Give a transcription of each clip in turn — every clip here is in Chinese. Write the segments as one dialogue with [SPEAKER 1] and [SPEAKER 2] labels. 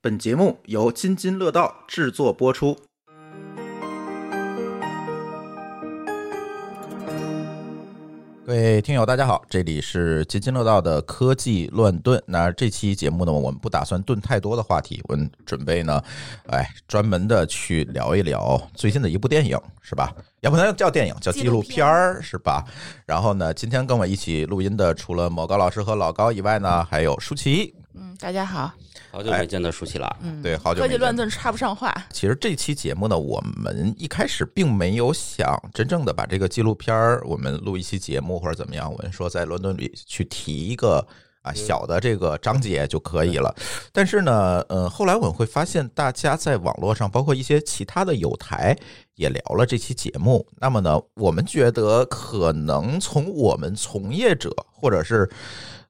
[SPEAKER 1] 本节目由津津乐道制作播出。各位听友，大家好，这里是津津乐道的科技乱炖。那这期节目呢，我们不打算炖太多的话题，我们准备呢，哎，专门的去聊一聊最近的一部电影，是吧？也不能叫电影，叫纪录片儿，是吧？然后呢，今天跟我一起录音的，除了某高老师和老高以外呢，还有舒淇。
[SPEAKER 2] 嗯，大家好，
[SPEAKER 3] 好久没见到舒淇了。啊
[SPEAKER 2] 嗯，
[SPEAKER 1] 对，好久
[SPEAKER 2] 科
[SPEAKER 1] 没
[SPEAKER 2] 技
[SPEAKER 1] 见
[SPEAKER 2] 乱炖插不上话，
[SPEAKER 1] 其实这期节目呢，我们一开始并没有想真正的把这个纪录片儿，我们录一期节目或者怎么样，我们说在伦敦里去提一个啊小的这个章节就可以了。但是呢，嗯，后来我们会发现，大家在网络上，包括一些其他的友台，也聊了这期节目。那么呢，我们觉得可能从我们从业者，或者是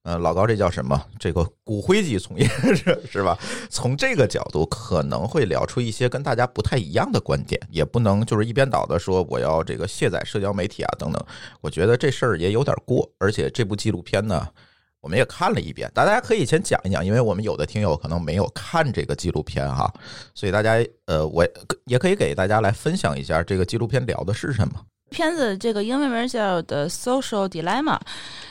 [SPEAKER 1] 呃老高这叫什么？这个骨灰级从业者是吧？从这个角度，可能会聊出一些跟大家不太一样的观点，也不能就是一边倒的说我要这个卸载社交媒体啊等等。我觉得这事儿也有点过，而且这部纪录片呢。我们也看了一遍，大家可以先讲一讲，因为我们有的听友可能没有看这个纪录片哈，所以大家呃，我也也可以给大家来分享一下这个纪录片聊的是什么。
[SPEAKER 2] 片子这个英文名叫《The Social Dilemma》，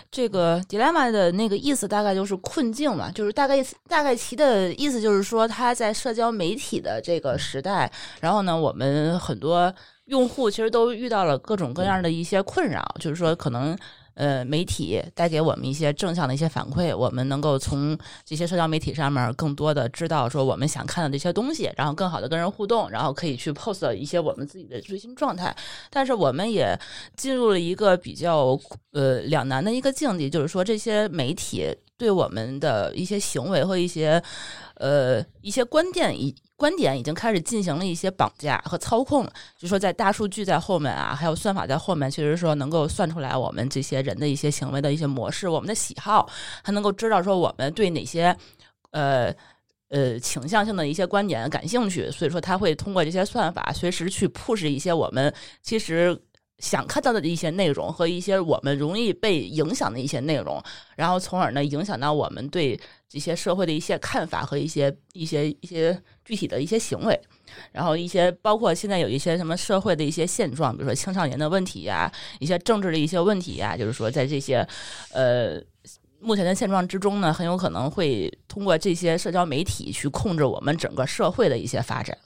[SPEAKER 2] 这个 dilemma 的那个意思大概就是困境嘛，就是大概大概其的意思就是说，它在社交媒体的这个时代，然后呢，我们很多用户其实都遇到了各种各样的一些困扰，就是说可能。呃，媒体带给我们一些正向的一些反馈，我们能够从这些社交媒体上面更多的知道说我们想看的这些东西，然后更好的跟人互动，然后可以去 post 一些我们自己的最新状态。但是我们也进入了一个比较呃两难的一个境地，就是说这些媒体对我们的一些行为和一些呃一些观点已观点已经开始进行了一些绑架和操控了。就说在大数据在后面啊，还有算法在后面，其实说能够算出来我们这些人的一些行为的一些模式，我们的喜好，还能够知道说我们对哪些呃。呃，倾向性的一些观点感兴趣，所以说他会通过这些算法随时去 push 一些我们其实想看到的一些内容和一些我们容易被影响的一些内容，然后从而呢影响到我们对这些社会的一些看法和一些一些一些具体的一些行为，然后一些包括现在有一些什么社会的一些现状，比如说青少年的问题呀、一些政治的一些问题呀、就是说在这些呃目前的现状之中呢，很有可能会通过这些社交媒体去控制我们整个社会的一些发展。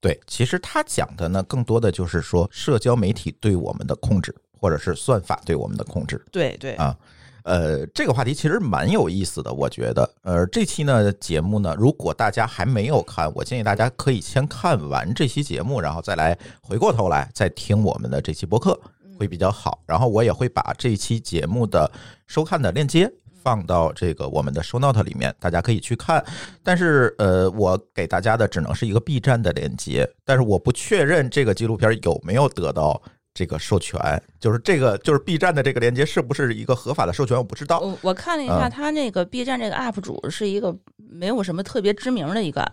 [SPEAKER 1] 对，其实他讲的呢，更多的就是说社交媒体对我们的控制，或者是算法对我们的控制。
[SPEAKER 2] 对对
[SPEAKER 1] 啊呃，这个话题其实蛮有意思的，我觉得。呃，这期呢节目呢，如果大家还没有看，我建议大家可以先看完这期节目，然后再来回过头来再听我们的这期播客，
[SPEAKER 2] 嗯
[SPEAKER 1] 会比较好。然后我也会把这期节目的收看的链
[SPEAKER 2] 嗯
[SPEAKER 1] 接。放到这个我们的 show note 里面，大家可以去看。但是，呃，我给大家的只能是一个 B 站的链接，但是我不确认这个纪录片有没有得到这个授权，就是这个就是 B 站的这个链接是不是一个合法的授权，我不知道。
[SPEAKER 2] 我我看了一
[SPEAKER 1] 啊
[SPEAKER 2] 下，他那个 B 站这个 UP 主是一个没有什么特别知名的一个，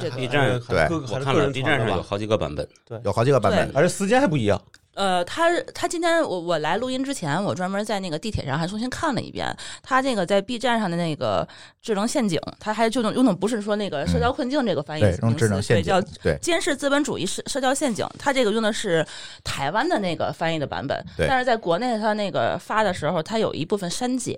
[SPEAKER 2] 这个
[SPEAKER 3] B 站
[SPEAKER 1] 对
[SPEAKER 4] 各个
[SPEAKER 3] 我
[SPEAKER 4] 还是
[SPEAKER 3] 看
[SPEAKER 4] 个
[SPEAKER 3] 了
[SPEAKER 4] 人
[SPEAKER 3] B 站上
[SPEAKER 4] 传
[SPEAKER 3] 有
[SPEAKER 4] 的吧，
[SPEAKER 3] 好几个版本，
[SPEAKER 1] 有好几个版本，
[SPEAKER 4] 而且时间还不一样。
[SPEAKER 2] 呃，他他今天我我来录音之前，我专门在那个地铁上还重新看了一遍他这个在 B 站上的那个智能陷阱，他还就用用的不是说那个社交困境这个翻译
[SPEAKER 1] 嗯对
[SPEAKER 2] 名，词，
[SPEAKER 1] 用智能陷
[SPEAKER 2] 对
[SPEAKER 1] 阱
[SPEAKER 2] 叫，
[SPEAKER 1] 对
[SPEAKER 2] 监视资本主义社社交陷阱，它这个用的是台湾的那个翻译的版本，
[SPEAKER 1] 对
[SPEAKER 2] 但是在国内它那个发的时候，它有一部分删减，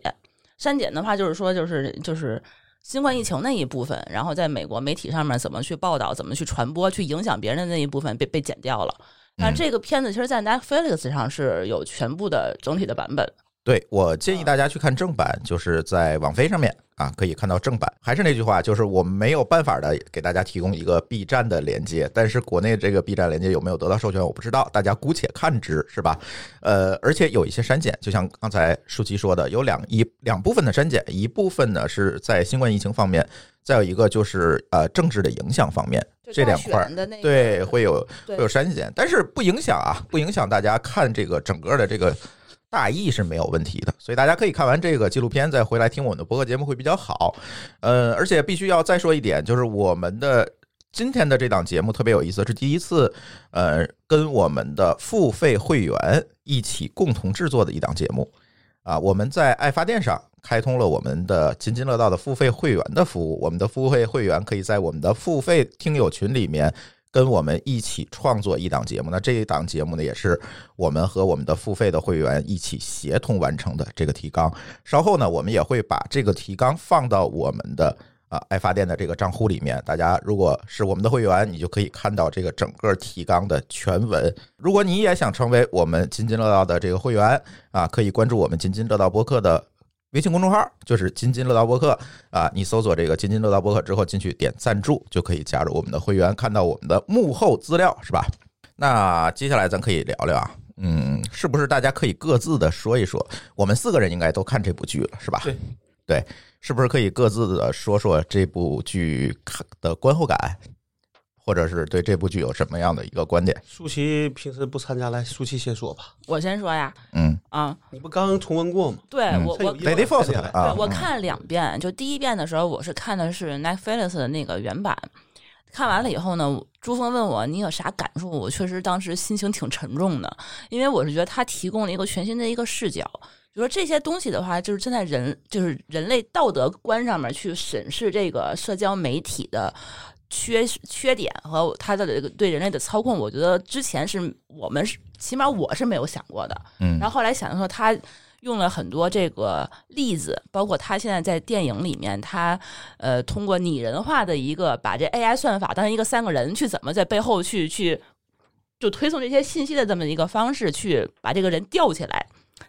[SPEAKER 2] 删减的话就是说就是就是新冠疫情那一部分，然后在美国媒体上面怎么去报道、怎么去传播、去影响别人的那一部分被被剪掉了。
[SPEAKER 1] 嗯
[SPEAKER 2] 但这个片子其实，在 Netflix 上是有全部的整体的版本。
[SPEAKER 1] 对我建议大家去看正版，就是在网飞上面啊，可以看到正版。还是那句话，就是我们没有办法的给大家提供一个 B 站的连接，但是国内这个 B 站连接有没有得到授权，我不知道，大家姑且看之，是吧？呃，而且有一些删减，就像刚才舒淇说的，有两一两部分的删减，一部分呢是在新冠疫情方面，再有一个就是呃政治的影响方面，这两块儿
[SPEAKER 2] 的那
[SPEAKER 1] 对会有
[SPEAKER 2] 对
[SPEAKER 1] 会有删减，但是不影响啊，不影响大家看这个整个的这个大意是没有问题的，所以大家可以看完这个纪录片再回来听我们的播客节目会比较好。呃，而且必须要再说一点，就是我们的今天的这档节目特别有意思，是第一次呃跟我们的付费会员一起共同制作的一档节目。啊，我们在爱发电上开通了我们的津津乐道的付费会员的服务。我们的付费会员可以在我们的付费听友群里面跟我们一起创作一档节目。那这一档节目呢，也是我们和我们的付费的会员一起协同完成的这个提纲。稍后呢，我们也会把这个提纲放到我们的。啊，爱发电的这个账户里面，大家如果是我们的会员，你就可以看到这个整个提纲的全文。如果你也想成为我们津津乐道的这个会员啊，可以关注我们津津乐道播客的微信公众号，就是津津乐道播客啊。你搜索这个津津乐道播客之后，进去点赞助，就可以加入我们的会员，看到我们的幕后资料，是吧？那接下来咱可以聊聊啊，嗯，是不是大家可以各自的说一说？我们四个人应该都看这部剧了，是吧？
[SPEAKER 4] 对
[SPEAKER 1] 对，是不是可以各自的说说这部剧看的观后感，或者是对这部剧有什么样的一个观点？
[SPEAKER 4] 舒淇平时不参加，来，舒淇先说吧。
[SPEAKER 2] 我先说呀，
[SPEAKER 1] 嗯
[SPEAKER 2] 啊，
[SPEAKER 4] 你不刚刚重温过吗？
[SPEAKER 2] 对
[SPEAKER 1] 嗯
[SPEAKER 2] 我
[SPEAKER 4] 它有
[SPEAKER 2] 我
[SPEAKER 4] 一
[SPEAKER 1] ，Lady First
[SPEAKER 4] 看
[SPEAKER 1] 的
[SPEAKER 4] 下来
[SPEAKER 1] 啊，
[SPEAKER 2] 对，我看了两遍。就第一遍的时候，我是看的是 Netflix 的那个原版。看完了以后呢，朱峰问我你有啥感触？我确实当时心情挺沉重的，因为我是觉得他提供了一个全新的一个视角。就说这些东西的话，就是站在人就是人类道德观上面去审视这个社交媒体的缺缺点和它的这个对人类的操控。我觉得之前是我们是起码我是没有想过的。
[SPEAKER 1] 嗯
[SPEAKER 2] 然后后来想说他用了很多这个例子，包括他现在在电影里面，他呃通过拟人化的一个把这 AI 算法当成一个三个人去怎么在背后去去就推送这些信息的这么一个方式，去把这个人吊起来。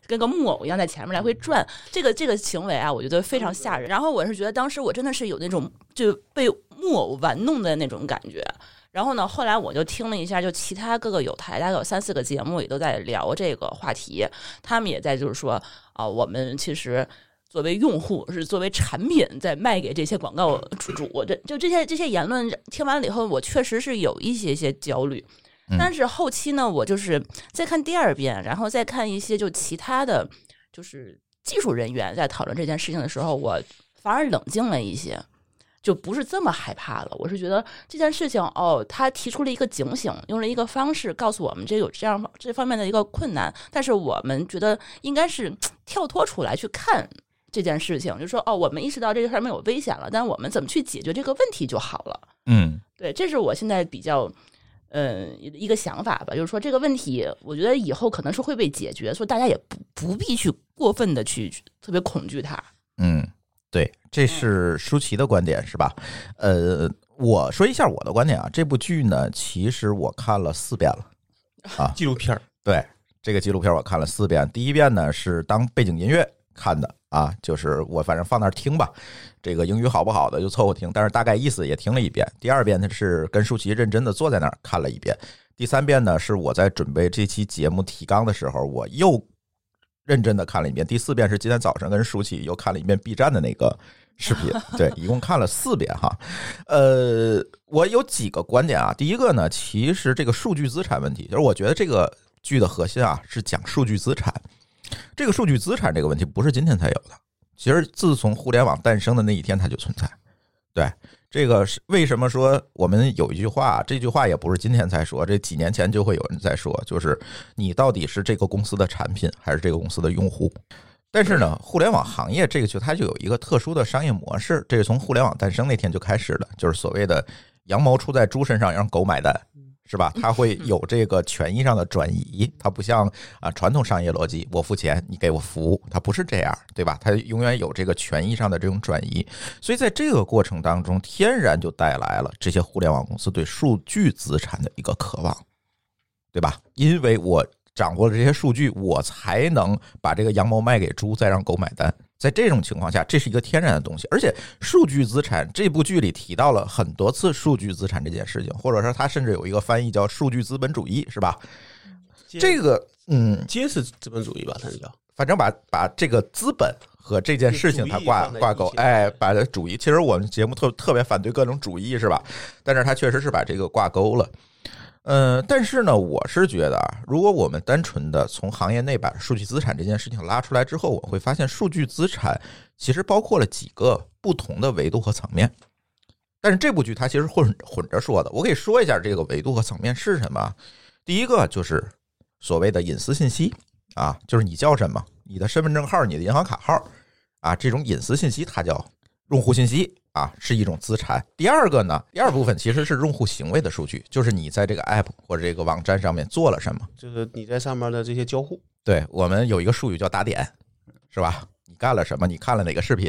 [SPEAKER 2] 跟个木偶一样在前面来回转，这个这个行为啊，我觉得非常吓人。然后我是觉得当时我真的是有那种就被木偶玩弄的那种感觉，然后呢，后来我就听了一下，就其他各个有台，大概有三四个节目也都在聊这个话题，他们也在就是说啊、我们其实。作为用户是作为产品在卖给这些广告主主，这就这些这些言论听完了以后，我确实是有一些些焦虑。但是后期呢，我就是再看第二遍，然后再看一些就其他的，就是技术人员在讨论这件事情的时候，我反而冷静了一些。就不是这么害怕了。我是觉得这件事情，哦，他提出了一个警醒，用了一个方式告诉我们这有这样这方面的一个困难，但是我们觉得应该是跳脱出来去看这件事情，就说哦，我们意识到这个上面有危险了，但我们怎么去解决这个问题就好了。
[SPEAKER 1] 嗯
[SPEAKER 2] 对，这是我现在比较。呃，一个想法吧，就是说这个问题，我觉得以后可能是会被解决，所以大家也不不必去过分的去去特别恐惧它。
[SPEAKER 1] 嗯，对，这是舒淇的观点是吧？呃，我说一下我的观点啊，这部剧呢，其实我看了四遍了。
[SPEAKER 4] 纪录片儿
[SPEAKER 1] 对，这个纪录片我看了四遍，第一遍呢是当背景音乐看的啊，就是我反正放那儿听吧，这个英语好不好的就凑合听，但是大概意思也听了一遍。第二遍呢是跟舒淇认真的坐在那儿看了一遍，第三遍呢是我在准备这期节目提纲的时候，我又认真的看了一遍。第四遍是今天早上跟舒淇又看了一遍 B 站的那个。视频对，一共看了四遍哈，呃，我有几个观点啊。第一个呢，其实这个数据资产问题，就是我觉得这个剧的核心啊是讲数据资产。这个数据资产这个问题不是今天才有的，其实自从互联网诞生的那一天它就存在。对，这个是为什么说我们有一句话，这句话也不是今天才说，这几年前就会有人在说，就是你到底是这个公司的产品还是这个公司的用户？但是呢，互联网行业这个就它就有一个特殊的商业模式，这是从互联网诞生那天就开始的，就是所谓的羊毛出在猪身上，让狗买单。是吧？它会有这个权益上的转移，它不像啊传统商业逻辑，我付钱你给我服务，它不是这样，对吧？它永远有这个权益上的这种转移，所以在这个过程当中，天然就带来了这些互联网公司对数据资产的一个渴望，对吧？因为我掌握了这些数据，我才能把这个羊毛卖给猪，再让狗买单。在这种情况下，这是一个天然的东西，而且数据资产这部剧里提到了很多次数据资产这件事情，或者说它甚至有一个翻译叫“数据资本主义”，是吧？这个，嗯，
[SPEAKER 4] 皆是资本主义吧？它是叫
[SPEAKER 1] 反正把把这个资本和这件事情它挂
[SPEAKER 4] 主义放在一起
[SPEAKER 1] 挂钩，哎，把这主义，其实我们节目特特别反对各种主义，是吧？但是它确实是把这个挂钩了。呃，但是呢，我是觉得啊，如果我们单纯的从行业内把数据资产这件事情拉出来之后，我会发现数据资产其实包括了几个不同的维度和层面。但是这部剧它其实混混着说的，我可以说一下这个维度和层面是什么啊。第一个就是所谓的隐私信息啊，就是你叫什么，你的身份证号、你的银行卡号，啊，这种隐私信息它叫用户信息啊，是一种资产。第二个呢，第二部分其实是用户行为的数据，就是你在这个 app 或者这个网站上面做了什么。
[SPEAKER 4] 就是你在上面的这些交互，
[SPEAKER 1] 对我们有一个术语叫打点，是吧？你干了什么？你看了哪个视频？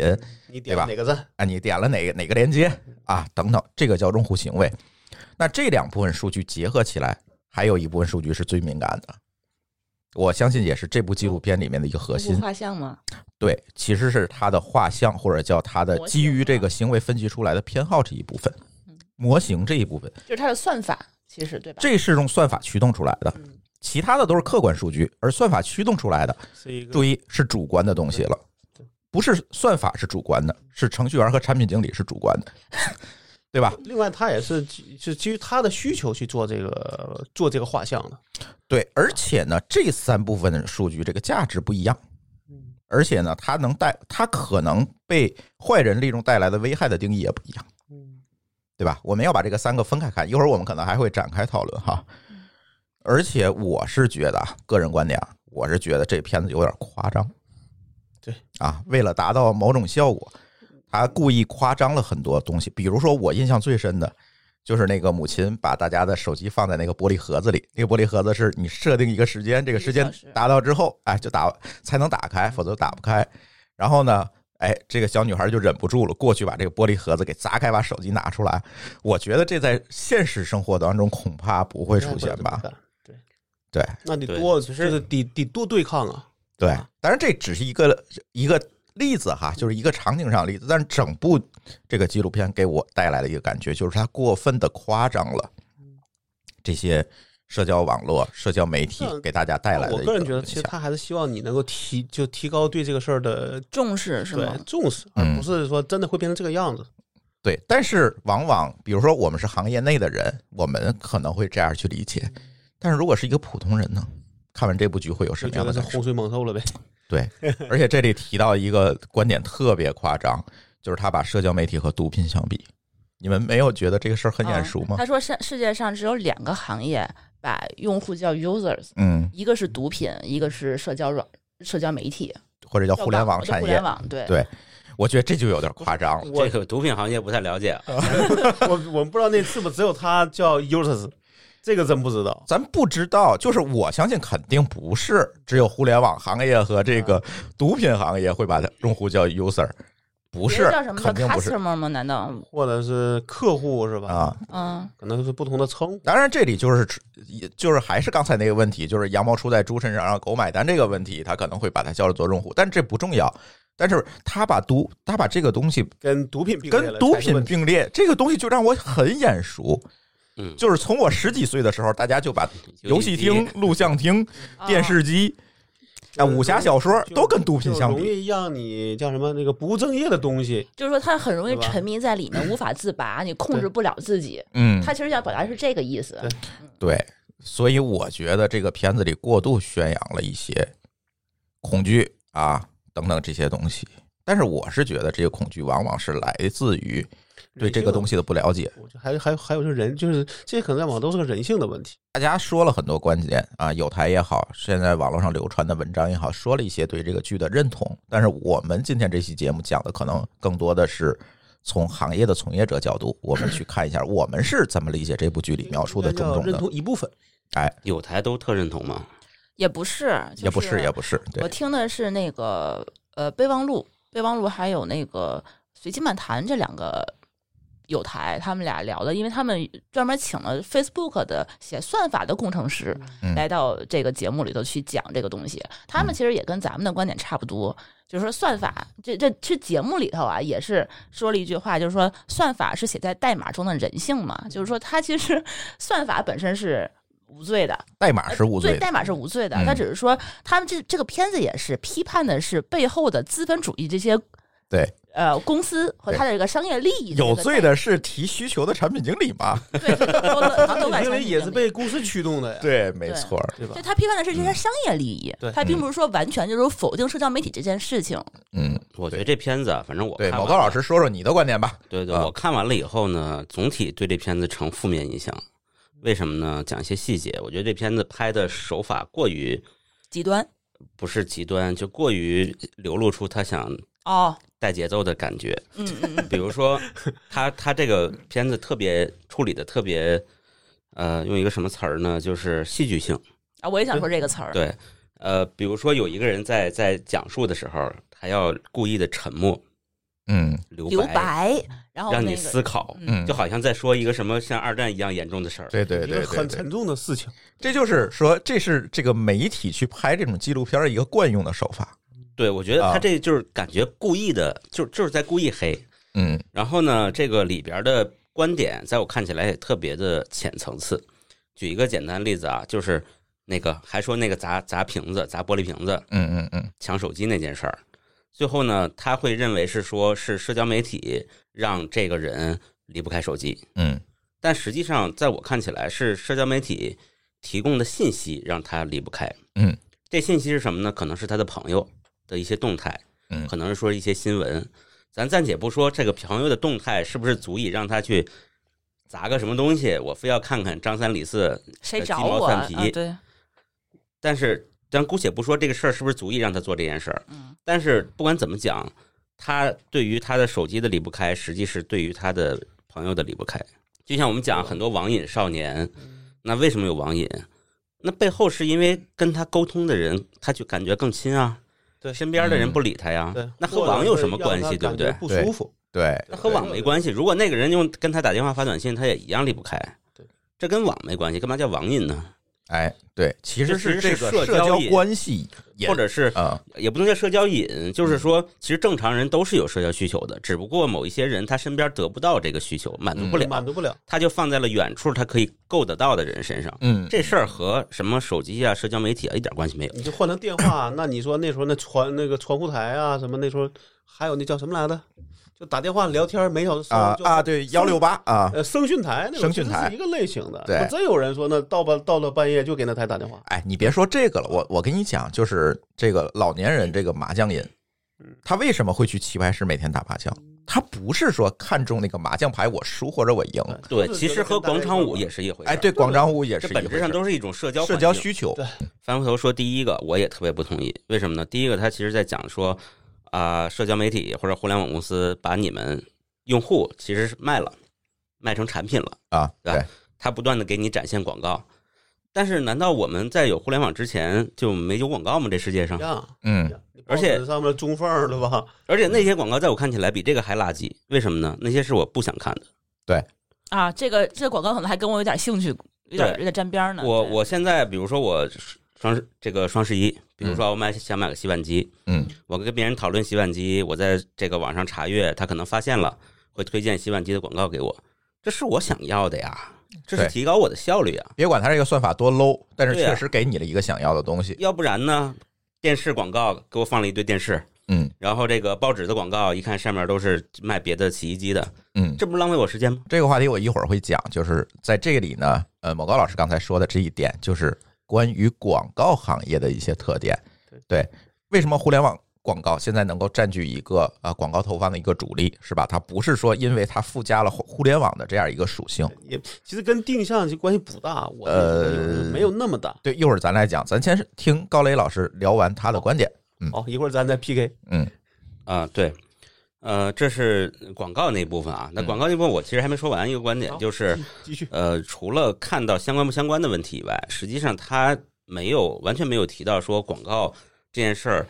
[SPEAKER 4] 你
[SPEAKER 1] 对
[SPEAKER 4] 点
[SPEAKER 1] 吧
[SPEAKER 4] 哪个赞，
[SPEAKER 1] 啊，你点了哪个哪个链接啊？等等，这个叫用户行为。那这两部分数据结合起来，还有一部分数据是最敏感的，我相信也是这部纪录片里面的一个核
[SPEAKER 2] 用
[SPEAKER 1] 心
[SPEAKER 2] 户。画像吗？
[SPEAKER 1] 对，其实是它的画像或者叫它的
[SPEAKER 2] 模型
[SPEAKER 1] 基于这
[SPEAKER 2] 啊嗯
[SPEAKER 1] 个行为分析出来的偏好这一部分，嗯模型这一部分，
[SPEAKER 2] 就是它的算法，其实对吧？
[SPEAKER 1] 这是用算法驱动出来的，
[SPEAKER 2] 嗯
[SPEAKER 1] 其他的都是客观数据，而算法驱动出来的，
[SPEAKER 4] 是一个
[SPEAKER 1] 注意是主观的东西了
[SPEAKER 4] 对，
[SPEAKER 1] 不是算法是主观的，是程序员和产品经理是主观 的，对吧？
[SPEAKER 4] 另外，他也是基是基于他的需求去做这个做这个画像的。
[SPEAKER 1] 对，而且呢，这三部分的数据这个价值不一样，
[SPEAKER 2] 嗯
[SPEAKER 1] 而且呢，它能带它可能被坏人利用带来的危害的定义也不一样，对吧？我们要把这个三个分开看，一会儿我们可能还会展开讨论哈。
[SPEAKER 2] 嗯
[SPEAKER 1] 而且我是觉得，啊，个人观点啊，我是觉得这片子有点夸张，
[SPEAKER 4] 对
[SPEAKER 1] 啊，为了达到某种效果，他故意夸张了很多东西，比如说我印象最深的。就是那个母亲把大家的手机放在那个玻璃盒子里，那个玻璃盒子是你设定一个时间，这个时
[SPEAKER 2] 一
[SPEAKER 1] 间
[SPEAKER 2] 个小时
[SPEAKER 1] 达到之后，哎，就打才能打开，否则打不开。然后呢，哎，这个小女孩就忍不住了，过去把这个玻璃盒子给砸开，把手机拿出来。我觉得这在现实生活当中恐怕不会出现吧？？
[SPEAKER 4] 对，
[SPEAKER 1] 对
[SPEAKER 4] 那得
[SPEAKER 3] 对
[SPEAKER 4] 多
[SPEAKER 3] 其
[SPEAKER 4] 就
[SPEAKER 3] 实
[SPEAKER 4] 是得得多对抗啊。
[SPEAKER 1] 对，当然这只是一个一个例子哈，就是一个场景上的例子。但是整部这个纪录片给我带来的一个感觉，就是它过分的夸张了这些社交网络、社交媒体
[SPEAKER 4] 是
[SPEAKER 1] 给大家带来的
[SPEAKER 4] 我
[SPEAKER 1] 一
[SPEAKER 4] 个人
[SPEAKER 1] 影
[SPEAKER 4] 觉得，其实
[SPEAKER 1] 响
[SPEAKER 4] 他还是希望你能够提就提高对这个事儿的
[SPEAKER 2] 重视是
[SPEAKER 4] 对
[SPEAKER 2] 吗？
[SPEAKER 4] 重视，而
[SPEAKER 1] 嗯
[SPEAKER 4] 不是说真的会变成这个样子。
[SPEAKER 1] 对，但是往往比如说我们是行业内的人，我们可能会这样去理解，
[SPEAKER 2] 嗯
[SPEAKER 1] 但是如果是一个普通人呢，看完这部剧会有什
[SPEAKER 4] 就
[SPEAKER 1] 么
[SPEAKER 4] 觉
[SPEAKER 1] 样的
[SPEAKER 4] 得是
[SPEAKER 1] 感受
[SPEAKER 4] 洪？水猛兽了呗？
[SPEAKER 1] 对，而且这里提到一个观点特别夸张，就是他把社交媒体和毒品相比，你们没有觉得这个事儿很眼熟吗
[SPEAKER 2] 啊他？说世世界上只有两个行业把用户叫 users，
[SPEAKER 1] 嗯，
[SPEAKER 2] 一个是毒品，一个是社交软社交媒体，
[SPEAKER 1] 或者叫互联网
[SPEAKER 2] 叫
[SPEAKER 1] 产
[SPEAKER 2] 互
[SPEAKER 1] 业
[SPEAKER 2] 联，网对
[SPEAKER 1] 对我觉得 这就有点夸张了。
[SPEAKER 3] 这个毒品行业不太了解，啊
[SPEAKER 1] 呃
[SPEAKER 4] 我我们不知道那是不是只有他叫 Uses，这个真不知道。
[SPEAKER 1] 咱不知道，就是我相信肯定不是只有互联网行业和这个
[SPEAKER 2] 嗯
[SPEAKER 1] 毒品行业会把它用户叫 user，不
[SPEAKER 2] 别
[SPEAKER 1] 是
[SPEAKER 2] 人叫什，么叫
[SPEAKER 1] 肯定不是
[SPEAKER 2] customer 吗？难道
[SPEAKER 4] 或者是客户是吧？
[SPEAKER 1] 啊，。
[SPEAKER 2] 嗯？
[SPEAKER 4] 可能是不同的称呼。
[SPEAKER 1] 当然，这里就是出也就是还是刚才那个问题，就是羊毛出在猪身上，让狗买单这个问题，他可能会把它叫做用户，但这不重要。但是他把毒，他把这个东西
[SPEAKER 4] 跟毒品并列
[SPEAKER 1] 跟
[SPEAKER 4] 了
[SPEAKER 1] 毒
[SPEAKER 4] 才是
[SPEAKER 1] 品
[SPEAKER 4] 问题
[SPEAKER 1] 并列，这个东西就让我很眼熟。
[SPEAKER 3] 嗯，
[SPEAKER 1] 就是从我十几岁的时候，大家就把游戏
[SPEAKER 4] 嗯
[SPEAKER 1] 厅、录像厅、电视机、啊武侠小说
[SPEAKER 4] 就
[SPEAKER 1] 都跟毒品
[SPEAKER 4] 就
[SPEAKER 1] 相
[SPEAKER 4] 容
[SPEAKER 1] 比。
[SPEAKER 4] 易让你叫什么那个不务正业的东西。
[SPEAKER 2] 就是说他很容易
[SPEAKER 4] 对吧
[SPEAKER 2] 沉迷在里面，无法自拔，你控制不了自己。
[SPEAKER 1] 嗯，
[SPEAKER 2] 他其实想表达是这个意思
[SPEAKER 4] 对，
[SPEAKER 1] 对，所以我觉得这个片子里过度宣扬了一些恐惧啊等等这些东西。但是我是觉得这个恐惧往往是来自于对这个东
[SPEAKER 4] 西，
[SPEAKER 1] 西的不了解。
[SPEAKER 4] 我觉得还还有还有就是人，就是这些可能在网都是个人性的问题。
[SPEAKER 1] 大家说了很多观点啊，有台也好，现在网络上流传的文章也好，说了一些对这个剧的认同。但是我们今天这期节目讲的可能更多的是从行业的从业者角度，我们去看一下我们是怎么理解这部剧里描述的种
[SPEAKER 4] 应该
[SPEAKER 1] 种
[SPEAKER 4] 叫认
[SPEAKER 1] 的。
[SPEAKER 4] 同一部分，
[SPEAKER 3] 有台都特认同嘛，
[SPEAKER 2] 也不是，
[SPEAKER 1] 也不
[SPEAKER 2] 是
[SPEAKER 1] 是，也不是，对
[SPEAKER 2] 我，听的是那个呃备忘录，备忘录还有那个随机漫谈这两个有台，他们俩聊的，因为他们专门请了 Facebook 的写算法的工程师
[SPEAKER 1] 嗯
[SPEAKER 2] 来到这个节目里头去讲这个东西。他们其实也跟咱们的观点差不多，就是说算法这这这节目里头啊，也是说了一句话，就是说算法是写在代码中的人性嘛，就是说它其实 算法本身是无罪的，
[SPEAKER 1] 代码是无罪
[SPEAKER 2] 对，
[SPEAKER 1] 的，
[SPEAKER 2] 代码是无罪的
[SPEAKER 1] 嗯。
[SPEAKER 2] 他只是说，他们这这个片子也是批判的是背后的资本主义这些
[SPEAKER 1] 对，
[SPEAKER 2] 呃公司和他的这个商业利益。
[SPEAKER 1] 有罪，的是提需求的产品经理 嘛？
[SPEAKER 2] 对，这个都都都
[SPEAKER 4] 这
[SPEAKER 2] 感
[SPEAKER 4] 些人也是被公司驱动的呀，
[SPEAKER 1] 对，没错儿，
[SPEAKER 4] 对吧
[SPEAKER 2] 就？他批判的是这些商业利益
[SPEAKER 4] 对，
[SPEAKER 2] 他并不是说完全就是否定社交媒体这件事情。
[SPEAKER 1] 嗯，
[SPEAKER 3] 我觉得这片子啊，反正我
[SPEAKER 1] 对，
[SPEAKER 3] 看完
[SPEAKER 1] 某高老
[SPEAKER 3] 了
[SPEAKER 1] 师说说你的观点吧。
[SPEAKER 3] 对对，
[SPEAKER 1] 啊
[SPEAKER 3] 我看完了以后呢，总体对这片子呈负面印象。为什么呢？讲一些细节，我觉得这片子拍的手法过于
[SPEAKER 2] 极端，
[SPEAKER 3] 不是极端，就过于流露出他想
[SPEAKER 2] 哦，
[SPEAKER 3] 带节奏的感觉。
[SPEAKER 2] 嗯嗯嗯，
[SPEAKER 3] 比如说，他他这个片子特别处理的特别，呃，用一个什么词儿呢？就是戏剧性。
[SPEAKER 2] 啊，我也想说这个词儿。
[SPEAKER 3] 对，呃，比如说有一个人在在讲述的时候，他要故意的沉默
[SPEAKER 1] 嗯
[SPEAKER 3] 留
[SPEAKER 2] 留白，然后
[SPEAKER 3] 让
[SPEAKER 2] 那
[SPEAKER 3] 你
[SPEAKER 2] 个
[SPEAKER 3] 思考，
[SPEAKER 1] 嗯，
[SPEAKER 3] 就好像在说一个什么像二战一样严重的事儿。
[SPEAKER 1] 对对
[SPEAKER 4] 一
[SPEAKER 1] 对对
[SPEAKER 4] 个很
[SPEAKER 1] 对，
[SPEAKER 4] 沉重的事情。
[SPEAKER 1] 这就是说，这是这个媒体去拍这种纪录片儿一个惯用的手法。
[SPEAKER 3] 对，我觉得
[SPEAKER 1] 啊
[SPEAKER 3] 他这就是感觉故意的，就就是在故意黑。
[SPEAKER 1] 嗯
[SPEAKER 3] 然后呢，这个里边的观点，在我看起来也特别的浅层次。举一个简单例子啊，就是那个还说那个砸砸瓶子、砸玻璃瓶子、
[SPEAKER 1] 嗯嗯嗯
[SPEAKER 3] 抢手机那件事儿，最后呢，他会认为是说是社交媒体让这个人离不开手机，
[SPEAKER 1] 嗯
[SPEAKER 3] 但实际上在我看起来是社交媒体提供的信息让他离不开。
[SPEAKER 1] 嗯，
[SPEAKER 3] 这信息是什么呢？可能是他的朋友的一些动态，
[SPEAKER 1] 嗯
[SPEAKER 3] 可能是说一些新闻。咱暂且不说这个朋友的动态是不是足以让他去砸个什么东西，我非要看看张三李四。
[SPEAKER 2] 谁
[SPEAKER 3] 鸡
[SPEAKER 2] 找
[SPEAKER 3] 毛
[SPEAKER 2] 我？
[SPEAKER 3] 蒜
[SPEAKER 2] 啊
[SPEAKER 3] 皮，
[SPEAKER 2] 对，
[SPEAKER 3] 但是咱姑且不说这个事儿是不是足以让他做这件事儿，
[SPEAKER 2] 嗯，
[SPEAKER 3] 但是不管怎么讲，他对于他的手机的离不开，实际是对于他的朋友的离不开。就像我们讲很多网瘾少年，那为什么有网瘾？那背后是因为跟他沟通的人，他就感觉更亲啊，
[SPEAKER 4] 对
[SPEAKER 3] 身边的人不理他呀，
[SPEAKER 4] 对，
[SPEAKER 3] 那和
[SPEAKER 4] 或者
[SPEAKER 3] 网有
[SPEAKER 4] 是
[SPEAKER 3] 什么
[SPEAKER 4] 让
[SPEAKER 3] 关
[SPEAKER 4] 他
[SPEAKER 3] 系对不
[SPEAKER 4] 感
[SPEAKER 3] 对
[SPEAKER 4] 觉不
[SPEAKER 1] 对
[SPEAKER 4] 舒服，
[SPEAKER 1] 对，
[SPEAKER 3] 那和网没
[SPEAKER 4] 对
[SPEAKER 3] 关系。如果那个人用跟他打电话发短信，他也一样离不开。
[SPEAKER 4] 对，
[SPEAKER 3] 这跟网没关系，干嘛叫网瘾呢？
[SPEAKER 1] 哎对，其实
[SPEAKER 3] 这其实
[SPEAKER 1] 这
[SPEAKER 3] 是
[SPEAKER 1] 个
[SPEAKER 3] 社交
[SPEAKER 1] 交
[SPEAKER 3] 瘾
[SPEAKER 1] 关系也
[SPEAKER 3] 或者是
[SPEAKER 1] 啊
[SPEAKER 3] 也不能叫社交瘾，
[SPEAKER 1] 嗯
[SPEAKER 3] 就是说，其实正常人都是有社交需求的，只不过某一些人他身边得不到这个需求，满足
[SPEAKER 1] 嗯
[SPEAKER 3] 不了，
[SPEAKER 4] 满足不了。
[SPEAKER 3] 他就放在了远处他可以够得到的人身上。
[SPEAKER 1] 嗯
[SPEAKER 3] 这事儿和什么手机啊、社交媒体啊一点关系没有。
[SPEAKER 4] 你就换成电话，那你说那时候那传那个传呼台啊什么，那时候还有那叫什么来着？就打电话聊天，每小时上
[SPEAKER 1] 啊
[SPEAKER 4] 就
[SPEAKER 1] 啊对幺六八啊，
[SPEAKER 4] 呃，声讯台那种
[SPEAKER 1] 声讯
[SPEAKER 4] 其实
[SPEAKER 1] 台
[SPEAKER 4] 是一个类型的。
[SPEAKER 1] 对
[SPEAKER 4] 我真有人说那到吧，到了半夜就给那台打电话，
[SPEAKER 1] 哎你别说这个了，我我跟你讲，就是这个老年人这个麻将瘾，
[SPEAKER 3] 嗯
[SPEAKER 1] 他为什么会去棋牌室每天打麻将？他不是说看中那个麻将牌我输或者我赢，
[SPEAKER 3] 嗯对，
[SPEAKER 4] 哎就是
[SPEAKER 3] 其实和广场舞也是一回事。
[SPEAKER 1] 哎对，，广场舞也
[SPEAKER 3] 这
[SPEAKER 1] 是
[SPEAKER 3] 本
[SPEAKER 1] 一
[SPEAKER 3] 质
[SPEAKER 1] 回
[SPEAKER 3] 上
[SPEAKER 1] 事
[SPEAKER 3] 都是一种社交
[SPEAKER 1] 社
[SPEAKER 3] 环
[SPEAKER 1] 交
[SPEAKER 3] 境
[SPEAKER 1] 需求，
[SPEAKER 3] 翻回头说第一个，我也特别不同意，为什么呢？第一个，他其实在讲说啊、社交媒体或者互联网公司把你们用户其实是卖了，卖成产品了。
[SPEAKER 1] 啊，
[SPEAKER 3] 对
[SPEAKER 1] 对，
[SPEAKER 3] 它不断的给你展现广告。但是，难道我们在有互联网之前就没有广告吗？这世界上
[SPEAKER 4] 一，样。
[SPEAKER 1] 嗯
[SPEAKER 4] 你
[SPEAKER 3] 而且
[SPEAKER 4] 报纸上面中缝儿对吧？
[SPEAKER 3] 而且那些广告在我看起来比这个还垃圾，为什么呢？那些是我不想看的。
[SPEAKER 2] 啊，这个这个广告可能还跟我有点兴趣，有点有点沾边儿呢。
[SPEAKER 3] 我
[SPEAKER 2] 对
[SPEAKER 3] 我现在比如说我双十这个双十一，比如说我买想买个洗碗机，
[SPEAKER 1] 嗯
[SPEAKER 3] 我跟别人讨论洗碗机，我在这个网上查阅，他可能发现了会推荐洗碗机的广告给我，这是我想要的呀，这是
[SPEAKER 1] 对
[SPEAKER 3] 提高我的效率啊。
[SPEAKER 1] 别管它这个算法多 low，但是
[SPEAKER 3] 对啊
[SPEAKER 1] 确实给你了一个想要的东西。
[SPEAKER 3] 要不然呢，电视广告给我放了一堆电视，
[SPEAKER 1] 嗯
[SPEAKER 3] 然后这个报纸的广告一看上面都是卖别的洗衣机的，
[SPEAKER 1] 嗯，
[SPEAKER 3] 这不是浪费我时间吗？
[SPEAKER 1] 这个话题我一会儿会讲，就是在这里呢，呃，某高老师刚才说的这一点，就是关于广告行业的一些特点。对，为什么互联网广告现在能够占据一个呃广告投放的一个主力，是吧？它不是说因为它附加了互互联网的这样一个属性。
[SPEAKER 4] 也其实跟定向就关系不大，我
[SPEAKER 1] 呃
[SPEAKER 4] 没有那么大。
[SPEAKER 1] 对，一会儿咱来讲，咱先听高磊老师聊完他的观点。
[SPEAKER 4] 好，一会儿咱再 PK。
[SPEAKER 1] 嗯
[SPEAKER 3] 啊、对，呃，这是广告那部分啊。
[SPEAKER 1] 嗯
[SPEAKER 3] 那广告那部分我其实还没说完，一个观点
[SPEAKER 4] 好
[SPEAKER 3] 就是，
[SPEAKER 4] 继续，
[SPEAKER 3] 呃，除了看到相关不相关的问题以外，实际上他没有完全没有提到说广告这件事儿，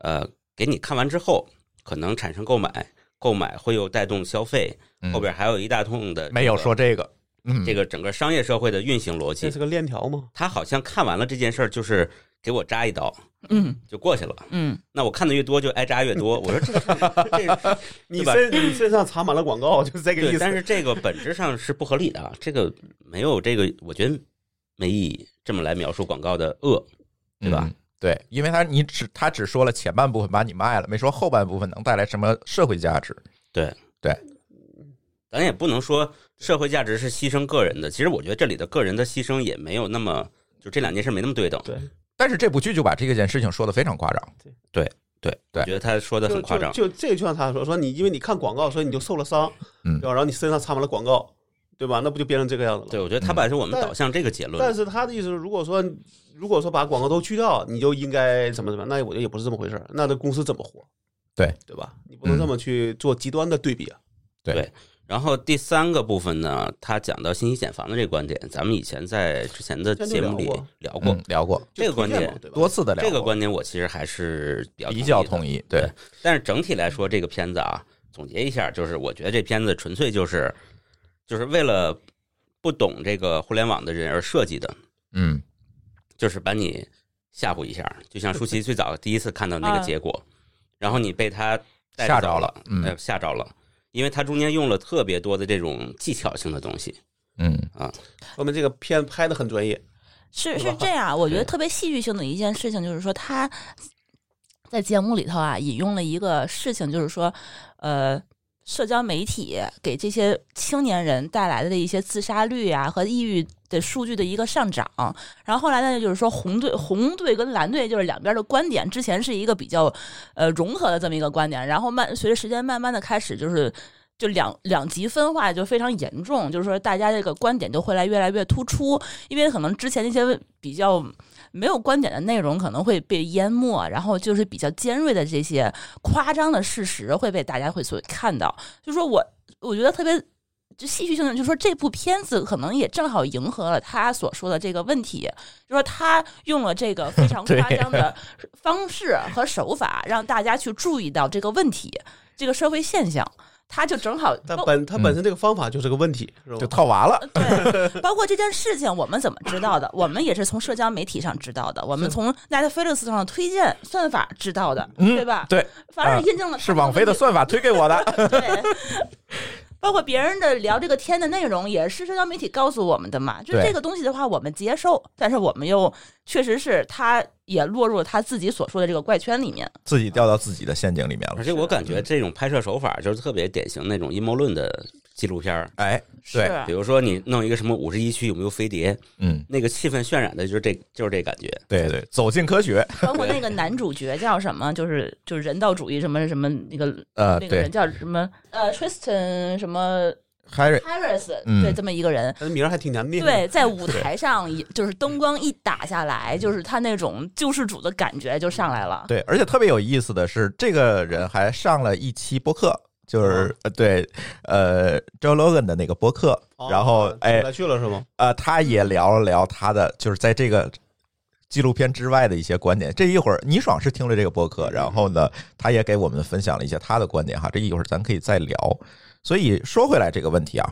[SPEAKER 3] 呃，给你看完之后可能产生购买，购买会又带动消费，
[SPEAKER 1] 嗯，
[SPEAKER 3] 后边还有一大通的这
[SPEAKER 1] 呃没有
[SPEAKER 3] 个
[SPEAKER 1] 说这个。嗯，
[SPEAKER 3] 这个整个商业社会的运行逻
[SPEAKER 4] 这
[SPEAKER 3] 辑
[SPEAKER 4] 是。个链条嘛？
[SPEAKER 3] 他好像看完了这件事儿，就是给我扎一刀
[SPEAKER 2] 嗯
[SPEAKER 3] 就过去了。
[SPEAKER 2] 嗯，
[SPEAKER 3] 那我看的越多，就挨扎越 多。我说这个这个
[SPEAKER 4] 你
[SPEAKER 3] 对吧
[SPEAKER 4] 身你身上插满了广告，就是这个意
[SPEAKER 3] 对，
[SPEAKER 4] 思。
[SPEAKER 3] 但是这个本质上是不合理的啊，这个没有这个，我觉得没意义。这么来描述广告的恶，对吧
[SPEAKER 1] 嗯？对，因为他你只他只说了前半部分把你卖了，没说后半部分能带来什么社会价值。
[SPEAKER 3] 咱也不能说社会价值是牺牲个人的。其实我觉得这里的个人的牺牲也没有那么，就这两件事没那么对等。
[SPEAKER 4] 对，
[SPEAKER 1] 但是这部剧就把这件事情说的非常夸张。
[SPEAKER 3] 对，
[SPEAKER 1] 对
[SPEAKER 3] 我觉得他说的
[SPEAKER 4] 就
[SPEAKER 3] 很夸张。
[SPEAKER 4] 就就这个就像他说，说你因为你看广告，所以你就受了伤，
[SPEAKER 1] 嗯
[SPEAKER 4] 对吧？然后你身上插满了广告，对吧？那不就变成这个样子了？
[SPEAKER 3] 对，我觉
[SPEAKER 1] 嗯
[SPEAKER 3] 得他把我们
[SPEAKER 4] 但
[SPEAKER 3] 导向这个结论
[SPEAKER 4] 但
[SPEAKER 3] 了。
[SPEAKER 4] 是他的意思是，如果说如果说把广告都去掉，你就应该怎么怎么样，那我觉得也不是这么回事儿。那这公司怎么活？
[SPEAKER 1] 对
[SPEAKER 4] 对吧？你不能这么去做极端的对比啊。
[SPEAKER 3] 然后第三个部分呢，他讲到信息茧房的这个观点，咱们以前在之前的
[SPEAKER 4] 之前
[SPEAKER 3] 节
[SPEAKER 4] 就
[SPEAKER 3] 目里
[SPEAKER 4] 聊过
[SPEAKER 3] 聊过。
[SPEAKER 1] 嗯，聊过
[SPEAKER 3] 这个观点
[SPEAKER 1] 多
[SPEAKER 4] 多
[SPEAKER 1] 次的聊
[SPEAKER 3] 这
[SPEAKER 1] 过，
[SPEAKER 3] 个观点我其实还是比较
[SPEAKER 1] 比较
[SPEAKER 3] 同意
[SPEAKER 1] 同意，对
[SPEAKER 3] 对，的。但是整体来说，这个片子啊，总结一下，就是我觉得这片子纯粹就是就是为了不懂这个互联网的人而设计的，
[SPEAKER 1] 嗯
[SPEAKER 3] 就是把你吓唬一下，就像舒淇最早第一次看到那个结果，然后你被他带
[SPEAKER 1] 吓
[SPEAKER 3] 走
[SPEAKER 1] 着
[SPEAKER 3] 了
[SPEAKER 1] 了，嗯
[SPEAKER 3] 呃吓着了，因为它中间用了特别多的这种技巧性的东西，
[SPEAKER 1] 嗯
[SPEAKER 4] 我们这个片拍的很专业，
[SPEAKER 2] 是
[SPEAKER 4] 对吧
[SPEAKER 2] 是这样，啊我觉得
[SPEAKER 3] 对
[SPEAKER 2] 特别戏剧性的一件事情就是说，他在节目里头啊引用了一个事情，就是说，呃，社交媒体给这些青年人带来的一些自杀率啊和抑郁的数据的一个上涨。然后后来呢，就是说红队红队跟蓝队就是两边的观点，之前是一个比较呃融合的这么一个观点，然后慢随着时间慢慢的开始就是。就两两极分化就非常严重，就是说大家这个观点就会来越来越突出，因为可能之前那些比较没有观点的内容可能会被淹没，然后就是比较尖锐的这些夸张的事实会被大家会所看到。就说我我觉得特别就戏剧性的，就说这部片子可能也正好迎合了他所说的这个问题，就说他用了这个非常
[SPEAKER 1] 对
[SPEAKER 2] 夸张的方式和手法，让大家去注意到这个问题，这个社会现象。他就正好哦
[SPEAKER 4] 它
[SPEAKER 2] 弄
[SPEAKER 4] 本它本身这个方法就是个问题，是吧？
[SPEAKER 1] 就套娃了，
[SPEAKER 2] 对，包括这件事情，我们怎么知道的？我们也是从社交媒体上知道的，我们从 Netflix 上的推荐算法知道的，
[SPEAKER 1] 嗯
[SPEAKER 2] 对吧？
[SPEAKER 1] 对，
[SPEAKER 2] 反而
[SPEAKER 1] 啊
[SPEAKER 2] 印证了
[SPEAKER 1] 是网飞的算法推给我 的，
[SPEAKER 2] 法。对，包括别人的聊这个天的内容，也是社交媒体告诉我们的嘛。就是
[SPEAKER 1] 对
[SPEAKER 2] 这个东西的话，我们接受，但是我们又确实是他也落入了他自己所说的这个怪圈里面。
[SPEAKER 1] 自己掉到自己的陷阱里面
[SPEAKER 3] 而
[SPEAKER 1] 了。
[SPEAKER 3] 且我感觉这种拍摄手法就是特别典型那种阴谋论的纪录片儿，
[SPEAKER 1] 哎，
[SPEAKER 2] 是
[SPEAKER 1] 对，
[SPEAKER 3] 比如说你弄一个什么五十一区有没有飞碟，
[SPEAKER 1] 嗯，
[SPEAKER 3] 那个气氛渲染的就是这就是这感觉，
[SPEAKER 1] 对对，走进科学，
[SPEAKER 2] 包括那个男主角叫什么，就是就是人道主义什么什么那个
[SPEAKER 1] 呃，
[SPEAKER 2] 那个人
[SPEAKER 1] 对
[SPEAKER 2] 叫什么呃 Tristan 什么。
[SPEAKER 1] ，Harry，
[SPEAKER 2] Harris
[SPEAKER 1] 嗯
[SPEAKER 2] 对这么一个人，
[SPEAKER 4] 它的名儿还挺难念。
[SPEAKER 2] 对，在舞台上也就是灯光一打下来，就是他那种救世主的感觉就上来了。
[SPEAKER 1] 对，而且特别有意思的是，这个人还上了一期播客。就是呃对，呃，Joe Logan 的那个播客，
[SPEAKER 4] 哦，
[SPEAKER 1] 然后哎
[SPEAKER 4] 来去了是吗？
[SPEAKER 1] 呃，他
[SPEAKER 4] 嗯
[SPEAKER 1] 也聊了聊他的，就是在这个纪录片之外的一些观点。这一会儿，倪爽是听了这个播客，然后呢，
[SPEAKER 4] 嗯
[SPEAKER 1] 他也给我们分享了一些他的观点哈。这一会儿咱可以再聊。所以说回来这个问题啊，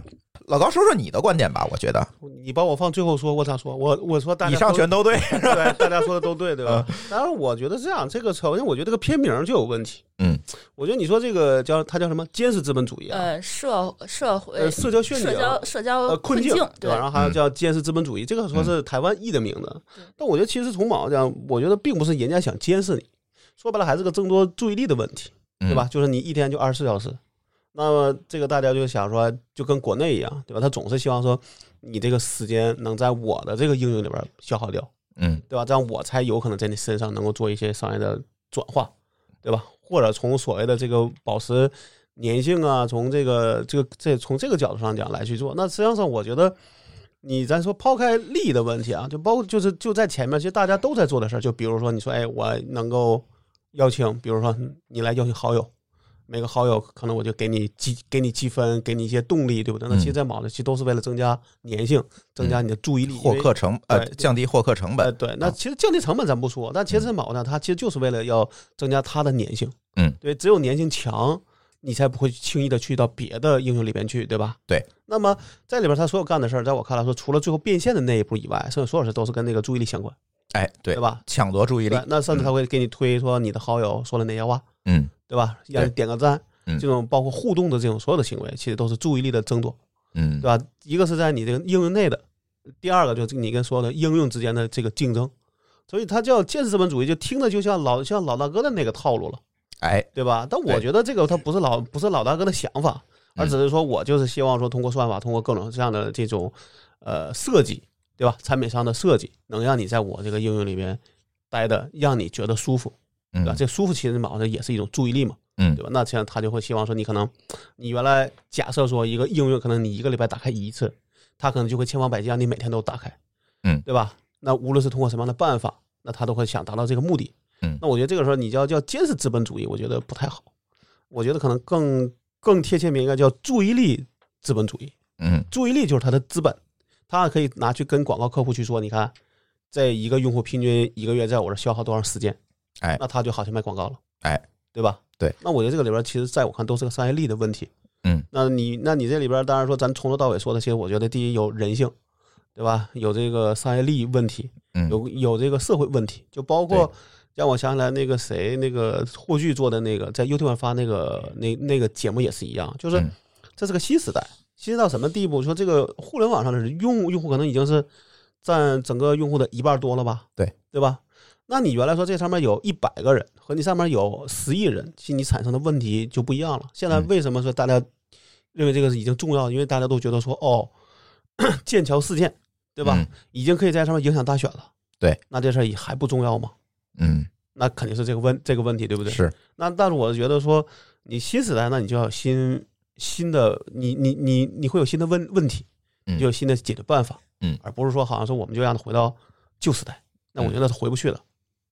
[SPEAKER 1] 老高说说你的观点吧，我觉得
[SPEAKER 4] 你把我放最后说，我咋说？我我说大家
[SPEAKER 1] 以上
[SPEAKER 4] 都
[SPEAKER 1] 全都对。
[SPEAKER 4] 对，大家说的都对，对吧？当然，我觉得这样，这个首先，我觉得这个片名就有问题。
[SPEAKER 1] 嗯，
[SPEAKER 4] 我觉得你说这个叫它叫什么？监视资本主义啊，
[SPEAKER 2] 呃，社社会、
[SPEAKER 4] 呃，社交陷阱
[SPEAKER 2] 社交社交
[SPEAKER 4] 呃困
[SPEAKER 2] 境，啊
[SPEAKER 4] 对吧？然后还有叫监视资本主义，这个说是台湾译的名字，但我觉得其实从某上讲，我觉得并不是人家想监视你，说白了还是个争夺注意力的问题，
[SPEAKER 1] 嗯
[SPEAKER 4] 对吧？ 就是你一天就二十四小时，那么这个大家就想说，就跟国内一样，对吧？他总是希望说你这个时间能在我的这个应用里边消耗掉。
[SPEAKER 1] 嗯
[SPEAKER 4] 对吧？这样我才有可能在你身上能够做一些商业的转化，对吧？或者从所谓的这个保持粘性啊，从这个这个这从这个角度上讲来去做。那实际上上，我觉得你咱说抛开利益的问题啊，就包括就是就在前面，其实大家都在做的事儿，就比如说你说，哎，我能够邀请，比如说你来邀请好友。每个好友可能我就给你积给你积分，给你一些动力，对不对？那其实，在某的其实都是为了增加粘性，增加你的注意力
[SPEAKER 1] 嗯嗯，，获
[SPEAKER 4] 因为
[SPEAKER 1] 客成呃
[SPEAKER 4] 对
[SPEAKER 1] 降低获客成
[SPEAKER 4] 呃，
[SPEAKER 1] 本，
[SPEAKER 4] 对，那其实降低成本咱不说，但其实毛呢，它其实就是为了要增加它的粘性。
[SPEAKER 1] 嗯，
[SPEAKER 4] 对，只有粘性强，你才不会轻易的去到别的应用里边去，对吧？
[SPEAKER 1] 对。
[SPEAKER 4] 那么在里边，他所有干的事儿，在我看来说，除了最后变现的那一步以外，剩下所有事都是跟那个注意力相关，
[SPEAKER 1] 哎对
[SPEAKER 4] 对吧？
[SPEAKER 1] 抢夺注意力
[SPEAKER 4] 对，，那甚至他会给你推说你的好友说了哪些话，
[SPEAKER 1] 嗯
[SPEAKER 4] 对吧？让你
[SPEAKER 1] 对
[SPEAKER 4] 点个赞，
[SPEAKER 1] 嗯
[SPEAKER 4] 这种包括互动的这种所有的行为，其实都是注意力的争夺。
[SPEAKER 1] 嗯
[SPEAKER 4] 对吧？一个是在你这个应用内的，第二个就是你跟说的应用之间的这个竞争，所以它叫建设资本主义，就听着就像老像老大哥的那个套路了，
[SPEAKER 1] 哎
[SPEAKER 4] 对吧？但我
[SPEAKER 1] 对嗯
[SPEAKER 4] 觉得这个它不是老不是老大哥的想法，而只是说我就是希望说通过算法，通过各种各样的这种呃设计，对吧？产品上的设计能让你在我这个应用里边待的，让你觉得舒服，对吧？
[SPEAKER 1] 嗯
[SPEAKER 4] 这舒服其实嘛，这也是一种注意力嘛。
[SPEAKER 1] 嗯
[SPEAKER 4] 对吧？那这样他就会希望说，你可能你原来假设说一个应用，可能你一个礼拜打开一次，他可能就会千方百计让你每天都打开，
[SPEAKER 1] 嗯
[SPEAKER 4] 对吧？那无论是通过什么样的办法，那他都会想达到这个目的。
[SPEAKER 1] 嗯
[SPEAKER 4] 那我觉得这个时候你就要叫监视资本主义，我觉得不太好。我觉得可能更更贴切名应该叫注意力资本主义。
[SPEAKER 1] 嗯
[SPEAKER 4] 注意力就是它的资本，它可以拿去跟广告客户去说，你看，这一个用户平均一个月在我这消耗多长时间，
[SPEAKER 1] 哎
[SPEAKER 4] 那他就好去卖广告了，
[SPEAKER 1] 哎，
[SPEAKER 4] 对吧？
[SPEAKER 1] 对，
[SPEAKER 4] 那我觉得这个里边其实在我看都是个商业利的问题，
[SPEAKER 1] 嗯，
[SPEAKER 4] 那你那你这里边当然说咱从头到尾说的，其实我觉得第一有人性，对吧？有这个商业利益问题，
[SPEAKER 1] 嗯
[SPEAKER 4] 有有这个社会问题，就包括让我想起来那个谁，那个霍炬做的那个在 YouTube 上发那个那那个节目也是一样，就是
[SPEAKER 1] 嗯
[SPEAKER 4] 这是个新时代，新到什么地步？说这个互联网上的用户用户可能已经是占整个用户的一半多了吧？
[SPEAKER 1] 对
[SPEAKER 4] 对吧？那你原来说这上面有一百个人，和你上面有十亿人，其实你产生的问题就不一样了。现在
[SPEAKER 1] 嗯
[SPEAKER 4] 为什么说大家认为这个是已经重要？因为大家都觉得说哦， 剑桥事件，对吧？
[SPEAKER 1] 嗯
[SPEAKER 4] 已经可以在上面影响大选了。
[SPEAKER 1] 对，
[SPEAKER 4] 那这事儿也还不重要吗？
[SPEAKER 1] 嗯
[SPEAKER 4] 那肯定是这个问这个问题，对不对？
[SPEAKER 1] 是
[SPEAKER 4] 那但是我觉得说，你新时代，那你就要有新新的，你你你你会有新的问问题，
[SPEAKER 1] 嗯
[SPEAKER 4] 你就有新的解决办法，
[SPEAKER 1] 嗯
[SPEAKER 4] 而不是说好像说我们就让他回到旧时代，那我觉得是回不去了，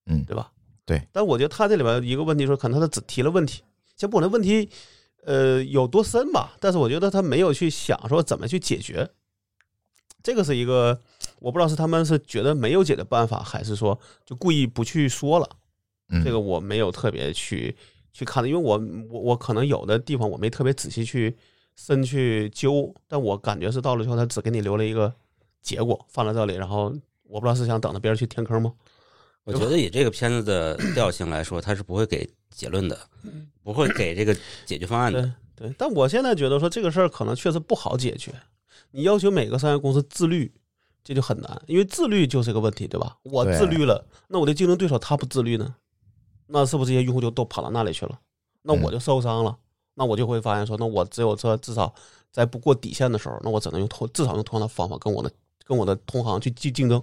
[SPEAKER 1] 嗯
[SPEAKER 4] 对吧？
[SPEAKER 1] 对。
[SPEAKER 4] 但我觉得他这里边一个问题说，可能他只提了问题，先不管这问题呃有多深吧，但是我觉得他没有去想说怎么去解决，这个是一个我不知道是他们是觉得没有解决办法，还是说就故意不去说了。
[SPEAKER 1] 嗯
[SPEAKER 4] 这个我没有特别去去看的，因为我我我可能有的地方我没特别仔细去深去揪，但我感觉是到了之后，他只给你留了一个结果放在这里，然后我不知道是想等着别人去填坑吗？
[SPEAKER 3] 我觉得以这个片子的 调性来说，它是不会给结论的，不会给这个解决方案的。
[SPEAKER 4] 嗯对对，但我现在觉得说这个事儿可能确实不好解决，你要求每个商业公司自律。这就很难，因为自律就是个问题，对吧？我
[SPEAKER 1] 对
[SPEAKER 4] 自律了，那我的竞争对手他不自律呢，那是不是这些用户就都跑到那里去了？那我就受伤了，那我就会发现说，那我只有这至少在不过底线的时候，那我只能用同至少用同样的方法跟我的跟我的同行去竞竞争，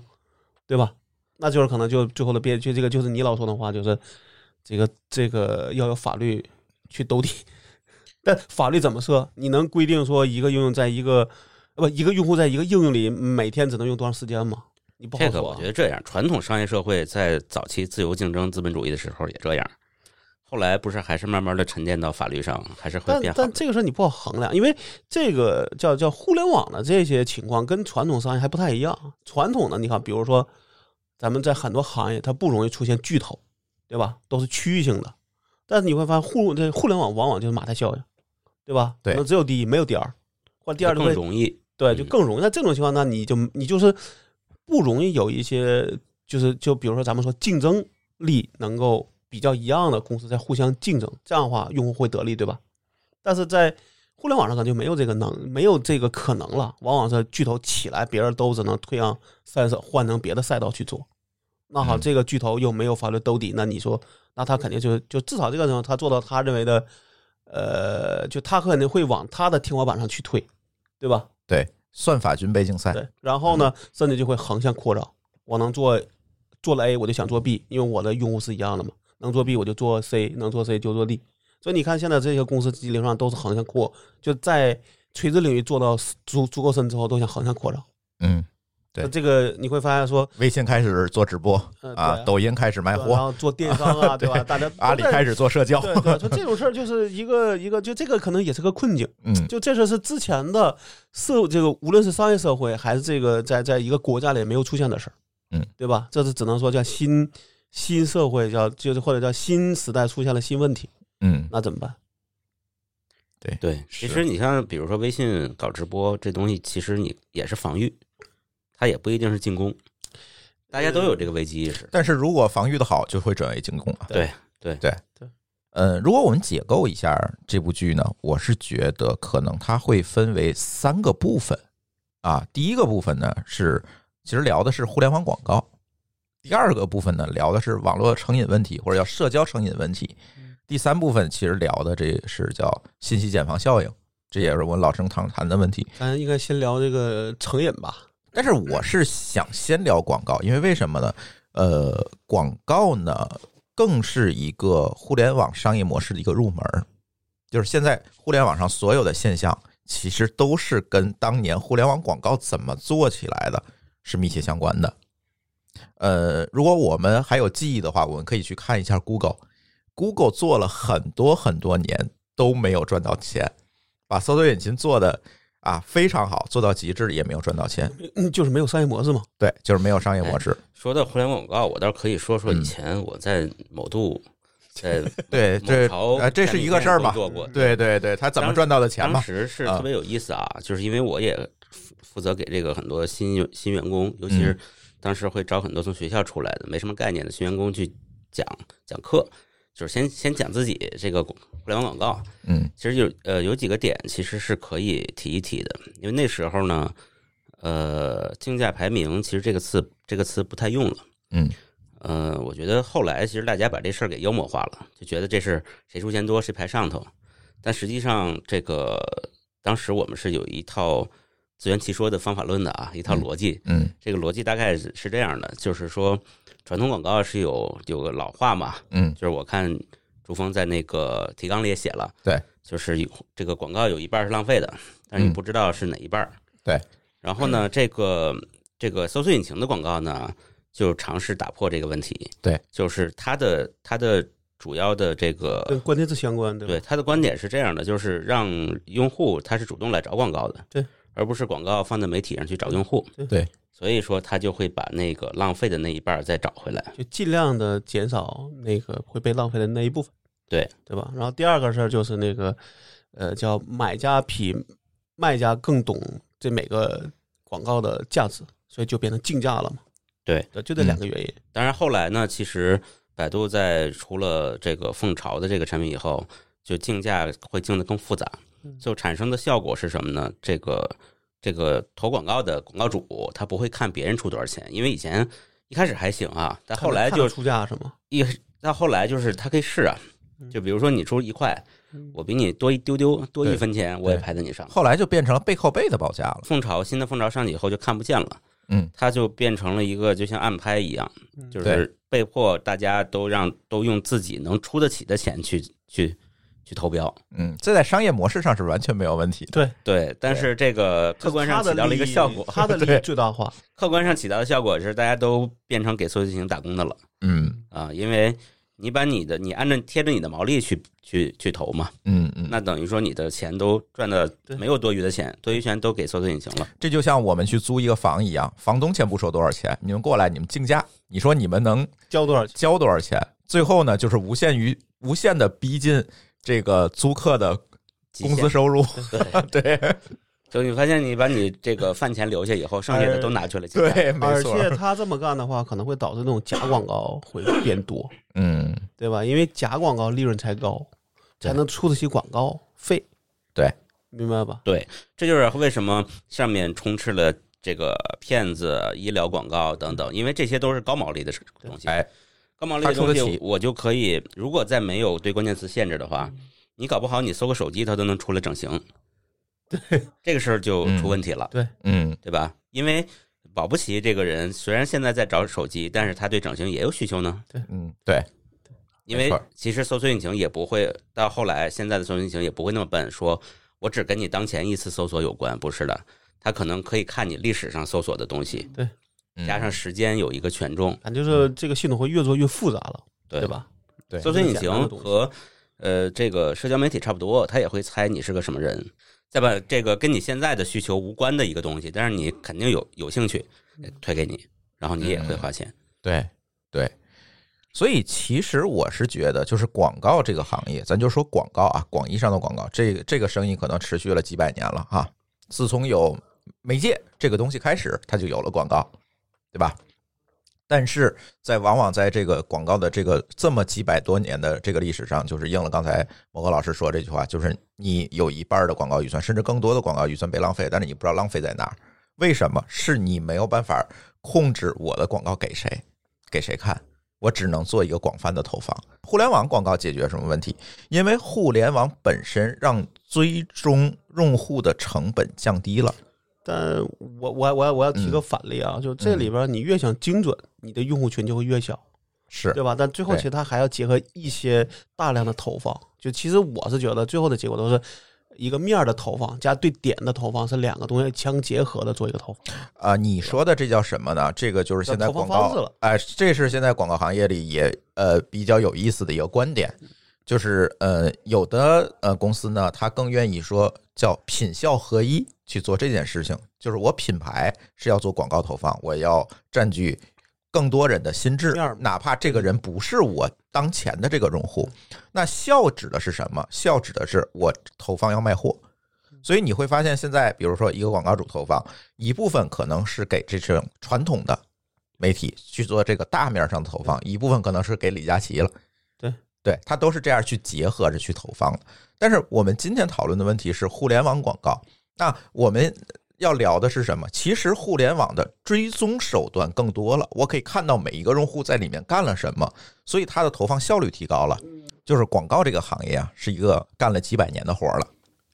[SPEAKER 4] 对吧？那就是可能就最后的变，就这个就是你老说的话，就是这个这个要有法律去兜底， 但法律怎么设？你能规定说一个应用在一个呃不一个用户在一个应用里每天只能用多长时间吗？你不好
[SPEAKER 3] 这
[SPEAKER 4] 说、啊
[SPEAKER 3] 个我觉得这样，传统商业社会在早期自由竞争资本主义的时候也这样，后来不是还是慢慢的沉淀到法律上，还是会
[SPEAKER 4] 但
[SPEAKER 3] 变好
[SPEAKER 4] 但
[SPEAKER 3] 的。
[SPEAKER 4] 这个事儿你不好衡量，因为这个叫叫互联网的这些情况跟传统商业还不太一样。传统的你看，比如说咱们在很多行业它不容易出现巨头，对吧？都是区域性的。但是你会发现互这互联网往往就是马太效应，对吧？
[SPEAKER 1] 对
[SPEAKER 4] 可能只有第一没有第二，或者第二就
[SPEAKER 3] 更
[SPEAKER 4] 会
[SPEAKER 3] 容易，
[SPEAKER 4] 对，
[SPEAKER 3] 嗯
[SPEAKER 4] 就更容易。那这种情况呢，你就你就是不容易有一些，就是就比如说咱们说竞争力能够比较一样的公司在互相竞争，这样的话用户会得利，对吧？但是在互联网上可能就没有这个能，没有这个可能了。往往是巨头起来，别人都只能退让赛道，换成别的赛道去做。那好，
[SPEAKER 1] 嗯
[SPEAKER 4] 这个巨头又没有法律兜底，那你说，那他肯定就就至少这个时候他做到他认为的，呃，就他肯定会往他的天花板上去推，对吧？
[SPEAKER 1] 对算法军备竞赛，
[SPEAKER 4] 对，然后呢，甚至就会横向扩张。我能做做了 A，我就想做 B，因为我的用户是一样的嘛。能做 B 我就做 C，能做 C 就做 D。所以你看，现在这些公司基本上都是横向扩，就在垂直领域做到足足够深之后，都想横向扩张。
[SPEAKER 1] 嗯，对
[SPEAKER 4] 那这个你会发现说，
[SPEAKER 1] 微信开始做直播
[SPEAKER 4] 呃对
[SPEAKER 1] 啊，抖音开始卖
[SPEAKER 4] 对然
[SPEAKER 1] 货，
[SPEAKER 4] 后做电商 啊，对吧？大家都
[SPEAKER 1] 阿里
[SPEAKER 4] 在
[SPEAKER 1] 开始做社交，
[SPEAKER 4] 对对，就这种事儿就是一个一个，就这个可能也是个困境。
[SPEAKER 1] 嗯
[SPEAKER 4] 就这事是之前的社这个无论是商业社会还是这个在在一个国家里没有出现的事儿，
[SPEAKER 1] 嗯，
[SPEAKER 4] 对吧？这是只能说叫新新社会叫就是或者叫新时代出现了新问题，
[SPEAKER 1] 嗯，
[SPEAKER 4] 那怎么办？
[SPEAKER 3] 对，
[SPEAKER 1] 是
[SPEAKER 3] 其实你像比如说微信搞直播这东西，其实你也是防御，它也不一定是进攻，
[SPEAKER 4] 呃
[SPEAKER 3] 大家都有这个危机意识。
[SPEAKER 1] 但是如果防御的好，就会转为进攻啊。
[SPEAKER 3] 对对
[SPEAKER 1] 对
[SPEAKER 4] 对。
[SPEAKER 1] 呃，如果我们解构一下这部剧呢，我是觉得可能它会分为三个部分啊。第一个部分呢是其实聊的是互联网广告，第二个部分呢聊的是网络成瘾问题或者叫社交成瘾问题，
[SPEAKER 4] 嗯
[SPEAKER 1] 第三部分其实聊的这是叫信息茧房效应，这也是我们老生常谈的问题。
[SPEAKER 4] 咱应该先聊这个成瘾吧。
[SPEAKER 1] 但是我是想先聊广告，因为为什么呢？呃，广告呢，更是一个互联网商业模式的一个入门儿，就是现在互联网上所有的现象，其实都是跟当年互联网广告怎么做起来的是密切相关的。呃，如果我们还有记忆的话，我们可以去看一下 Google。Google 做了很多很多年都没有赚到钱，把搜索引擎做的啊非常好，做到极致也没有赚到钱。
[SPEAKER 4] 嗯就是没有商业模式嘛。
[SPEAKER 1] 对，就是没有商业
[SPEAKER 3] 哎
[SPEAKER 1] 模式。
[SPEAKER 3] 说到互联网广告，我倒是可以说说
[SPEAKER 1] 嗯
[SPEAKER 3] 以前我在 某度，在
[SPEAKER 1] 对，
[SPEAKER 3] 某
[SPEAKER 1] 这
[SPEAKER 3] 朝
[SPEAKER 1] 呃这是一个事儿吧
[SPEAKER 3] 工作过？
[SPEAKER 1] 对对对，他怎么赚到的钱
[SPEAKER 3] 当
[SPEAKER 1] 吧？
[SPEAKER 3] 时是
[SPEAKER 1] 啊
[SPEAKER 3] 特别有意思啊，就是因为我也负负责给这个很多新新员工，尤其是
[SPEAKER 1] 嗯
[SPEAKER 3] 当时会招很多从学校出来的没什么概念的新员工去讲讲课，就是先先讲自己这个互联网广告，
[SPEAKER 1] 嗯
[SPEAKER 3] 其实有呃有几个点其实是可以提一提的，因为那时候呢，呃，竞价排名其实这个词这个词不太用了。
[SPEAKER 1] 嗯
[SPEAKER 3] 呃，我觉得后来其实大家把这事儿给妖魔化了，就觉得这是谁出钱多谁排上头。但实际上，这个当时我们是有一套自圆其说的方法论的啊，一套
[SPEAKER 1] 嗯
[SPEAKER 3] 逻辑。
[SPEAKER 1] 嗯
[SPEAKER 3] 这个逻辑大概是是这样的，就是说，传统广告是有有个老话嘛，
[SPEAKER 1] 嗯
[SPEAKER 3] 就是我看朱峰在那个提纲里也写了，
[SPEAKER 1] 对，嗯
[SPEAKER 3] 就是有这个广告有一半是浪费的，但是你不知道是哪一半儿、
[SPEAKER 1] 对，
[SPEAKER 3] 然后呢，这个这个搜索引擎的广告呢，就尝试打破这个问题。
[SPEAKER 1] 对，
[SPEAKER 3] 就是它的它的主要的这
[SPEAKER 4] 跟
[SPEAKER 3] 个。
[SPEAKER 4] 关键字相关，对吧？
[SPEAKER 3] 对它的观点是这样的，就是让用户他是主动来找广告的，
[SPEAKER 4] 对，
[SPEAKER 3] 而不是广告放在媒体上去找用户，
[SPEAKER 4] 对
[SPEAKER 1] 对，
[SPEAKER 3] 所以说他就会把那个浪费的那一半儿再找回来，
[SPEAKER 4] 就尽量的减少那个会被浪费的那一部分，
[SPEAKER 3] 对
[SPEAKER 4] 对吧？然后第二个事儿就是那个，呃，叫买家比卖家更懂这每个广告的价值，所以就变成竞价了嘛。
[SPEAKER 3] 对嗯
[SPEAKER 4] 对，就这两个原因。
[SPEAKER 3] 当然，后来呢，其实百度在出了这个凤巢的这个产品以后，就竞价会竞得更复杂，
[SPEAKER 4] 嗯
[SPEAKER 3] 就产生的效果是什么呢？这个这个投广告的广告主他不会看别人出多少钱，因为以前一开始还行啊，但后来
[SPEAKER 4] 看
[SPEAKER 3] 就
[SPEAKER 4] 得出价是吗？
[SPEAKER 3] 一到后来就是他可以试啊，
[SPEAKER 4] 嗯
[SPEAKER 3] 就比如说你出一块，我比你多一丢丢多一
[SPEAKER 1] 对
[SPEAKER 3] 分钱，我也
[SPEAKER 1] 对
[SPEAKER 3] 排在你上。
[SPEAKER 1] 后来就变成了背靠背的报价了。
[SPEAKER 3] 凤巢新的凤巢上去以后就看不见了，
[SPEAKER 1] 嗯，
[SPEAKER 3] 它就变成了一个就像暗拍一样，
[SPEAKER 4] 嗯
[SPEAKER 3] 就
[SPEAKER 1] 对
[SPEAKER 3] 是被迫大家都让都用自己能出得起的钱去去去投标。
[SPEAKER 1] 嗯，这在商业模式上是完全没有问题的。
[SPEAKER 4] 对，
[SPEAKER 3] 对，但是这个客观上起到了一个效果，
[SPEAKER 4] 它的利益
[SPEAKER 1] 对
[SPEAKER 4] 最大化。
[SPEAKER 3] 客观上起到的效果是大家都变成给搜索引擎打工的了
[SPEAKER 1] 嗯
[SPEAKER 3] 啊，因为你把你的你按照贴着你的毛利去去去投嘛，
[SPEAKER 1] 嗯嗯，
[SPEAKER 3] 那等于说你的钱都赚的
[SPEAKER 4] 对
[SPEAKER 3] 没有多余的钱，多余钱都给搜索引擎了。
[SPEAKER 1] 这就像我们去租一个房一样，房东先不说多少钱，你们过来，你们竞价，你说你们能
[SPEAKER 4] 交多少钱？
[SPEAKER 1] 交多少钱？最后呢，就是无限于无限的逼近这个租客的
[SPEAKER 3] 极
[SPEAKER 1] 工
[SPEAKER 3] 限
[SPEAKER 1] 资收入。
[SPEAKER 3] 对，
[SPEAKER 1] 对
[SPEAKER 3] 就你发现你把你这个饭钱留下以后，剩
[SPEAKER 4] 哎
[SPEAKER 3] 下的都拿去了。
[SPEAKER 1] 对，
[SPEAKER 4] 而
[SPEAKER 1] 没错。
[SPEAKER 4] 且他这么干的话，可能会导致那种假广告会变多，
[SPEAKER 1] 嗯，
[SPEAKER 4] 对吧？因为假广告利润才高，才能出得起广告费。
[SPEAKER 1] 对，
[SPEAKER 4] 明白吧？
[SPEAKER 3] 这就是为什么上面充斥了这个骗子、啊医疗广告等等，因为这些都是高毛利的东西。
[SPEAKER 1] 哎，
[SPEAKER 3] 高毛利的东
[SPEAKER 1] 他出得
[SPEAKER 3] 西
[SPEAKER 1] 起，
[SPEAKER 3] 我就可以，如果再没有对关键词限制的话，你搞不好你搜个手机，它都能出来整形。对，这个事儿就出问题了，
[SPEAKER 1] 嗯，
[SPEAKER 3] 对吧？因为保不齐这个人虽然现在在找手机，但是他对整形也有需求呢。
[SPEAKER 1] 嗯，对，
[SPEAKER 3] 因
[SPEAKER 1] 没
[SPEAKER 3] 为
[SPEAKER 1] 错
[SPEAKER 3] 其实搜索引擎也不会到后来，现在的搜索引擎也不会那么笨，说我只跟你当前一次搜索有关，不是的，它可能可以看你历史上搜索的东西，
[SPEAKER 1] 嗯
[SPEAKER 3] 加上时间有一个权重，
[SPEAKER 4] 感觉是这个系统会越做越复杂了，
[SPEAKER 3] 对
[SPEAKER 4] 对？吧？
[SPEAKER 1] 对
[SPEAKER 3] 搜索引擎和呃这个社交媒体差不多，它也会猜你是个什么人，再把这个跟你现在的需求无关的一个东西，但是你肯定有有兴趣，
[SPEAKER 1] 嗯
[SPEAKER 3] 推给你，然后你也会花钱。
[SPEAKER 1] 对对，所以其实我是觉得，就是广告这个行业，咱就说广告啊，广义上的广告，这个这个生意可能持续了几百年了哈、自从有媒介这个东西开始，它就有了广告，对吧？但是在往往在这个广告的这个这么几百多年的这个历史上，就是应了刚才某个老师说这句话，就是你有一半的广告预算，甚至更多的广告预算被浪费，但是你不知道浪费在哪儿。为什么？是你没有办法控制我的广告给谁，给谁看，我只能做一个广泛的投放。互联网广告解决什么问题？因为互联网本身让追踪用户的成本降低了。
[SPEAKER 4] 但我我我我要提
[SPEAKER 1] 嗯
[SPEAKER 4] 个反例啊，就这里边你越想精准，你的用户群就会越小，
[SPEAKER 1] 是
[SPEAKER 4] 对吧？但最后
[SPEAKER 1] 对
[SPEAKER 4] 其实它还要结合一些大量的投放，就其实我是觉得最后的结果都是一个面儿的投放加对点的投放是两个东西相结合的做一个投放，
[SPEAKER 1] 啊、你说的这叫什么呢？这个就是现在
[SPEAKER 4] 叫投
[SPEAKER 1] 广
[SPEAKER 4] 放
[SPEAKER 1] 告
[SPEAKER 4] 方式了，
[SPEAKER 1] 哎、这是现在广告行业里也呃比较有意思的一个观点，就是呃，有的呃公司呢，它更愿意说叫品效合一去做这件事情，就是我品牌是要做广告投放，我要占据更多人的心智
[SPEAKER 4] 面儿，嗯
[SPEAKER 1] 哪怕这个人不是我当前的这个用户。那效指的是什么？效指的是我投放要卖货。
[SPEAKER 4] 嗯
[SPEAKER 1] 所以你会发现，现在比如说一个广告主投放，一部分可能是给这种传统的媒体去做这个大面上的投
[SPEAKER 4] 嗯
[SPEAKER 1] 放，一部分可能是给李佳琦了。对，它都是这样去结合着去投放的。但是我们今天讨论的问题是互联网广告，那我们要聊的是什么？其实互联网的追踪手段更多了，我可以看到每一个用户在里面干了什么，所以它的投放效率提高了。就是广告这个行业啊，是一个干了几百年的活儿了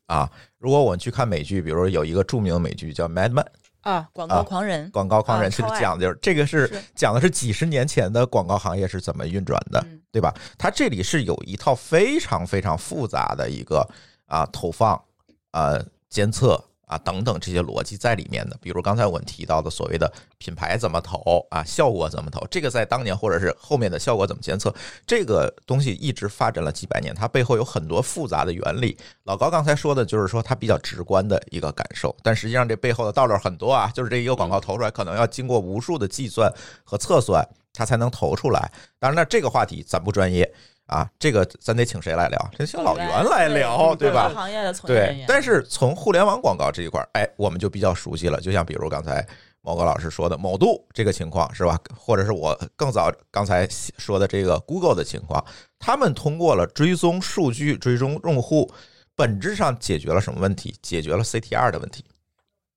[SPEAKER 1] 啊。如果我们去看美剧，比如有一个著名的美剧叫《Mad Men》，
[SPEAKER 2] 啊，广
[SPEAKER 1] 啊
[SPEAKER 2] 告狂人，
[SPEAKER 1] 广告狂人
[SPEAKER 2] 啊
[SPEAKER 1] 是
[SPEAKER 2] 超爱
[SPEAKER 1] 讲的就是这个是
[SPEAKER 2] 是
[SPEAKER 1] 讲的是几十年前的广告行业是怎么运转的
[SPEAKER 2] 嗯，
[SPEAKER 1] 对吧？它这里是有一套非常非常复杂的一个啊投放、啊监测啊等等这些逻辑在里面的。比如刚才我们提到的所谓的品牌怎么投啊，效果怎么投，这个在当年或者是后面的效果怎么监测，这个东西一直发展了几百年，它背后有很多复杂的原理。老高刚才说的就是说它比较直观的一个感受，但实际上这背后的道理很多啊，就是这一个广告投出来，可能要经过无数的计算和测算，它才能投出来。当然了，这个话题咱不专业啊，这个咱得请谁来聊？这请老袁来聊，对吧
[SPEAKER 2] 广告？行业的从业人
[SPEAKER 1] 对
[SPEAKER 2] 员，，
[SPEAKER 1] 但是从互联网广告这一块儿，哎，我们就比较熟悉了。就像比如刚才某个老师说的某度这个情况是吧？或者是我更早刚才说的这个 Google 的情况，他们通过了追踪数据、追踪用户，本质上解决了什么问题？解决了 CTR 的问题，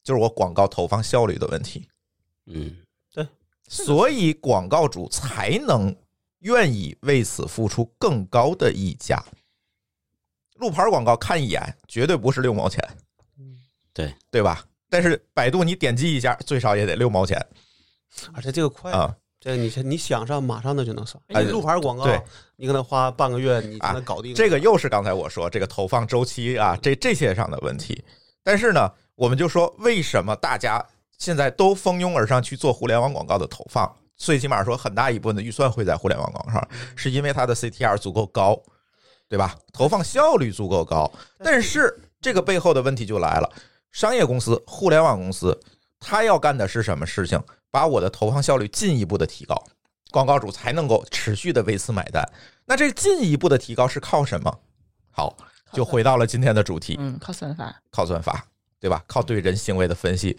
[SPEAKER 1] 就是我广告投放效率的问题。
[SPEAKER 3] 嗯，
[SPEAKER 1] 所以广告主才能愿意为此付出更高的溢价。路牌广告看一眼，绝对不是六毛钱，
[SPEAKER 3] 对
[SPEAKER 1] 对吧？但是百度你点击一下，最少也得六毛钱
[SPEAKER 4] 而且这个快，
[SPEAKER 1] 啊、
[SPEAKER 4] 这个你先你想上马上的就能上。
[SPEAKER 1] 哎
[SPEAKER 4] 你路牌广告
[SPEAKER 1] 对，
[SPEAKER 4] 你可能花半个月你才
[SPEAKER 1] 啊
[SPEAKER 4] 能搞定。
[SPEAKER 1] 这个又是刚才我说这个投放周期啊，这这些上的问题。但是呢，我们就说为什么大家现在都蜂拥而上去做互联网广告的投放？最起码说，很大一部分的预算会在互联网广告上，是因为它的 CTR 足够高，对吧？投放效率足够高。但是这个背后的问题就来了，商业公司、互联网公司，它要干的是什么事情？把我的投放效率进一步的提高，广告主才能够持续的为此买单。那这进一步的提高是靠什么？好，就回到了今天的主题，
[SPEAKER 2] 嗯，靠算法，
[SPEAKER 1] 靠算法，对吧？靠对人行为的分析，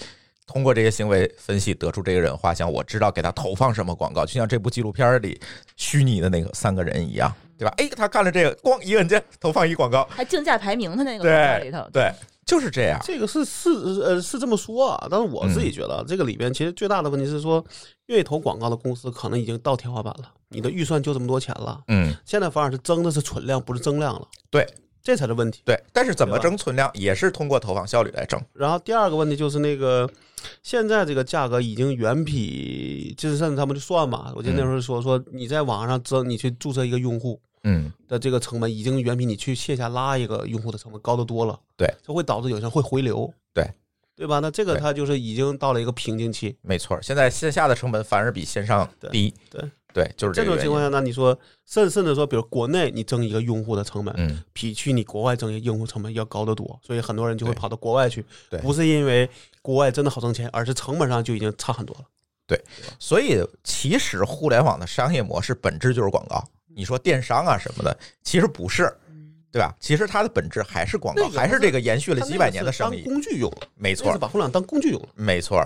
[SPEAKER 1] 通过这些行为分析得出这个人画像，我知道给他投放什么广告，就像这部纪录片里虚拟的那个三个人一样，对吧？哎，他干了这个，咣一摁键投放一广告，
[SPEAKER 2] 还竞价排名，他那个广告里
[SPEAKER 1] 对
[SPEAKER 2] 头，
[SPEAKER 1] 对，就是这样。
[SPEAKER 4] 这个是是呃是这么说啊，但是我
[SPEAKER 1] 嗯
[SPEAKER 4] 自己觉得啊这个里边其实最大的问题是说，愿意投广告的公司可能已经到天花板了，你的预算就这么多钱了，
[SPEAKER 1] 嗯，
[SPEAKER 4] 现在反而是争的是存量，不是增量了，
[SPEAKER 1] 对
[SPEAKER 4] 这才是问题。
[SPEAKER 1] 对，但是怎么
[SPEAKER 4] 对吧
[SPEAKER 1] 争存量也是通过投放效率来争。
[SPEAKER 4] 然后第二个问题就是那个，现在这个价格已经远比，就是甚至他们就算嘛，我记得那时候说说你在网上增，你去注册一个用户
[SPEAKER 1] 嗯，
[SPEAKER 4] 的这个成本已经远比你去线下拉一个用户的成本高得多了，
[SPEAKER 1] 对，
[SPEAKER 4] 这会导致有些人会回流，
[SPEAKER 1] 对，
[SPEAKER 4] 对吧？那这个
[SPEAKER 1] 对
[SPEAKER 4] 它就是已经到了一个瓶颈期，
[SPEAKER 1] 没错，现在线下的成本反而比线上低。
[SPEAKER 4] 对对
[SPEAKER 1] 对，就是
[SPEAKER 4] 这
[SPEAKER 1] 个
[SPEAKER 4] 种
[SPEAKER 1] 原
[SPEAKER 4] 情
[SPEAKER 1] 因
[SPEAKER 4] 况下，那你说甚甚至说，比如国内你增一个用户的成本，
[SPEAKER 1] 嗯，
[SPEAKER 4] 比去你国外增一个用户成本要高得多，所以很多人就会
[SPEAKER 1] 对
[SPEAKER 4] 跑到国外去
[SPEAKER 1] 对，
[SPEAKER 4] 不是因为国外真的好挣钱，而是成本上就已经差很多了。
[SPEAKER 1] 所以其实互联网的商业模式本质就是广告。你说电商啊什么的，其实不是，对吧？其实它的本质还是广告，
[SPEAKER 4] 嗯那个
[SPEAKER 1] 还是这个延续了
[SPEAKER 4] 它那
[SPEAKER 1] 几
[SPEAKER 4] 个
[SPEAKER 1] 百年的
[SPEAKER 4] 是
[SPEAKER 1] 生
[SPEAKER 4] 当
[SPEAKER 1] 意，
[SPEAKER 4] 工具用了，
[SPEAKER 1] 没
[SPEAKER 4] 那
[SPEAKER 1] 错
[SPEAKER 4] 是，把互联网当工具用了。
[SPEAKER 1] 没错。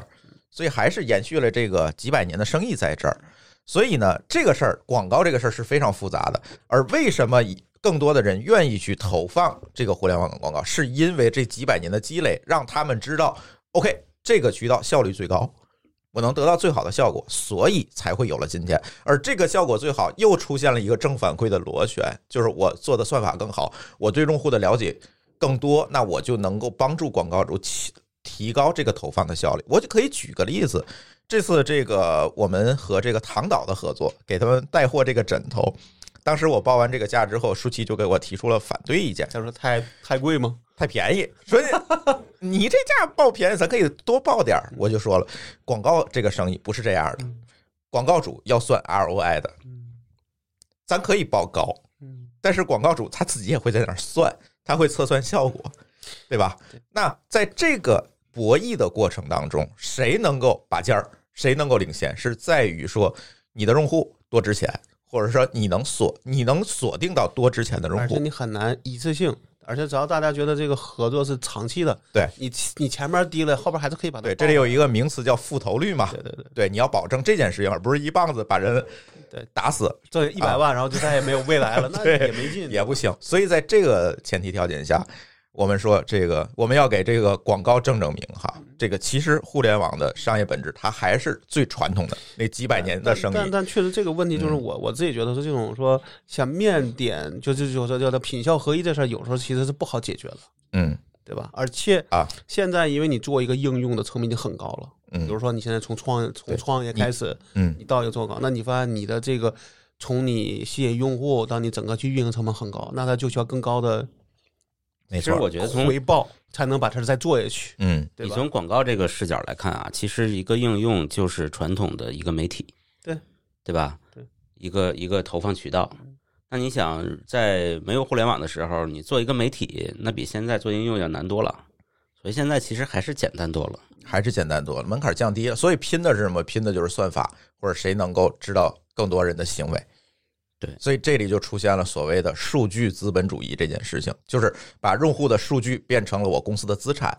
[SPEAKER 1] 所以还是延续了这个几百年的生意在这儿。所以呢，这个事儿，广告这个事儿是非常复杂的。而为什么更多的人愿意去投放这个互联网的广告，是因为这几百年的积累，让他们知道，OK，这个渠道效率最高，我能得到最好的效果，所以才会有了今天。而这个效果最好，又出现了一个正反馈的螺旋，就是我做的算法更好，我对用户的了解更多，那我就能够帮助广告主提提高这个投放的效率。我就可以举个例子，这次这个我们和这个唐导的合作，给他们带货这个枕头。当时我报完这个价之后，舒淇就给我提出了反对意见，
[SPEAKER 4] 他说太太贵吗？
[SPEAKER 1] 太便宜， 所以你这价报便宜，咱可以多报点儿。我就说了，广告这个生意不是这样的，
[SPEAKER 4] 嗯嗯
[SPEAKER 1] 广告主要算 ROI 的，咱可以报高，但是广告主他自己也会在那儿算，他会测算效果，对吧？那在这个博弈的过程当中，谁能够拔尖儿，谁能够领先，是在于说你的用户多值钱，或者说你能锁你能锁定到多值钱的用
[SPEAKER 4] 而且
[SPEAKER 1] 户。
[SPEAKER 4] 你很难一次性，而且只要大家觉得这个合作是长期的，
[SPEAKER 1] 对
[SPEAKER 4] 你你前面低了，后边还是可以把它
[SPEAKER 1] 对，
[SPEAKER 4] 报
[SPEAKER 1] 这里有
[SPEAKER 4] 回来
[SPEAKER 1] 一个名词叫复投率嘛，
[SPEAKER 4] 对对对，
[SPEAKER 1] 对，你要保证这件事情，而不是一棒子把人
[SPEAKER 4] 对
[SPEAKER 1] 打死，
[SPEAKER 4] 挣一百万，然后就再也没有未来 了，那
[SPEAKER 1] 啊对
[SPEAKER 4] 也没劲，
[SPEAKER 1] 也不行。所以在这个前提条件下，我们说这个我们要给这个广告正正名哈。这个其实互联网的商业本质，它还是最传统的那几百年的生
[SPEAKER 4] 但但
[SPEAKER 1] 意。
[SPEAKER 4] 但确实这个问题就是
[SPEAKER 1] 嗯
[SPEAKER 4] 我、我自己觉得是这种说像面点，就是就是说叫做品效合一这事儿，有时候其实是不好解决的，
[SPEAKER 1] 嗯
[SPEAKER 4] 对吧？而且
[SPEAKER 1] 啊，
[SPEAKER 4] 现在因为你做一个应用的成本已经很高了，比
[SPEAKER 1] 嗯
[SPEAKER 4] 如说你现在从创从
[SPEAKER 1] 对
[SPEAKER 4] 创业开始，
[SPEAKER 1] 嗯
[SPEAKER 4] 你到一个做广告，那你发现你的这个从你吸引用户到你整个去运营成本很高，那它就需要更高的
[SPEAKER 1] 没
[SPEAKER 3] 其实
[SPEAKER 1] 错。
[SPEAKER 3] 我觉得从
[SPEAKER 4] 回报才能把它再做下去，
[SPEAKER 1] 嗯
[SPEAKER 4] 对
[SPEAKER 3] 你
[SPEAKER 4] 吧？
[SPEAKER 3] 从广告这个视角来看啊，其实一个应用就是传统的一个媒体，
[SPEAKER 4] 对
[SPEAKER 3] 对吧？
[SPEAKER 4] 对，
[SPEAKER 3] 一个一个投放渠道。
[SPEAKER 1] 嗯
[SPEAKER 3] 那你想，在没有互联网的时候，你做一个媒体，那比现在做应用要难多了。所以现在其实还是简单多了。
[SPEAKER 1] 还是简单多了，门槛降低了。所以拼的是什么？拼的就是算法，或者谁能够知道更多人的行为。
[SPEAKER 3] 对
[SPEAKER 1] 所以这里就出现了所谓的数据资本主义这件事情，就是把用户的数据变成了我公司的资产，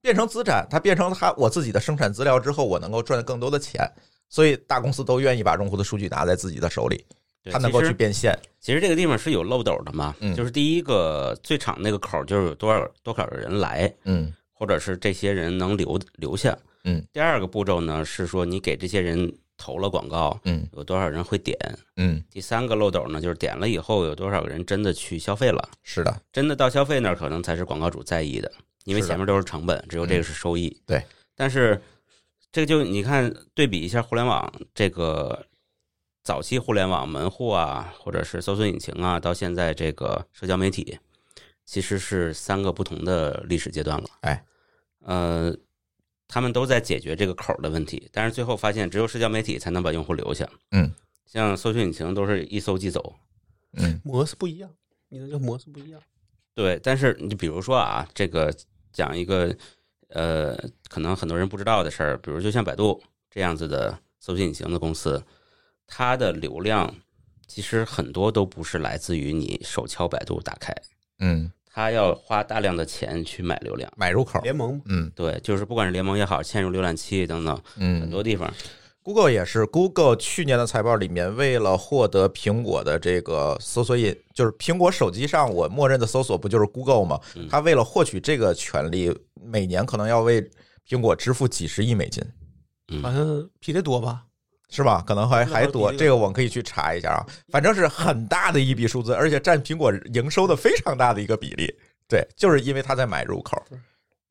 [SPEAKER 1] 变成资产，它变成它我自己的生产资料之后，我能够赚更多的钱。所以大公司都愿意把用户的数据拿在自己的手里，
[SPEAKER 3] 对
[SPEAKER 1] 它能够
[SPEAKER 3] 其实
[SPEAKER 1] 去变现。
[SPEAKER 3] 其实这个地方是有漏斗的嘛，
[SPEAKER 1] 嗯
[SPEAKER 3] 就是第一个最长那个口儿就是有多少多少个人来，
[SPEAKER 1] 嗯
[SPEAKER 3] 或者是这些人能留留下。
[SPEAKER 1] 嗯，
[SPEAKER 3] 第二个步骤呢是说你给这些人投了广告，
[SPEAKER 1] 嗯
[SPEAKER 3] 有多少人会点。
[SPEAKER 1] 嗯，
[SPEAKER 3] 第三个漏斗呢就是点了以后有多少个人真的去消费了，
[SPEAKER 1] 是的，
[SPEAKER 3] 真的到消费那儿可能才是广告主在意的，因为
[SPEAKER 1] 是的嗯
[SPEAKER 3] 前面都是成本，只有这个是收益。
[SPEAKER 1] 对，
[SPEAKER 3] 但是这就你看对比一下互联网这个早期互联网门户啊，或者是搜索引擎啊，到现在这个社交媒体，其实是三个不同的历史阶段了。
[SPEAKER 1] 哎，
[SPEAKER 3] 呃，他们都在解决这个口儿的问题，但是最后发现只有社交媒体才能把用户留下。
[SPEAKER 1] 嗯，
[SPEAKER 3] 像搜索引擎都是一搜即走，
[SPEAKER 1] 嗯
[SPEAKER 4] 模式不一样，你的这模式不一样。
[SPEAKER 3] 对，但是你比如说啊，这个讲一个呃，可能很多人不知道的事儿，比如就像百度这样子的搜索引擎的公司，它的流量其实很多都不是来自于你手敲百度打开，
[SPEAKER 1] 嗯，
[SPEAKER 3] 它要花大量的钱去买流量。
[SPEAKER 1] 买入口，
[SPEAKER 4] 联盟
[SPEAKER 1] 嗯
[SPEAKER 3] 对，就是不管是联盟也好，嵌入浏览器等等，
[SPEAKER 1] 嗯，
[SPEAKER 3] 很多地方，
[SPEAKER 1] Google 也是，Google 去年的财报里面，为了获得苹果的这个搜索引，就是苹果手机上我默认的搜索不就是 Google 吗？它为了获取这个权利，每年可能要为苹果支付几十亿美金，
[SPEAKER 3] 嗯
[SPEAKER 4] 好像比这多吧？
[SPEAKER 1] 是吧？可能还
[SPEAKER 4] 那
[SPEAKER 1] 还多，
[SPEAKER 4] 比这
[SPEAKER 1] 这
[SPEAKER 4] 个
[SPEAKER 1] 个我们可以去查一下啊。反正是很大的一笔数字，而且占苹果营收的非常大的一个比例。对，就是因为它在买入口。对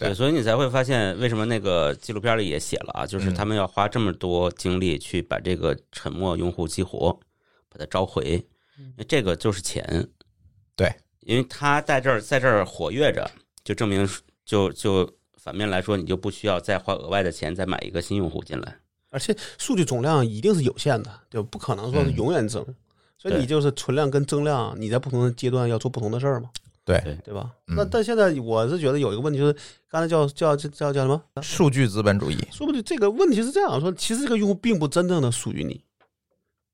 [SPEAKER 3] 对，所以你才会发现为什么那个纪录片里也写了啊，就是
[SPEAKER 1] 嗯
[SPEAKER 3] 他们要花这么多精力去把这个沉默用户激活，把它召回，因为这个就是钱。
[SPEAKER 1] 对，
[SPEAKER 3] 因为他在这儿在这儿活跃着，就证明就就反面来说，你就不需要再花额外的钱再买一个新用户进来。
[SPEAKER 4] 而且数据总量一定是有限的，对吧？不可能说是
[SPEAKER 1] 嗯
[SPEAKER 4] 永远增，所以
[SPEAKER 3] 对
[SPEAKER 4] 你就是存量跟增量，你在不同的阶段要做不同的事儿嘛，
[SPEAKER 1] 对
[SPEAKER 3] 对
[SPEAKER 4] 对吧？
[SPEAKER 1] 嗯
[SPEAKER 4] 那但现在我是觉得有一个问题，就是刚才叫叫叫叫叫什么？
[SPEAKER 1] 数据资本主义，
[SPEAKER 4] 说不定这个问题是这样说，其实这个用户并不真正的属于你，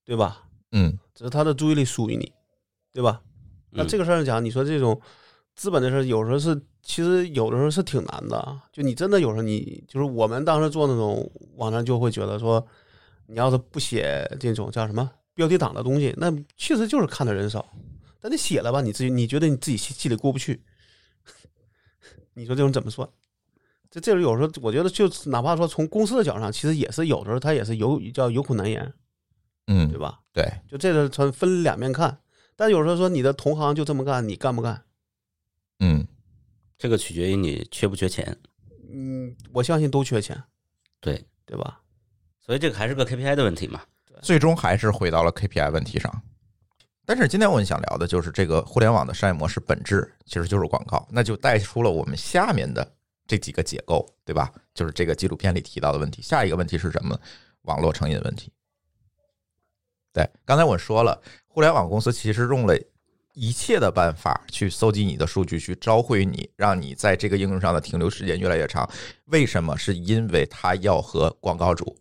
[SPEAKER 4] 对吧？
[SPEAKER 1] 嗯
[SPEAKER 4] 只是他的注意力属于你，对吧？那
[SPEAKER 3] 嗯
[SPEAKER 4] 这个事儿讲，你说这种资本的事儿，有时候是其实有的时候是挺难的啊。就你真的有时候你就是我们当时做那种网站，就会觉得说，你要是不写这种叫什么标题党的东西，那确实就是看的人少。但你写了吧，你自己你觉得你自己心心里过不去， 你说这种怎么算？这这种有时候我觉得，就哪怕说从公司的角度上，其实也是有时候他也是有叫有苦难言，
[SPEAKER 1] 嗯
[SPEAKER 4] 对，吧？
[SPEAKER 1] 对，
[SPEAKER 4] 就这个分分两面看。但有时候说你的同行就这么干，你干不干？
[SPEAKER 1] 嗯
[SPEAKER 3] 这个取决于你缺不缺钱，
[SPEAKER 4] 嗯，我相信都缺钱，
[SPEAKER 3] 对
[SPEAKER 4] 对吧？
[SPEAKER 3] 所以这个还是个 KPI 的问题嘛。
[SPEAKER 1] 最终还是回到了 KPI 问题上。但是今天我们想聊的就是这个互联网的商业模式本质其实就是广告，那就带出了我们下面的这几个解构，对吧？就是这个纪录片里提到的问题。下一个问题是什么呢？网络成瘾问题。对，刚才我说了，互联网公司其实用了一切的办法去搜集你的数据，去召回你，让你在这个应用上的停留时间越来越长。为什么？是因为它要和广告主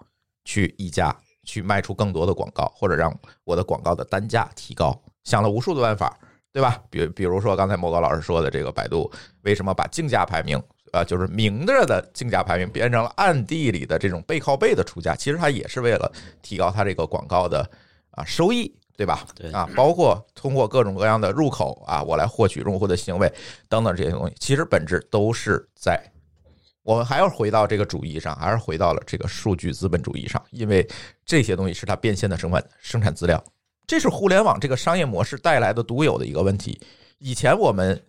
[SPEAKER 1] 去议价，去卖出更多的广告，或者让我的广告的单价提高。想了无数的办法，对吧？比比如说刚才莫高老师说的这个百度，为什么把竞价排名？呃，就是明着的竞价排名变成了暗地里的这种背靠背的出价，其实它也是为了提高它这个广告的啊收益，对吧？
[SPEAKER 3] 对
[SPEAKER 1] 啊，包括通过各种各样的入口啊，我来获取用户的行为等等这些东西，其实本质都是在我们还要回到这个主义上，还是回到了这个数据资本主义上，因为这些东西是它变现的生产生产资料，这是互联网这个商业模式带来的独有的一个问题。以前我们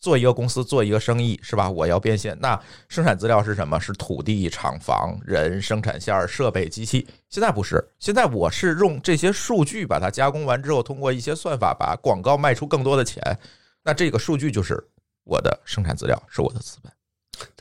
[SPEAKER 1] 做一个公司做一个生意是吧？我要变现，那生产资料是什么？是土地、厂房、人、生产线、设备、机器。现在不是，现在我是用这些数据把它加工完之后，通过一些算法把广告卖出更多的钱。那这个数据就是我的生产资料，是我的资本。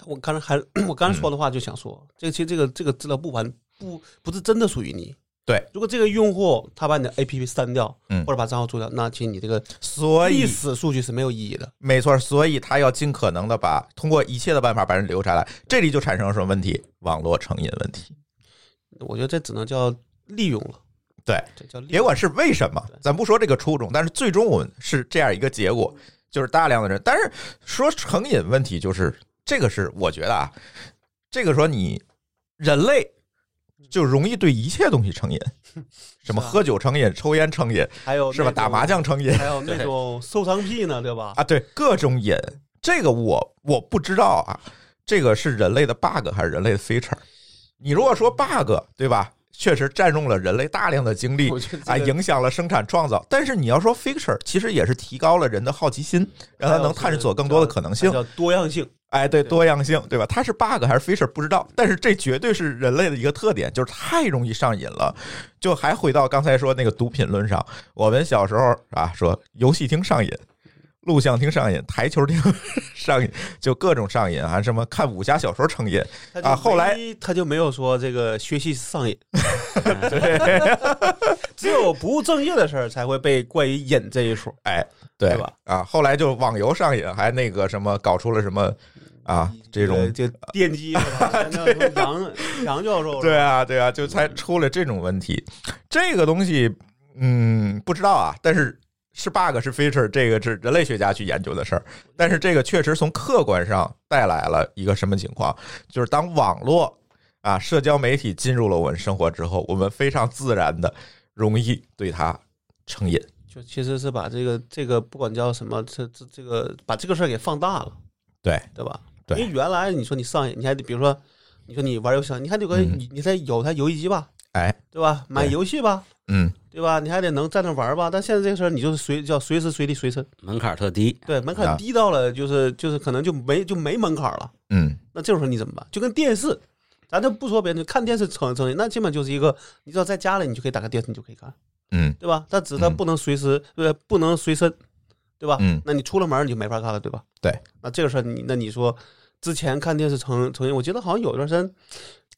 [SPEAKER 4] 我刚才还我刚才说的话就想说，这个其实这个这个资料不完不不是真的属于你。
[SPEAKER 1] 对，
[SPEAKER 4] 如果这个用户他把你的 APP 删掉，
[SPEAKER 1] 嗯
[SPEAKER 4] 或者把账号注销，那其实你这个
[SPEAKER 1] 所以
[SPEAKER 4] 历史数据是没有意义的。
[SPEAKER 1] 没错，所以他要尽可能的把通过一切的办法把人留下来。这里就产生了什么问题？网络成瘾问题。
[SPEAKER 4] 我觉得这只能叫利用了，
[SPEAKER 1] 对，
[SPEAKER 4] 这叫利用
[SPEAKER 1] 别管是为什么，咱不说这个初衷，但是最终我们是这样一个结果，就是大量的人。但是说成瘾问题，就是这个是我觉得啊，这个说你人类就容易对一切东西 成瘾，什么
[SPEAKER 4] 嗯是啊
[SPEAKER 1] 喝酒成瘾、抽烟成瘾，
[SPEAKER 4] 还有
[SPEAKER 1] 是吧？
[SPEAKER 4] 那种啊
[SPEAKER 1] 打麻，将成瘾
[SPEAKER 4] 还有那种收藏癖呢，对吧？
[SPEAKER 1] 啊，对，各种瘾。这个我我不知道啊，这个是人类的 bug 还是人类的 feature？你如果说 bug，对吧？确实占用了人类大量的精力，
[SPEAKER 4] 我觉得这
[SPEAKER 1] 啊，
[SPEAKER 4] 个
[SPEAKER 1] 影响了生产创造。但是你要说 feature，其实也是提高了人的好奇心，让他能探索更多的可能性
[SPEAKER 4] 还。有这个叫多样性。
[SPEAKER 1] 哎，对，
[SPEAKER 4] 对
[SPEAKER 1] 多样性，对吧？它是 bug 还是 feature 不知道，但是这绝对是人类的一个特点，就是太容易上瘾了。就还回到刚才说那个毒品论上，我们小时候啊，说游戏厅上瘾。录像厅上瘾，台球厅 上瘾，就各种上瘾啊！什么看武侠小说成瘾，
[SPEAKER 4] 他就
[SPEAKER 1] 啊后来
[SPEAKER 4] 没他就没有说这个学习 上瘾，只有不务正业的事儿才会被冠以瘾这一说。
[SPEAKER 1] 哎，对
[SPEAKER 4] 对吧？
[SPEAKER 1] 啊，后来就网游上瘾，还那个什么搞出了什么啊这种
[SPEAKER 4] 就电击是 吧？像那种杨杨教授是吧
[SPEAKER 1] 对啊，对啊，就才
[SPEAKER 4] 嗯
[SPEAKER 1] 出了这种问题。这个东西，嗯，不知道啊，但是是 bug 是 feature，这个是人类学家去研究的事儿。但是这个确实从客观上带来了一个什么情况，就是当网络啊、社交媒体进入了我们生活之后，我们非常自然的容易对它成瘾。
[SPEAKER 4] 就其实是把这个这个不管叫什么，这这这个把这个事儿给放大了，
[SPEAKER 1] 对
[SPEAKER 4] 对吧？
[SPEAKER 1] 对
[SPEAKER 4] 因为原来你说你上瘾，你还得比如说，你说你玩游戏，你还得有个、
[SPEAKER 1] 嗯
[SPEAKER 4] 你你得有台游戏机吧，
[SPEAKER 1] 哎，
[SPEAKER 4] 对吧？买游戏吧，
[SPEAKER 1] 嗯，
[SPEAKER 4] 对吧？你还得能在那玩吧。但现在这个事儿，你就是随叫随时随地随身，
[SPEAKER 3] 门槛儿特低，
[SPEAKER 4] 对门
[SPEAKER 1] 啊
[SPEAKER 4] 槛低到了，就是就是可能就没就没门槛了。
[SPEAKER 1] 嗯，
[SPEAKER 4] 那这种时候你怎么办？就跟电视，咱就不说别人，就看电视成成瘾，那基本就是一个，你只要在家里，你就可以打开电视，你就可以看，
[SPEAKER 1] 嗯，
[SPEAKER 4] 对吧？但只是它
[SPEAKER 1] 嗯
[SPEAKER 4] 不能随时，呃，不能随身，对吧？
[SPEAKER 1] 嗯
[SPEAKER 4] 那你出了门儿你就没法看了，对吧？
[SPEAKER 1] 对。
[SPEAKER 4] 那这个事儿，你那你说之前看电视成成瘾，我记得好像有一段时间，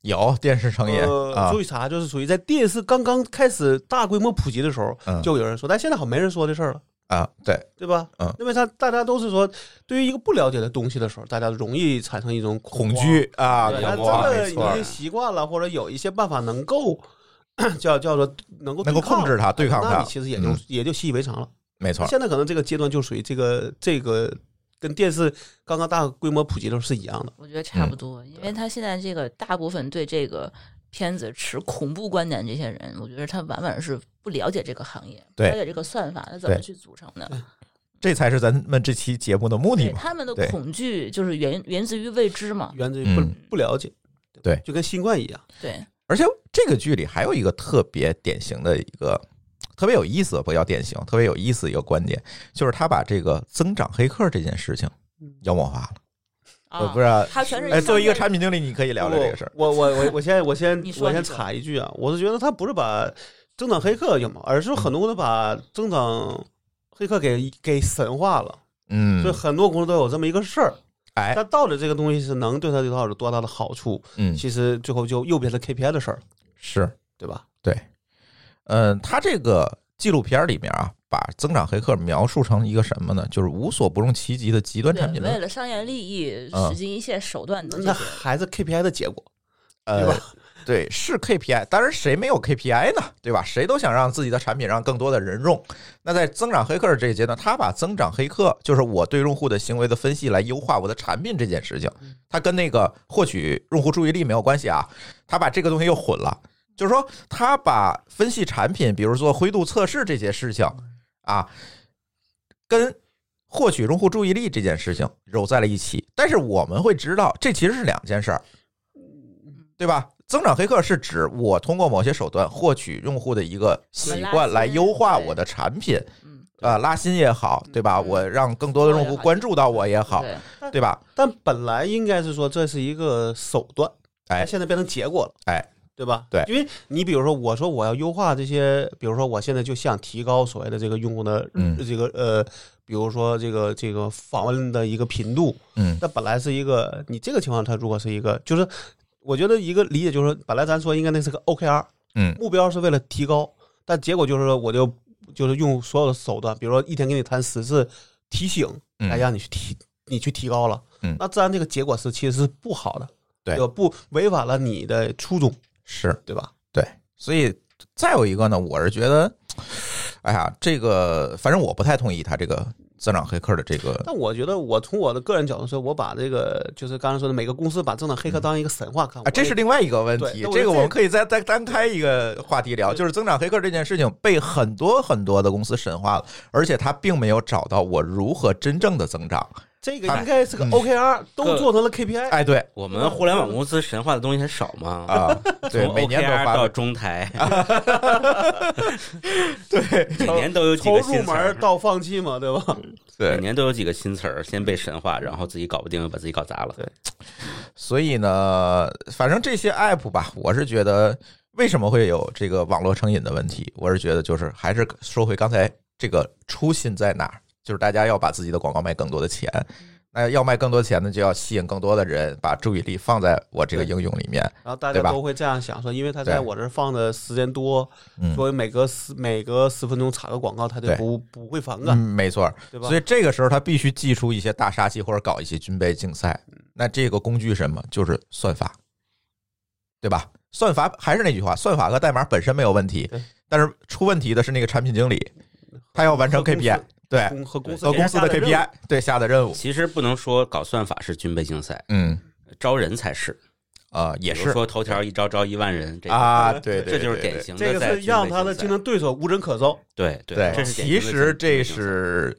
[SPEAKER 1] 有电视成瘾、
[SPEAKER 4] 呃，
[SPEAKER 1] 啊
[SPEAKER 4] 注，意啥，就是属于在电视刚刚开始大规模普及的时候，
[SPEAKER 1] 嗯
[SPEAKER 4] 就有人说，但现在好像没人说这事儿了。
[SPEAKER 1] 啊，对，
[SPEAKER 4] 对吧？
[SPEAKER 1] 嗯
[SPEAKER 4] 因为他大家都是说，对于一个不了解的东西的时候，大家容易产生一种恐
[SPEAKER 1] 恐
[SPEAKER 4] 慌
[SPEAKER 1] 惧啊，
[SPEAKER 4] 对，
[SPEAKER 1] 恐
[SPEAKER 4] 但
[SPEAKER 1] 慌，
[SPEAKER 4] 这个
[SPEAKER 1] 没
[SPEAKER 4] 已
[SPEAKER 1] 错儿
[SPEAKER 4] 经，习惯了，或者有一些办法能够叫叫做能够
[SPEAKER 1] 能够
[SPEAKER 4] 对抗
[SPEAKER 1] 控制它，对抗
[SPEAKER 4] 那
[SPEAKER 1] 它
[SPEAKER 4] 你，其实也就、
[SPEAKER 1] 嗯
[SPEAKER 4] 也就习以为常了。
[SPEAKER 1] 没错儿。
[SPEAKER 4] 现在可能这个阶段就属于这个这个跟电视刚刚大规模普及的时候是一样的。
[SPEAKER 2] 我觉得差不
[SPEAKER 1] 嗯
[SPEAKER 2] 多，因为他现在这个大部分对这个片子持恐怖观点这些人，我觉得他往往是不了解这个行业，不
[SPEAKER 1] 对
[SPEAKER 2] 了解这个算法，他怎么
[SPEAKER 1] 对
[SPEAKER 2] 去组成的？
[SPEAKER 1] 这才是咱们这期节目的目的
[SPEAKER 2] 对
[SPEAKER 1] 嘛。
[SPEAKER 2] 他们的
[SPEAKER 1] 对
[SPEAKER 2] 恐惧就是源源自于未知嘛。
[SPEAKER 4] 源自于不、
[SPEAKER 1] 嗯
[SPEAKER 4] 不了解，
[SPEAKER 1] 对
[SPEAKER 4] 吧就跟新冠一样，
[SPEAKER 2] 对，
[SPEAKER 1] 而且这个剧里还有一个特别典型的一个特别有意思，不叫典型，特别有意思的一个观点，就是他把这个增长黑客这件事情妖魔化了。
[SPEAKER 2] 嗯啊、
[SPEAKER 1] 呃我不知道，
[SPEAKER 2] 他全是
[SPEAKER 1] 哎，作为一个
[SPEAKER 2] 商业
[SPEAKER 1] 产品经理，你可以聊聊这个事儿。
[SPEAKER 4] 我我我我先我先
[SPEAKER 2] 你说
[SPEAKER 4] 我先
[SPEAKER 2] 你说
[SPEAKER 4] 插一句啊，我是觉得他不是把增长黑客有嘛，而是很多公司把增长黑客给给神化了，所以
[SPEAKER 1] 嗯，
[SPEAKER 4] 很多公司都有这么一个事儿。
[SPEAKER 1] 哎
[SPEAKER 4] 但到底这个东西是能对他这套有多大的好处？
[SPEAKER 1] 嗯，
[SPEAKER 4] 其实最后就又变成 KPI 的事儿了，
[SPEAKER 1] 是，呃
[SPEAKER 4] 对吧？
[SPEAKER 1] 对，嗯，他这个纪录片里面啊，把增长黑客描述成一个什么呢？就是无所不用其极的极端产
[SPEAKER 2] 对
[SPEAKER 1] 品
[SPEAKER 2] 为
[SPEAKER 1] 论。
[SPEAKER 2] 了商业利益，
[SPEAKER 1] 嗯
[SPEAKER 2] 使尽一切手段的这
[SPEAKER 4] 那
[SPEAKER 2] 些
[SPEAKER 4] 还是 KPI 的结果，对
[SPEAKER 1] 呃
[SPEAKER 4] 吧，？
[SPEAKER 1] 对，是 KPI，当然谁没有 KPI 呢？对吧？谁都想让自己的产品让更多的人用。那在增长黑客这一阶段，他把增长黑客，就是我对用户的行为的分析来优化我的产品这件事情，它跟那个获取用户注意力没有关系啊，他把这个东西又混了。就是说，他把分析产品，比如说灰度测试这些事情啊，跟获取用户注意力这件事情揉在了一起。但是我们会知道，这其实是两件事儿，对吧？增长黑客是指我通过某些手段获取用户的一个习惯来优化我的产品，
[SPEAKER 2] 嗯，
[SPEAKER 1] 呃，拉新也好，对吧？
[SPEAKER 2] 嗯
[SPEAKER 1] 我让更多的用户关注到我也好，
[SPEAKER 2] 对
[SPEAKER 1] 对吧？
[SPEAKER 4] 但本来应该是说这是一个手段，
[SPEAKER 1] 哎
[SPEAKER 4] 它现在变成结果了，
[SPEAKER 1] 哎，
[SPEAKER 4] 对吧？
[SPEAKER 1] 对
[SPEAKER 4] 因为你比如说，我说我要优化这些，比如说我现在就想提高所谓的这个用户的、
[SPEAKER 1] 嗯
[SPEAKER 4] 这个呃，比如说这个这个访问的一个频度，
[SPEAKER 1] 嗯
[SPEAKER 4] 那本来是一个你这个情况，它如果是一个，就是我觉得一个理解就是说，本来咱说应该那是个 OKR，
[SPEAKER 1] 嗯
[SPEAKER 4] 目标是为了提高，但结果就是说我就就是用所有的手段，比如说一天给你谈十次提醒，
[SPEAKER 1] 嗯
[SPEAKER 4] 来让你去提，你去提高了，
[SPEAKER 1] 嗯
[SPEAKER 4] 那自然这个结果是其实是不好的，
[SPEAKER 1] 对
[SPEAKER 4] 吧不违反了你的初衷，
[SPEAKER 1] 是。
[SPEAKER 4] 对吧？
[SPEAKER 1] 对，所以再有一个呢，我是觉得，哎呀，这个反正我不太同意他这个增长黑客的这个，
[SPEAKER 4] 但我觉得，我从我的个人角度说，我把这个就是刚才说的每个公司把正党黑客当一个神话看，
[SPEAKER 1] 啊，这是
[SPEAKER 4] 我也
[SPEAKER 1] 另外一个问
[SPEAKER 4] 对
[SPEAKER 1] 题
[SPEAKER 4] 那。我觉得
[SPEAKER 1] 这个
[SPEAKER 4] 这
[SPEAKER 1] 我们可以再再单开一个话题聊，
[SPEAKER 4] 对
[SPEAKER 1] 就是增长黑客这件事情被很多很多的公司神化了，而且他并没有找到我如何真正的增长。
[SPEAKER 4] 这个
[SPEAKER 1] 哎
[SPEAKER 4] 应该是个
[SPEAKER 1] 嗯
[SPEAKER 4] OKR，都
[SPEAKER 3] 各
[SPEAKER 4] 做成了 KPI，
[SPEAKER 1] 哎，对
[SPEAKER 3] 我们互联网公司神话的东西还少吗？
[SPEAKER 1] 啊，对，
[SPEAKER 3] 从
[SPEAKER 1] 每年都
[SPEAKER 3] OKR
[SPEAKER 1] 发
[SPEAKER 3] 到
[SPEAKER 1] 布
[SPEAKER 3] 中 台，
[SPEAKER 1] 对
[SPEAKER 3] 每年都有几
[SPEAKER 4] 从
[SPEAKER 3] 个
[SPEAKER 4] 入
[SPEAKER 3] 新词
[SPEAKER 4] 门
[SPEAKER 3] 儿，
[SPEAKER 4] 到放弃嘛，对吧？
[SPEAKER 3] 每
[SPEAKER 1] 对，
[SPEAKER 3] 年都有几个新词儿，先被神化，然后自己搞不定，又把自己搞砸了。对，
[SPEAKER 1] 所以呢，反正这些 app 吧，我是觉得为什么会有这个网络成瘾的问题，我是觉得就是还是说回刚才这个初心在哪儿，就是大家要把自己的广告卖更多的钱，那要卖更多钱呢，就要吸引更多的人把注意力放在我这个应用里面，
[SPEAKER 4] 然后大
[SPEAKER 1] 对
[SPEAKER 4] 家
[SPEAKER 1] 吧
[SPEAKER 4] 都会这样想说，因为他
[SPEAKER 1] 对
[SPEAKER 4] 在我这儿放的时间多，
[SPEAKER 1] 嗯
[SPEAKER 4] 所以每隔十每隔十分钟插个广告，他就
[SPEAKER 1] 对
[SPEAKER 4] 不不会反
[SPEAKER 1] 嗯，
[SPEAKER 4] 感，
[SPEAKER 1] 没错儿。
[SPEAKER 4] 对吧
[SPEAKER 1] 所？以这个时候他必须祭出一些大杀器或者搞一些军备竞赛。那这个工具是什么？就是算法，对吧？算法还是那句话，算法和代码本身没有问题
[SPEAKER 4] 对，
[SPEAKER 1] 但是出问题的是那个产品经理，他要完成
[SPEAKER 4] 和公司
[SPEAKER 1] KPI，对，
[SPEAKER 4] 公和公司
[SPEAKER 1] 和公司的
[SPEAKER 4] 给他下任务
[SPEAKER 1] KPI 对下的任务，
[SPEAKER 3] 其实不能说搞算法是军备竞赛，
[SPEAKER 1] 嗯
[SPEAKER 3] 招人才是。
[SPEAKER 1] 啊，也
[SPEAKER 3] 比如
[SPEAKER 1] 是
[SPEAKER 3] 说头条一招招一万人，这个
[SPEAKER 1] 啊，对，对
[SPEAKER 3] 这就是
[SPEAKER 1] 对
[SPEAKER 3] 典
[SPEAKER 1] 对
[SPEAKER 3] 型
[SPEAKER 4] 这
[SPEAKER 3] 的
[SPEAKER 4] 个
[SPEAKER 3] 在
[SPEAKER 4] 是
[SPEAKER 3] 军
[SPEAKER 4] 让
[SPEAKER 3] 备
[SPEAKER 4] 他的
[SPEAKER 3] 竞赛
[SPEAKER 4] 竞争对手无人可招。
[SPEAKER 3] 对
[SPEAKER 1] 对，
[SPEAKER 3] 这是典
[SPEAKER 1] 其
[SPEAKER 3] 型的
[SPEAKER 1] 实
[SPEAKER 3] 军备
[SPEAKER 1] 这
[SPEAKER 3] 竞赛
[SPEAKER 1] 是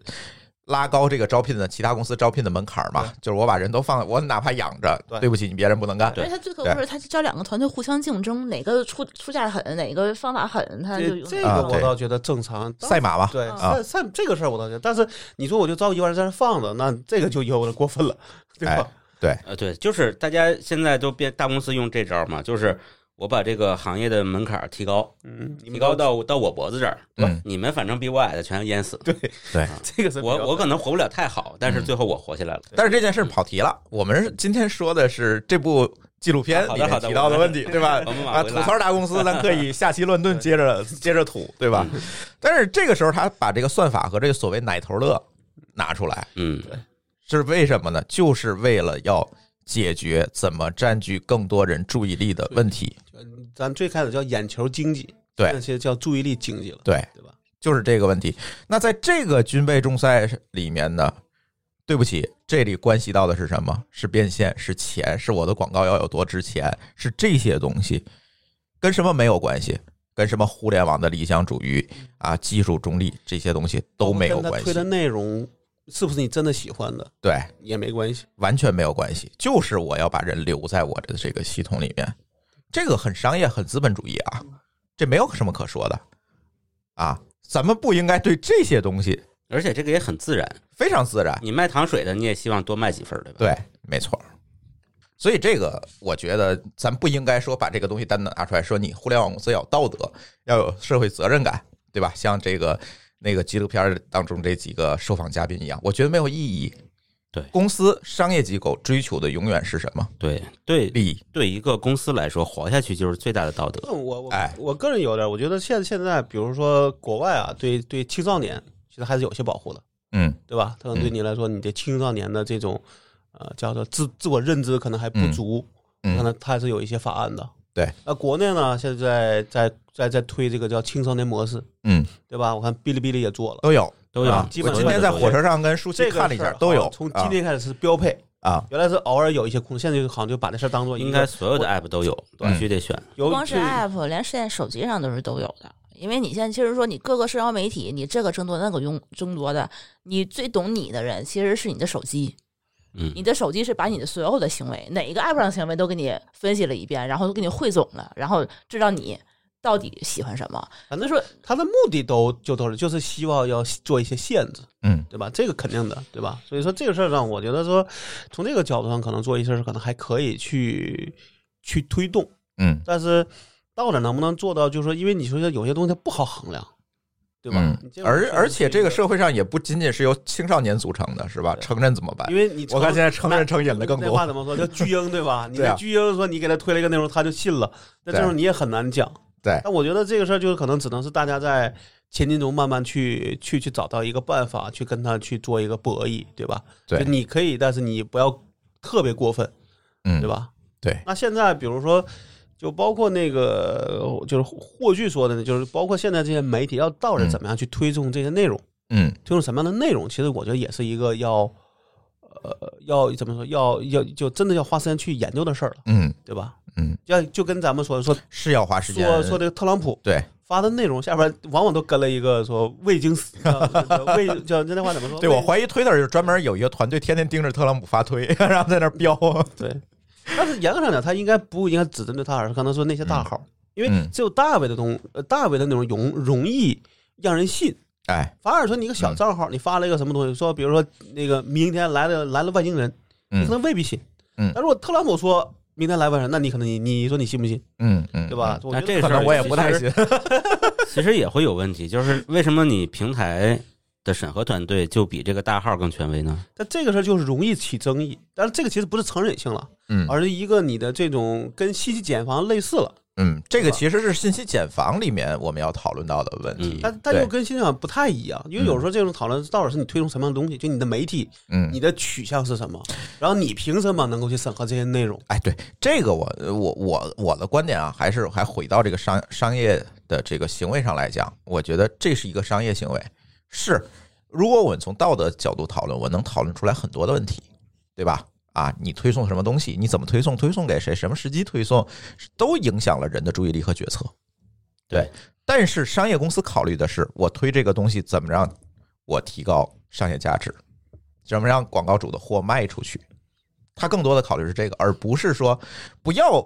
[SPEAKER 1] 拉高这个招聘的其他公司招聘的门槛儿嘛，就是我把人都放在，我哪怕养着，
[SPEAKER 4] 对
[SPEAKER 1] 对不起，你别人不能干，
[SPEAKER 2] 因为他最可恶是，他就招两个团队互相竞争，哪个出出价狠，哪个方法狠，他就
[SPEAKER 4] 这
[SPEAKER 2] 用
[SPEAKER 4] 这
[SPEAKER 1] 啊
[SPEAKER 4] 个我
[SPEAKER 1] 对
[SPEAKER 4] 倒觉得正常。当
[SPEAKER 1] 赛马嘛，
[SPEAKER 4] 对
[SPEAKER 2] 啊
[SPEAKER 4] 赛赛这个事儿我倒觉得，但是你说我就招一万人在那放着，那这个就有点过分了，对
[SPEAKER 1] 哎
[SPEAKER 4] 吧？
[SPEAKER 3] 呃，对，就是大家现在都变大公司用这招嘛，就是我把这个行业的门槛儿提高，
[SPEAKER 4] 嗯，你
[SPEAKER 3] 提
[SPEAKER 4] 们
[SPEAKER 3] 高到到我脖子这儿，
[SPEAKER 1] 嗯
[SPEAKER 3] 你们反正比我矮的全淹死，对
[SPEAKER 4] 这个是比较
[SPEAKER 3] 我我可能活不了太好，但是最后我活下来了。
[SPEAKER 1] 但是这件事跑题了，我们是今天说的是这部纪录片里
[SPEAKER 3] 啊
[SPEAKER 1] 面
[SPEAKER 3] 好的
[SPEAKER 1] 提到的问题，
[SPEAKER 3] 好的
[SPEAKER 1] 对吧
[SPEAKER 3] 我们？往
[SPEAKER 1] 啊，
[SPEAKER 3] 回
[SPEAKER 1] 吐
[SPEAKER 3] 拉
[SPEAKER 1] 槽大公司，咱可以下期乱炖接着接着吐，对吧？但是这个时候他把这个算法和这个所谓奶头乐拿出来，
[SPEAKER 3] 嗯，
[SPEAKER 1] 是为什么呢？就是为了要解决怎么占据更多人注意力的问题。
[SPEAKER 4] 咱最开始叫眼球经济，
[SPEAKER 1] 对
[SPEAKER 4] 那些叫注意力经济了，
[SPEAKER 1] 对，
[SPEAKER 4] 对吧？
[SPEAKER 1] 就是这个问题。那在这个军备竞赛里面呢，对不起，这里关系到的是什么？是变现，是钱，是我的广告要有多值钱，是这些东西，跟什么没有关系，跟什么互联网的理想主义啊、技术中立这些东西都没有
[SPEAKER 4] 跟他
[SPEAKER 1] 关
[SPEAKER 4] 推的
[SPEAKER 1] 系，
[SPEAKER 4] 内容是不是你真的喜欢的
[SPEAKER 1] 对，
[SPEAKER 4] 也没关系，
[SPEAKER 1] 完全没有关系。就是我要把人留在我的这个系统里面，这个很商业、很资本主义啊，这没有什么可说的啊。咱们不应该对这些东西
[SPEAKER 3] 而且这个也很自然，
[SPEAKER 1] 非常自然。
[SPEAKER 3] 你卖糖水的，你也希望多卖几份儿，对吧？
[SPEAKER 1] 对，没错儿。所以这个，我觉得咱不应该说把这个东西单单拿出来说，你互联网公司要有道德，要有社会责任感，对吧？像这个那个纪录片儿当中这几个受访嘉宾一样，我觉得没有意义。
[SPEAKER 3] 对
[SPEAKER 1] 公司商业机构追求的永远是什么？
[SPEAKER 3] 对对
[SPEAKER 1] 利益。
[SPEAKER 3] 对一个公司来说，活下去就是最大的道德。
[SPEAKER 4] 嗯我我
[SPEAKER 1] 哎
[SPEAKER 4] 我个人有点，我觉得现现在，比如说国外啊，对对青少年其实还是有些保护的，
[SPEAKER 1] 嗯，
[SPEAKER 4] 对吧？可能对你来说，你的青少年的这种呃叫做自自我认知可能还不足，
[SPEAKER 1] 嗯嗯
[SPEAKER 4] 可能它还是有一些法案的。
[SPEAKER 1] 对，
[SPEAKER 4] 那国内呢，现在在在在推这个叫青少年模式，
[SPEAKER 1] 嗯，
[SPEAKER 4] 对吧？我看哔哩哔哩也做了，
[SPEAKER 1] 都有
[SPEAKER 3] 都有
[SPEAKER 1] 啊
[SPEAKER 4] 基
[SPEAKER 1] 我
[SPEAKER 4] 本上
[SPEAKER 1] 今天在火车上跟舒淇
[SPEAKER 4] 这个
[SPEAKER 1] 看了一
[SPEAKER 4] 事
[SPEAKER 1] 下，
[SPEAKER 4] 儿
[SPEAKER 1] 都
[SPEAKER 4] 好
[SPEAKER 1] 有。
[SPEAKER 4] 像从今天开始是标配，
[SPEAKER 1] 啊啊，
[SPEAKER 4] 原来是偶尔有一些空，现在就好像就把这事儿当做
[SPEAKER 3] 应该所有的 app 都有，
[SPEAKER 1] 嗯
[SPEAKER 3] 必须得选。
[SPEAKER 4] 有
[SPEAKER 2] 不光是
[SPEAKER 4] 对
[SPEAKER 2] app，连现在手机上都是都有的。因为你现在其实说你各个社交媒体，你这个争夺那个争争夺的，你最懂你的人其实是你的手机。
[SPEAKER 3] 嗯
[SPEAKER 2] 你的手机是把你的所有的行为，哪一个 app 上的行为都给你分析了一遍，然后都给你汇总了，然后知道你到底喜欢什么。
[SPEAKER 4] 反
[SPEAKER 2] 就
[SPEAKER 4] 正
[SPEAKER 2] 说
[SPEAKER 4] 他的目的都就都是就是希望要做一些限制，
[SPEAKER 1] 嗯
[SPEAKER 4] 对吧？这个肯定的，对吧？所以说这个事儿上，我觉得说从这个角度上，可能做一些事儿可能还可以去去推动，
[SPEAKER 1] 嗯
[SPEAKER 4] 但是到底能不能做到，就是说，因为你说有些东西它不好衡量，对吧？
[SPEAKER 1] 嗯
[SPEAKER 4] 你这，个
[SPEAKER 1] 而
[SPEAKER 4] 事儿
[SPEAKER 1] 而且这个
[SPEAKER 4] 是一
[SPEAKER 1] 社会上也不仅仅是由青少年组成的，是吧？
[SPEAKER 4] 对
[SPEAKER 1] 成人怎么办
[SPEAKER 4] 因？为你
[SPEAKER 1] 我看现在成
[SPEAKER 4] 承
[SPEAKER 1] 人
[SPEAKER 4] 认
[SPEAKER 1] 成瘾的更
[SPEAKER 4] 那话
[SPEAKER 1] 多。
[SPEAKER 4] 怎么说？叫巨婴对 吧？你
[SPEAKER 1] 对啊
[SPEAKER 4] 那巨婴说你给他推了一个内容，他就信了，那
[SPEAKER 1] 对啊
[SPEAKER 4] 这时候你也很难讲。
[SPEAKER 1] 对
[SPEAKER 4] 但我觉得这个事儿就是可能只能是大家在前进中慢慢去去去找到一个办法，去跟他去做一个博弈，对吧？
[SPEAKER 1] 对
[SPEAKER 4] 就你可以，但是你不要特别过分，
[SPEAKER 1] 嗯，
[SPEAKER 4] 对？吧？
[SPEAKER 1] 对，
[SPEAKER 4] 那现在比如说。就包括那个，就是霍炬说的呢，就是包括现在这些媒体要到底怎么样去推送这些内容，
[SPEAKER 1] 嗯
[SPEAKER 4] 推送什么样的内容，其实我觉得也是一个要，呃，要怎么说，要要就真的要花时间去研究的事儿了，
[SPEAKER 1] 嗯
[SPEAKER 4] 对吧？
[SPEAKER 1] 嗯，
[SPEAKER 4] 要就跟咱们说说
[SPEAKER 1] 是要花时间。
[SPEAKER 4] 说说这个特朗普
[SPEAKER 1] 对
[SPEAKER 4] 发的内容下边，往往都跟了一个说未经思呃未叫那话怎么说？
[SPEAKER 1] 对，我
[SPEAKER 4] 怀
[SPEAKER 1] 怀疑推特就专门有一个团队天天盯着特朗普发推， 然后在那儿标。
[SPEAKER 4] 对。但是严格上讲，他应该不应该只针对他，而是刚才说那些大号，因为
[SPEAKER 1] 嗯
[SPEAKER 4] 只有大 V 的东呃大 V 的内容容容易让人信。
[SPEAKER 1] 哎，
[SPEAKER 4] 反而说你一个小账号，你发了一个什么东西，说比如说那个明天来了来了外星人，你可
[SPEAKER 1] 嗯
[SPEAKER 4] 能未必信。
[SPEAKER 1] 嗯
[SPEAKER 4] 但如果特朗普说明天来外星人，那你可能你你说你信不信，
[SPEAKER 1] 嗯嗯，
[SPEAKER 4] 对吧？？我
[SPEAKER 3] 那
[SPEAKER 4] 觉得
[SPEAKER 3] 这
[SPEAKER 1] 可
[SPEAKER 3] 事儿
[SPEAKER 1] 能我也不太
[SPEAKER 3] 其实
[SPEAKER 1] 信。
[SPEAKER 3] 其实也会有问题，就是为什么你平台的审核团队就比这个大号更权威呢？
[SPEAKER 4] 但这个事儿就是容易起争议，但是这个其实不是成人性了，
[SPEAKER 1] 嗯
[SPEAKER 4] 而是一个你的这种跟信息茧房类似了，
[SPEAKER 1] 嗯，这个
[SPEAKER 4] 吧
[SPEAKER 1] 其实是信息茧房里面我们要讨论到的问题
[SPEAKER 3] 嗯。
[SPEAKER 4] 但但又跟信息茧房不太一样，因为有时候这种讨论到底是你推崇什么样的东西，就你的媒体，
[SPEAKER 1] 嗯，
[SPEAKER 4] 你的取向是什么，然后你凭什么能够去审核这些内容？
[SPEAKER 1] 哎，对这个我我我我的观点啊，还是还回到这个商商业的这个行为上来讲，我觉得这是一个商业行为。是，如果我们从道德角度讨论，我能讨论出来很多的问题，对吧？啊，你推送什么东西，你怎么推送，推送给谁，什么时机推送，都影响了人的注意力和决策。
[SPEAKER 3] 对
[SPEAKER 1] 但是商业公司考虑的是，我推这个东西怎么让我提高商业价值，怎么让广告主的货卖出去。他更多的考虑是这个，而不是说不要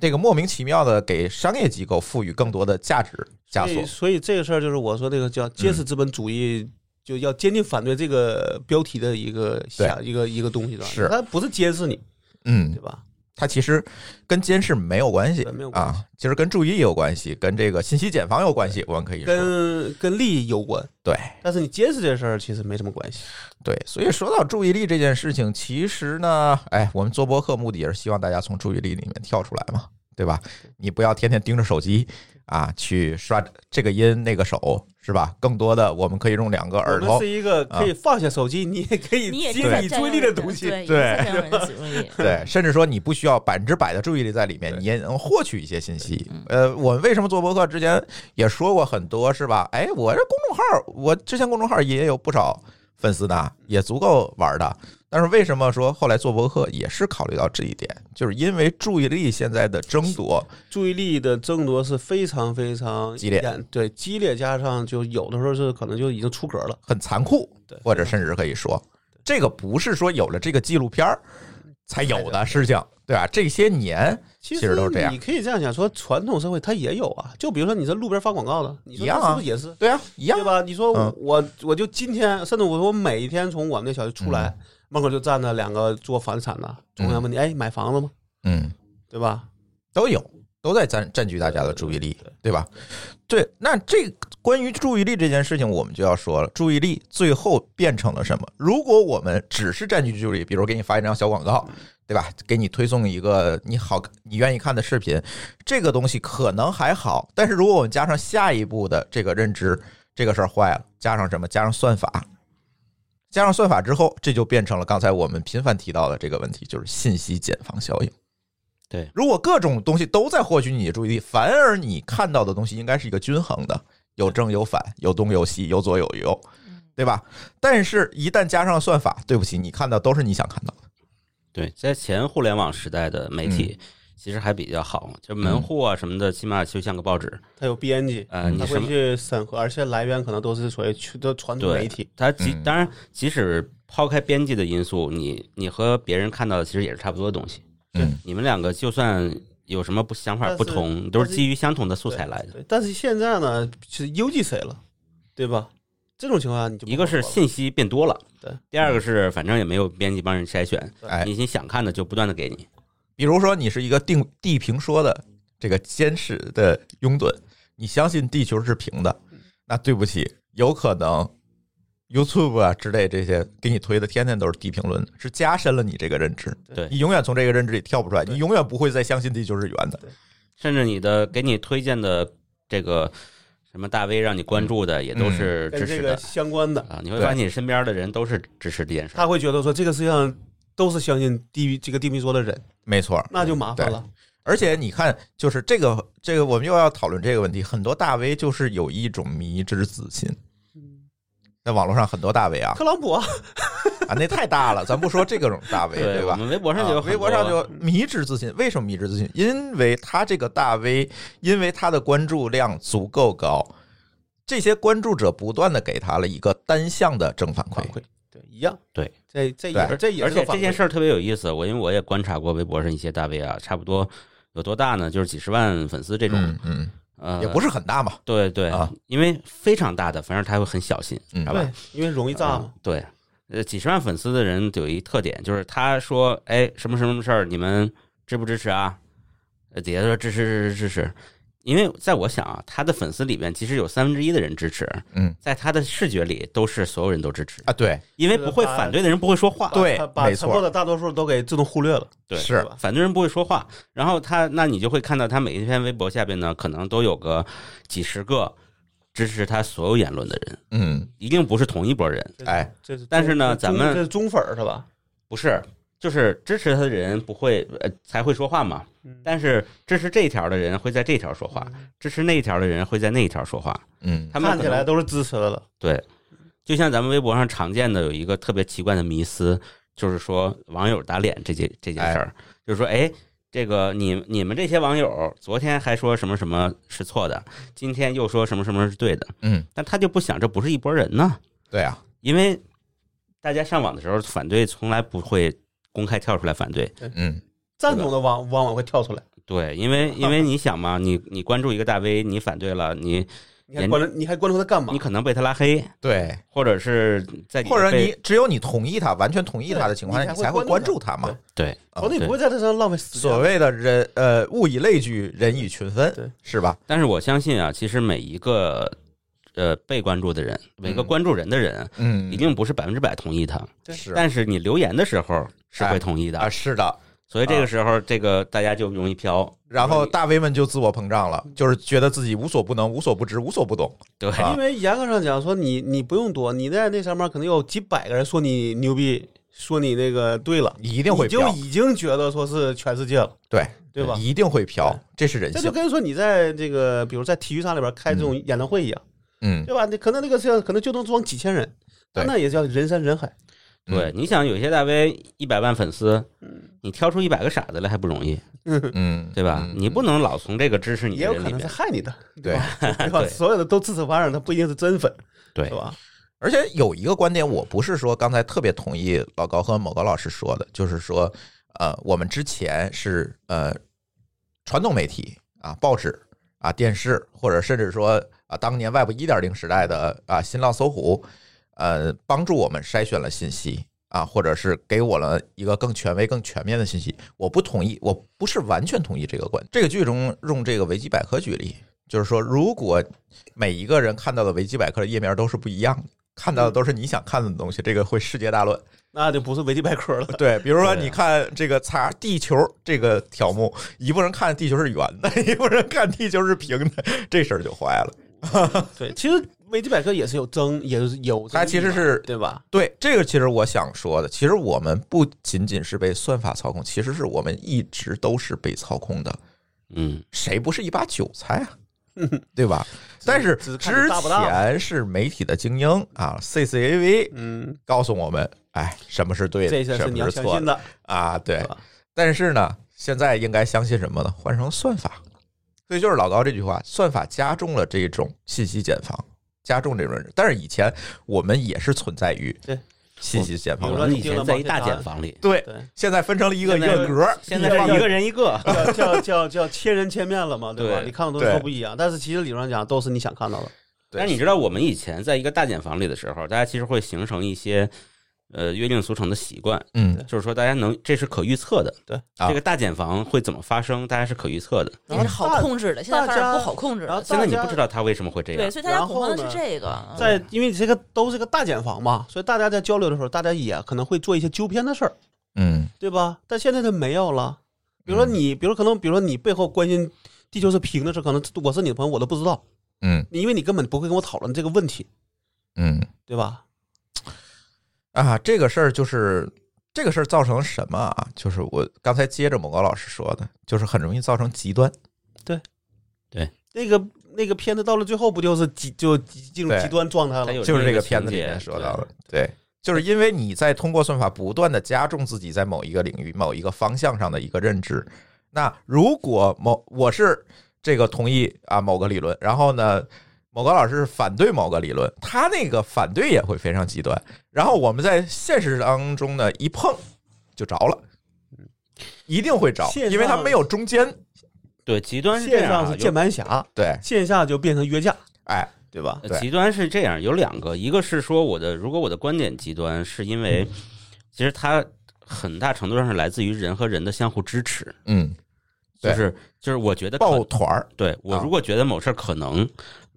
[SPEAKER 1] 这个莫名其妙的给商业机构赋予更多的价值枷
[SPEAKER 4] 所以
[SPEAKER 1] 锁。嗯
[SPEAKER 4] 所以这个事儿就是我说那个叫揭示资本主义。就要坚定反对这个标题的一个想一个一个东西的，
[SPEAKER 1] 是
[SPEAKER 4] 它不是监视你，
[SPEAKER 1] 嗯
[SPEAKER 4] 对，吧？
[SPEAKER 1] 它其实跟监视没有关系
[SPEAKER 4] 对没有关系
[SPEAKER 1] 啊，其实跟注意也有关系，跟这个信息茧房有关系。我们可以说，
[SPEAKER 4] 跟跟利益有关，
[SPEAKER 1] 对
[SPEAKER 4] 但是你监视这事儿其实没什么关系。
[SPEAKER 1] 对，所以说到注意力这件事情，其实呢，哎，我们做播客目的也是希望大家从注意力里面跳出来嘛，对吧？你不要天天盯着手机啊，去刷这个音那个手，是吧？更多的我们可以用两个耳
[SPEAKER 4] 我们
[SPEAKER 1] 朵啊
[SPEAKER 4] 是，一个可以放下手机，你也可以
[SPEAKER 2] 你也
[SPEAKER 4] 接
[SPEAKER 2] 占
[SPEAKER 4] 你
[SPEAKER 2] 占
[SPEAKER 4] 注意力
[SPEAKER 2] 用
[SPEAKER 4] 的
[SPEAKER 2] 人
[SPEAKER 4] 东西。
[SPEAKER 2] 对，也
[SPEAKER 1] 对
[SPEAKER 2] 是占用人的注意 力。
[SPEAKER 1] 对，甚至说你不需要百分之百的注意力在里面，
[SPEAKER 4] 对嗯
[SPEAKER 1] 你也能获取一些信息。呃，我们为什么做博客？之前也说过很多，是吧？哎，我这公众号，我之前公众号也有不少粉丝的，也足够玩的。但是为什么说后来做博客也是考虑到这一点，就是因为注意力现在的争夺，
[SPEAKER 4] 注意力的争夺是非常非常
[SPEAKER 1] 激烈
[SPEAKER 4] 严，对激烈加上就有的时候是可能就已经出格了，
[SPEAKER 1] 很残酷
[SPEAKER 4] 对，
[SPEAKER 1] 或者甚至可以说，这个不是说有了这个纪录片儿才有的事情，对吧？这些年
[SPEAKER 4] 其
[SPEAKER 1] 其实都是这样
[SPEAKER 4] 你可以这样想说，传统社会它也有啊，就比如说你在路边发广告的，你说
[SPEAKER 1] 一样
[SPEAKER 4] 它
[SPEAKER 1] 啊
[SPEAKER 4] 是不是也是？
[SPEAKER 1] 对啊，一样
[SPEAKER 4] 对吧？你说我、
[SPEAKER 1] 嗯
[SPEAKER 4] 我我就今天，甚至我说我每一天从我们那小区出
[SPEAKER 1] 嗯
[SPEAKER 4] 来，门口就站着两个做房地产的，总想问你，哎，买房子吗？
[SPEAKER 1] 嗯。
[SPEAKER 4] 对吧？
[SPEAKER 1] 都有，都在占占据大家的注意力，对吧？对，那这关于注意力这件事情，我们就要说了，注意力最后变成了什么？如果我们只是占据注意力，比如给你发一张小广告，对吧？给你推送一个你好你愿意看的视频，这个东西可能还好，但是如果我们加上下一步的这个认知，这个事儿坏了，加上什么？加上算法，加上算法之后，这就变成了刚才我们频繁提到的这个问题，就是信息茧房效应。
[SPEAKER 3] 对，
[SPEAKER 1] 如果各种东西都在获取你的注意力，反而你看到的东西应该是一个均衡的，有正有反，有东有西，有左有右，对吧？但是，一旦加上算法，对不起，你看到都是你想看到的。
[SPEAKER 3] 对，在前互联网时代的媒体其实还比较好，就门户啊什么的，起码就像个报纸，
[SPEAKER 4] 它有编辑，
[SPEAKER 3] 呃，你
[SPEAKER 4] 嗯它
[SPEAKER 3] 什
[SPEAKER 4] 会
[SPEAKER 3] 么
[SPEAKER 4] 去审核，而且来源可能都是所谓去的传统
[SPEAKER 3] 对
[SPEAKER 4] 媒体。
[SPEAKER 3] 它即
[SPEAKER 1] 嗯
[SPEAKER 3] 当然，即使抛开编辑的因素，你你和别人看到的其实也是差不多的东西。
[SPEAKER 1] 嗯，
[SPEAKER 3] 你们两个就算有什么不想法
[SPEAKER 4] 但
[SPEAKER 3] 不
[SPEAKER 4] 是
[SPEAKER 3] 同，都是
[SPEAKER 4] 但是
[SPEAKER 3] 基于相同的素材来的。
[SPEAKER 4] 对，但是现在呢，是邮寄谁了，对吧？这种情况下你就不
[SPEAKER 3] 一个是
[SPEAKER 4] 好说了
[SPEAKER 3] 信息变多了，
[SPEAKER 4] 对；
[SPEAKER 3] 第二个是反正也没有编辑帮人筛选，
[SPEAKER 1] 哎，
[SPEAKER 3] 你你想看的就不断的给你。
[SPEAKER 1] 比如说你是一个定地平说的这个坚实的拥趸，你相信地球是平的，那对不起，有可能 YouTube 啊之类这些给你推的天天都是地平论，是加深了你这个认知。
[SPEAKER 3] 对
[SPEAKER 1] 你永远从这个认知里跳不出来，
[SPEAKER 4] 对
[SPEAKER 1] 你永远不会再相信地球是圆的。
[SPEAKER 3] 甚至你的给你推荐的这个什么大 V 让你关注的，也都是支
[SPEAKER 4] 跟这
[SPEAKER 3] 持
[SPEAKER 4] 个
[SPEAKER 3] 的
[SPEAKER 4] 相关的，
[SPEAKER 3] 啊。你会
[SPEAKER 1] 嗯对
[SPEAKER 3] 发现你身边的人都是支持这件事儿。
[SPEAKER 4] 他会觉得说这个世界上都是相信地狱这个地平说的人，
[SPEAKER 1] 没错，
[SPEAKER 4] 那就麻烦了。
[SPEAKER 1] 而且你看，就是这个这个，我们又要讨论这个问题。很多大 V 就是有一种迷之自信，在网络上很多大 V 啊
[SPEAKER 4] 特朗普啊，
[SPEAKER 1] 啊，那太大 了，咱不说这个种大 V
[SPEAKER 3] 嗯对
[SPEAKER 1] 吧
[SPEAKER 3] 我？们微博上
[SPEAKER 1] 啊
[SPEAKER 3] 就有很
[SPEAKER 1] 微博上
[SPEAKER 3] 多嗯
[SPEAKER 1] 就迷之自信，为什么迷之自信？因为他这个大 V，因为他的关注量足够高，这些关注者不断的给他了一个单向的正反馈
[SPEAKER 4] 反。馈对一样，
[SPEAKER 3] 对，
[SPEAKER 4] 这这也是这也
[SPEAKER 3] 而
[SPEAKER 4] 是个
[SPEAKER 3] 且
[SPEAKER 4] 反
[SPEAKER 3] 这
[SPEAKER 4] 馈
[SPEAKER 3] 件事儿特别有意思，我因为我也观察过微博上一些大 V 啊，差不多有多大呢？就是几十万粉丝这种，
[SPEAKER 1] 嗯嗯，
[SPEAKER 3] 呃，
[SPEAKER 1] 也不是很大嘛。
[SPEAKER 3] 对对
[SPEAKER 1] 啊，
[SPEAKER 3] 因为非常大的，反正他会很小心，
[SPEAKER 1] 嗯
[SPEAKER 3] 知道吧？
[SPEAKER 4] 对，因为容易炸嘛
[SPEAKER 3] 啊。对，呃，几十万粉丝的人有一特点，就是他说，哎，什么什么事儿，你们支不支持啊？呃，底下说支持支持支持，因为在我想啊，他的粉丝里面其实有三分之一的人支持，
[SPEAKER 1] 嗯
[SPEAKER 3] 在他的视觉里都是所有人都支持，
[SPEAKER 1] 啊，对，
[SPEAKER 3] 因为不会反对的人不会说话，
[SPEAKER 1] 对
[SPEAKER 4] 把把
[SPEAKER 1] 没错
[SPEAKER 4] 沉默的大多数都给自动忽略了，
[SPEAKER 3] 对
[SPEAKER 1] 是
[SPEAKER 4] 吧？
[SPEAKER 3] 反对人不会说话，然后他，那你就会看到他每一篇微博下边呢，可能都有个几十个支持他所有言论的人，
[SPEAKER 1] 嗯，
[SPEAKER 3] 一定不是同一拨人，
[SPEAKER 4] 这
[SPEAKER 1] 哎，
[SPEAKER 4] 这是
[SPEAKER 3] 但是呢
[SPEAKER 4] 这
[SPEAKER 3] 咱们
[SPEAKER 4] 这是忠粉儿是吧？
[SPEAKER 3] 不是，就是支持他的人不会呃才会说话嘛，
[SPEAKER 4] 嗯
[SPEAKER 3] 但是支持这一条的人会在这条说话，支持那一条的人会在那一条说话，
[SPEAKER 1] 嗯，
[SPEAKER 3] 他们
[SPEAKER 4] 看起
[SPEAKER 3] 可能
[SPEAKER 4] 来都是支持的了，
[SPEAKER 3] 对，就像咱们微博上常见的有一个特别奇怪的迷思，就是说网友打脸这件这件事儿，就是说，哎，这个你你们这些网友昨天还说什么什么是错的，今天又说什么什么是对的，
[SPEAKER 1] 嗯，
[SPEAKER 3] 但他就不想这不是一拨人呢，
[SPEAKER 1] 对啊，
[SPEAKER 3] 因为大家上网的时候反对从来不会公开跳出来反对，
[SPEAKER 1] 嗯，
[SPEAKER 4] 赞同的往往往会跳出来。
[SPEAKER 3] 对，因为因为你想嘛，你你关注一个大 V，你反对了，你
[SPEAKER 4] 你还关注你还关注他干嘛
[SPEAKER 3] 你？可能被他拉黑，
[SPEAKER 1] 对，
[SPEAKER 3] 或者是在
[SPEAKER 1] 或者
[SPEAKER 3] 被
[SPEAKER 1] 你只有你同意他，完全同意他的情况下，
[SPEAKER 4] 对
[SPEAKER 1] 你
[SPEAKER 4] 你
[SPEAKER 1] 才
[SPEAKER 4] 才
[SPEAKER 1] 会
[SPEAKER 4] 会
[SPEAKER 1] 关
[SPEAKER 4] 关
[SPEAKER 1] 注
[SPEAKER 4] 注
[SPEAKER 1] 他嘛
[SPEAKER 4] 对。
[SPEAKER 3] 对
[SPEAKER 4] 哦，你
[SPEAKER 3] 对
[SPEAKER 4] 不会在这上浪费时间。
[SPEAKER 1] 所谓的人，呃，物以类聚，人以群
[SPEAKER 4] 对
[SPEAKER 1] 分，是吧？
[SPEAKER 3] 但是我相信啊，其实每一个呃被关注的人，每个关注人的人，
[SPEAKER 1] 嗯
[SPEAKER 3] 一，定不是百分之百同意他，
[SPEAKER 1] 是
[SPEAKER 3] 但是你留言的时候是会同意的，
[SPEAKER 1] 啊，是的。
[SPEAKER 3] 所以这个时候，这个大家就容易飘。
[SPEAKER 1] 然后大 V 们就自我膨胀了，就是觉得自己无所不能、无所不知、无所不懂。
[SPEAKER 3] 对
[SPEAKER 1] 啊
[SPEAKER 4] 因为严格上讲，说你你不用多，你在那上面可能有几百个人说你牛逼，说你那个对了，
[SPEAKER 1] 你一定会
[SPEAKER 4] 你就
[SPEAKER 1] 飘，
[SPEAKER 4] 已经觉得说是全世界了，
[SPEAKER 1] 对
[SPEAKER 4] 对吧？
[SPEAKER 1] 一定会飘这
[SPEAKER 4] 对，
[SPEAKER 1] 是人
[SPEAKER 4] 这就
[SPEAKER 1] 性。
[SPEAKER 4] 跟说你在这个，比如在体育场里边开这种演唱会一样，
[SPEAKER 1] 嗯，
[SPEAKER 4] 对吧？你可能那个是可能就能装几千人，
[SPEAKER 1] 对
[SPEAKER 4] 但那也叫人山人海。
[SPEAKER 1] 嗯
[SPEAKER 3] 对，你想有些大 V 一百万粉丝，你挑出一百个傻子来还不容易，
[SPEAKER 1] 嗯，
[SPEAKER 3] 对吧？
[SPEAKER 1] 嗯
[SPEAKER 3] 你不能老从这个支持你
[SPEAKER 4] 也
[SPEAKER 3] 的
[SPEAKER 4] 有
[SPEAKER 3] 人
[SPEAKER 4] 可
[SPEAKER 3] 里
[SPEAKER 4] 能是
[SPEAKER 3] 面，
[SPEAKER 4] 害 你的，
[SPEAKER 1] 对。
[SPEAKER 4] 对吧？
[SPEAKER 3] 对
[SPEAKER 4] 所有的都支持玩意儿，他不一定是真粉，
[SPEAKER 3] 对
[SPEAKER 4] 是吧？
[SPEAKER 1] 而且有一个观点，我不是说刚才特别同意老高和某高老师说的，就是说，呃，我们之前是呃传统媒体啊，报纸啊、电视，或者甚至说啊，当年 Web 一点零时代的啊，新浪、搜狐，呃，帮助我们筛选了信息啊，或者是给我了一个更权威、更全面的信息。我不同意，我不是完全同意这个观。这个剧中用这个维基百科举例，就是说，如果每一个人看到的维基百科的页面都是不一样的，看
[SPEAKER 4] 嗯
[SPEAKER 1] 到的都是你想看的东西，这个会世界大乱。
[SPEAKER 4] 那就不是维基百科 了。
[SPEAKER 1] 对，比如说
[SPEAKER 3] 对啊
[SPEAKER 1] 你看这个查地球这个条目，一部分人看地球是圆的， 一部分人看地球是平的，这事儿就坏了。
[SPEAKER 4] 对，其实维基百科也是有争，也是有争议的，
[SPEAKER 1] 它其实是
[SPEAKER 4] 对吧？
[SPEAKER 1] 对，这个其实我想说的，其实我们不仅仅是被算法操控，其实是我们一直都是被操控的。
[SPEAKER 3] 嗯，
[SPEAKER 1] 谁不是一把韭菜 啊？对吧？但是
[SPEAKER 4] 只
[SPEAKER 1] 之
[SPEAKER 4] 是看你大不大
[SPEAKER 1] 前是媒体的精英啊，CCAV
[SPEAKER 4] 嗯，
[SPEAKER 1] 告诉我们，哎，什么是对
[SPEAKER 4] 这
[SPEAKER 1] 的，
[SPEAKER 4] 些
[SPEAKER 1] 什
[SPEAKER 4] 是你
[SPEAKER 1] 么
[SPEAKER 4] 要
[SPEAKER 1] 是
[SPEAKER 4] 相
[SPEAKER 1] 错
[SPEAKER 4] 信的。
[SPEAKER 1] 啊？对
[SPEAKER 4] 吧。
[SPEAKER 1] 但是呢，现在应该相信什么呢？换成算法。所以就是老高这句话，算法加重了这种信息茧房，加重这种人。但是以前我们也是存在于
[SPEAKER 4] 对
[SPEAKER 1] 信息茧
[SPEAKER 4] 比
[SPEAKER 1] 房
[SPEAKER 4] 如
[SPEAKER 1] 的
[SPEAKER 3] 我
[SPEAKER 4] 说
[SPEAKER 1] 中。
[SPEAKER 3] 们以前在一
[SPEAKER 1] 啊
[SPEAKER 3] 大茧房里，
[SPEAKER 1] 对，
[SPEAKER 4] 对，
[SPEAKER 1] 现在分成了一个一
[SPEAKER 3] 现在
[SPEAKER 1] 个格儿，
[SPEAKER 3] 现在是一个人一个，
[SPEAKER 4] 叫叫叫叫千人千面了嘛，对吧？
[SPEAKER 3] 对
[SPEAKER 4] 你看的东西
[SPEAKER 1] 对
[SPEAKER 4] 都不一样，但是其实理论上讲都是你想看到的。
[SPEAKER 1] 对
[SPEAKER 3] 但你知道，我们以前在一个大茧房里的时候，大家其实会形成一些呃约定俗成的习惯，
[SPEAKER 1] 嗯，
[SPEAKER 3] 就是说大家能这是可预测的，
[SPEAKER 4] 对
[SPEAKER 1] 啊
[SPEAKER 3] 这个大茧房会怎么发生，大家是可预测的。
[SPEAKER 2] 也是好控制的，现在反而不好控制
[SPEAKER 4] 然后
[SPEAKER 2] 了。
[SPEAKER 3] 现在你
[SPEAKER 4] 大家
[SPEAKER 3] 不知道他为什么会这
[SPEAKER 2] 对，
[SPEAKER 3] 样，
[SPEAKER 2] 所以大家恐慌的
[SPEAKER 4] 然
[SPEAKER 2] 是
[SPEAKER 4] 后呢
[SPEAKER 2] 这个。嗯
[SPEAKER 4] 在因为这个都是个大茧房嘛，所以大家在交流的时候，大家也可能会做一些纠偏的事儿，
[SPEAKER 1] 嗯，
[SPEAKER 4] 对吧？但现在它没有了。比
[SPEAKER 3] 嗯
[SPEAKER 4] 如说你，比如可能，比如说你背后关心地球是平的事儿，可能我是你的朋友，我都不知道，
[SPEAKER 1] 嗯
[SPEAKER 4] 你因为你根本不会跟我讨论这个问题，
[SPEAKER 1] 嗯
[SPEAKER 4] 对吧？
[SPEAKER 1] 啊，这个事儿就是这个事儿造成什么啊？就是我刚才接着某高老师说的，就是很容易造成极端。
[SPEAKER 4] 那个那个片子到了最后，不就是极就极进入
[SPEAKER 1] 对
[SPEAKER 4] 极端状态
[SPEAKER 3] 它有
[SPEAKER 4] 了？
[SPEAKER 1] 就是这
[SPEAKER 3] 个
[SPEAKER 1] 个片子里
[SPEAKER 3] 情节
[SPEAKER 1] 面说到的，，对，就是因为你在通过算法不断的加重自己在某一个领域、某一个方向上的一个认知。那如果某我是这个同意啊某个理论，然后呢，某个老师是反对某个理论，他那个反对也会非常极端。然后我们在现实当中呢一碰就着了，一定会着，
[SPEAKER 4] 线上
[SPEAKER 1] 因为它没有中间。
[SPEAKER 3] 对对极端是这
[SPEAKER 4] 线
[SPEAKER 3] 样
[SPEAKER 4] 上
[SPEAKER 3] 啊，
[SPEAKER 4] 是
[SPEAKER 3] 有
[SPEAKER 4] 键盘侠，
[SPEAKER 1] 对，
[SPEAKER 4] 线下就变成约架，
[SPEAKER 1] 哎，
[SPEAKER 4] 对吧？
[SPEAKER 3] 呃
[SPEAKER 1] 对
[SPEAKER 3] 极端是这样，有两个，一个是说我的，如果我的观点极端，是因
[SPEAKER 1] 嗯
[SPEAKER 3] 为其实它很大程度上是来自于人和人的相互支持，
[SPEAKER 1] 嗯，
[SPEAKER 3] 就
[SPEAKER 1] 对
[SPEAKER 3] 是就是我觉得可
[SPEAKER 1] 抱团儿，
[SPEAKER 3] 对我
[SPEAKER 1] 啊
[SPEAKER 3] 如果觉得某事儿可能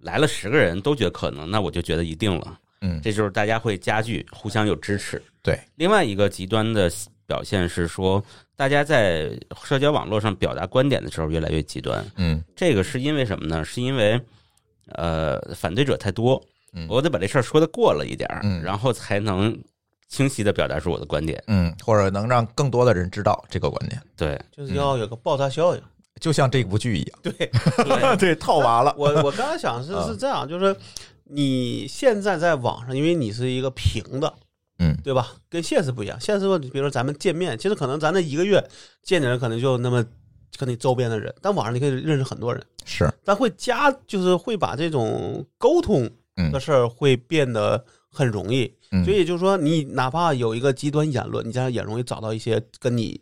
[SPEAKER 3] 来了十个人都觉得可能，那我就觉得一定了，
[SPEAKER 1] 嗯，
[SPEAKER 3] 这就是大家会加剧互相有支持。
[SPEAKER 1] 对，
[SPEAKER 3] 另外一个极端的表现是说，大家在社交网络上表达观点的时候越来越极端，
[SPEAKER 1] 嗯
[SPEAKER 3] 这个是因为什么呢？是因为呃反对者太多
[SPEAKER 1] 嗯，
[SPEAKER 3] 我得把这事儿说的过了一点儿，
[SPEAKER 1] 嗯
[SPEAKER 3] 然后才能清晰的表达出我的观点。
[SPEAKER 1] 嗯，或者能让更多的人知道这个观点，
[SPEAKER 3] 对，
[SPEAKER 4] 就是要有个爆炸效应。
[SPEAKER 1] 就像这部剧一样，
[SPEAKER 4] 对
[SPEAKER 3] 对
[SPEAKER 1] 对，套娃了。
[SPEAKER 4] 我，我刚 刚想是
[SPEAKER 1] 啊
[SPEAKER 3] 嗯
[SPEAKER 4] 是这样，就是你现在在网上，因为你是一个平的，
[SPEAKER 1] 嗯
[SPEAKER 4] 对吧？跟现实不一样，现实说，比如说咱们见面，其实可能咱那一个月见的人可能就那么跟你周边的人，但网上你可以认识很多人，
[SPEAKER 1] 是，
[SPEAKER 4] 但会加就是会把这种沟通
[SPEAKER 1] 嗯
[SPEAKER 4] 的事儿会变得很容易，
[SPEAKER 1] 嗯
[SPEAKER 4] 所以就是说，你哪怕有一个极端言论，你这样也容易找到一些跟你
[SPEAKER 1] 一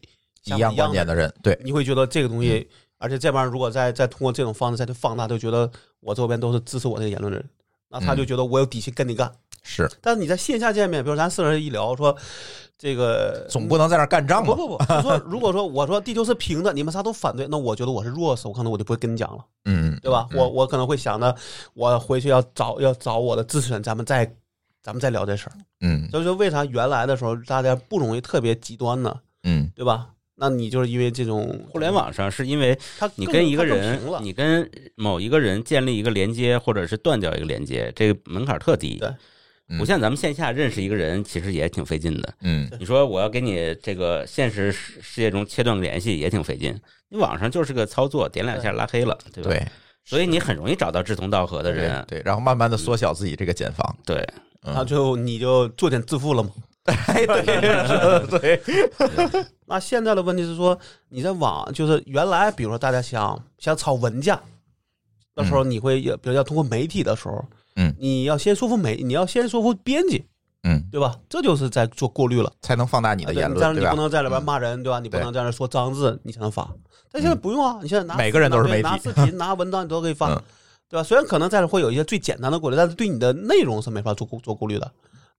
[SPEAKER 4] 想法
[SPEAKER 1] 样观点的嗯人，对，
[SPEAKER 4] 你会觉得这个东西，而且这帮人如果再再通过这种方式再去放大，就觉得我周边都是支持我这个言论的人，那
[SPEAKER 1] 嗯
[SPEAKER 4] 他就觉得我有底气跟你干。
[SPEAKER 1] 是，
[SPEAKER 4] 但是你在线下见面，比如咱四个人一聊，说这个
[SPEAKER 1] 总不能在那儿干仗
[SPEAKER 4] 不
[SPEAKER 1] 吧？
[SPEAKER 4] 不不，我说如果说我说地球是平的，你们仨都反对，那我觉得我是弱势，我可能我就不会跟你讲了，
[SPEAKER 1] 嗯，
[SPEAKER 4] 对吧？
[SPEAKER 1] 嗯
[SPEAKER 4] 我我可能会想着，我回去要找要找我的支持人，咱们再咱们再聊这事儿。
[SPEAKER 1] 嗯
[SPEAKER 4] 所以说，为啥原来的时候大家不容易特别极端呢？
[SPEAKER 1] 嗯
[SPEAKER 4] 对吧？那你就是因为这种
[SPEAKER 3] 互联，网上是因为
[SPEAKER 4] 它
[SPEAKER 3] 你
[SPEAKER 4] 更
[SPEAKER 3] 跟一个
[SPEAKER 4] 它更
[SPEAKER 3] 人
[SPEAKER 4] 平了，
[SPEAKER 3] 你跟某一个人建立一个连接，或者是断掉一个连接，这个门槛特低。
[SPEAKER 4] 对
[SPEAKER 1] 嗯
[SPEAKER 3] 不像咱们线下认识一个人，其实也挺费劲的。
[SPEAKER 1] 嗯，
[SPEAKER 3] 你说我要给你这个现实世世界中切断联系，也挺费劲。你网上就是个操作，点两下拉黑了，对吧？
[SPEAKER 1] 对
[SPEAKER 3] 所以你很容易找到志同道合的
[SPEAKER 1] 对
[SPEAKER 3] 人。
[SPEAKER 1] 对，然后慢慢的缩小自己这个茧房，
[SPEAKER 3] 对，
[SPEAKER 1] 嗯
[SPEAKER 4] 那啊就你就做点自 负了嘛。
[SPEAKER 1] 哎，对对，
[SPEAKER 4] 那现在的问题是说，你在网就是原来，比如说大家想想炒文价，那时候你会也比如要通过媒体的时候，
[SPEAKER 1] 嗯
[SPEAKER 4] 你要先说服媒，你要先说服编辑，
[SPEAKER 1] 嗯，
[SPEAKER 4] 对吧？这就是在做过滤了。
[SPEAKER 1] 才能放大你
[SPEAKER 4] 啊
[SPEAKER 1] 的
[SPEAKER 4] 对
[SPEAKER 1] 言论，
[SPEAKER 4] 但是
[SPEAKER 1] 对
[SPEAKER 4] 你
[SPEAKER 1] 吧嗯
[SPEAKER 4] 不？能在里边骂人，对吧？你不
[SPEAKER 1] 对嗯
[SPEAKER 4] 能在那说脏字，你才能发。但现在不用啊，你现在拿
[SPEAKER 1] 每个人都是媒体
[SPEAKER 4] 拿视频、拿文章，你都可以发
[SPEAKER 1] 嗯，
[SPEAKER 4] 对吧？虽然可能在这会有一些最简单的过滤，但是对你的内容是没法做顾做顾虑的，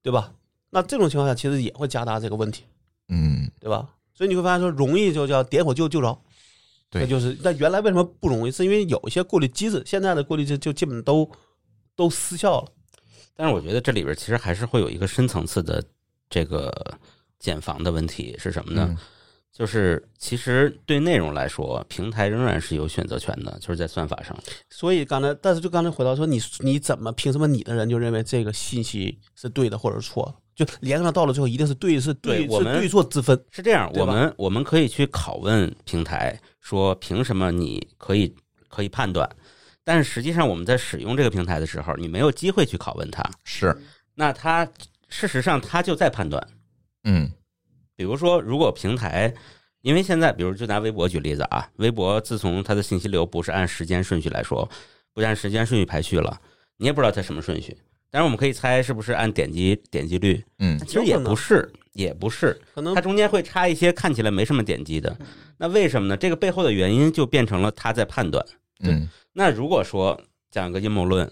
[SPEAKER 4] 对吧？那这种情况下，其实也会加大这个问题，
[SPEAKER 1] 嗯，
[SPEAKER 4] 对吧？所以你会发现说，容易就叫点火就就着，
[SPEAKER 1] 对
[SPEAKER 4] 那就是那原来为什么不容易，是因为有一些过滤机制，现在的过滤机就基本都都失效了。
[SPEAKER 3] 但是我觉得这里边其实还是会有一个深层次的这个减防的问题是什么呢？
[SPEAKER 1] 嗯
[SPEAKER 3] 就是其实对内容来说，平台仍然是有选择权的，就是在算法上。
[SPEAKER 4] 所以刚才，但是就刚才回到说你你怎么凭什么你的人就认为这个信息是对的或者是错的？就联系上到了最后一定是对是对
[SPEAKER 3] 对我们
[SPEAKER 4] 是对错之分。
[SPEAKER 3] 是这样，
[SPEAKER 4] 对
[SPEAKER 3] 我
[SPEAKER 4] 吧
[SPEAKER 3] 们我们可以去拷问平台，说凭什么你可以可以判断？但是实际上我们在使用这个平台的时候，你没有机会去拷问它。
[SPEAKER 1] 是，
[SPEAKER 3] 那它事实上它就在判断。
[SPEAKER 1] 嗯
[SPEAKER 3] 比如说，如果平台，因为现在，比如就拿微博举例子啊，微博自从它的信息流不是按时间顺序来说，不是按时间顺序排序了，你也不知道它什么顺序。但是我们可以猜是不是按点击点击率，
[SPEAKER 1] 嗯
[SPEAKER 3] 其实也不是，也不是。
[SPEAKER 4] 可能
[SPEAKER 3] 它中间会插一些看起来没什么点击的，那为什么呢？这个背后的原因就变成了他在判断。
[SPEAKER 1] 嗯
[SPEAKER 3] 那如果说讲一个阴谋论，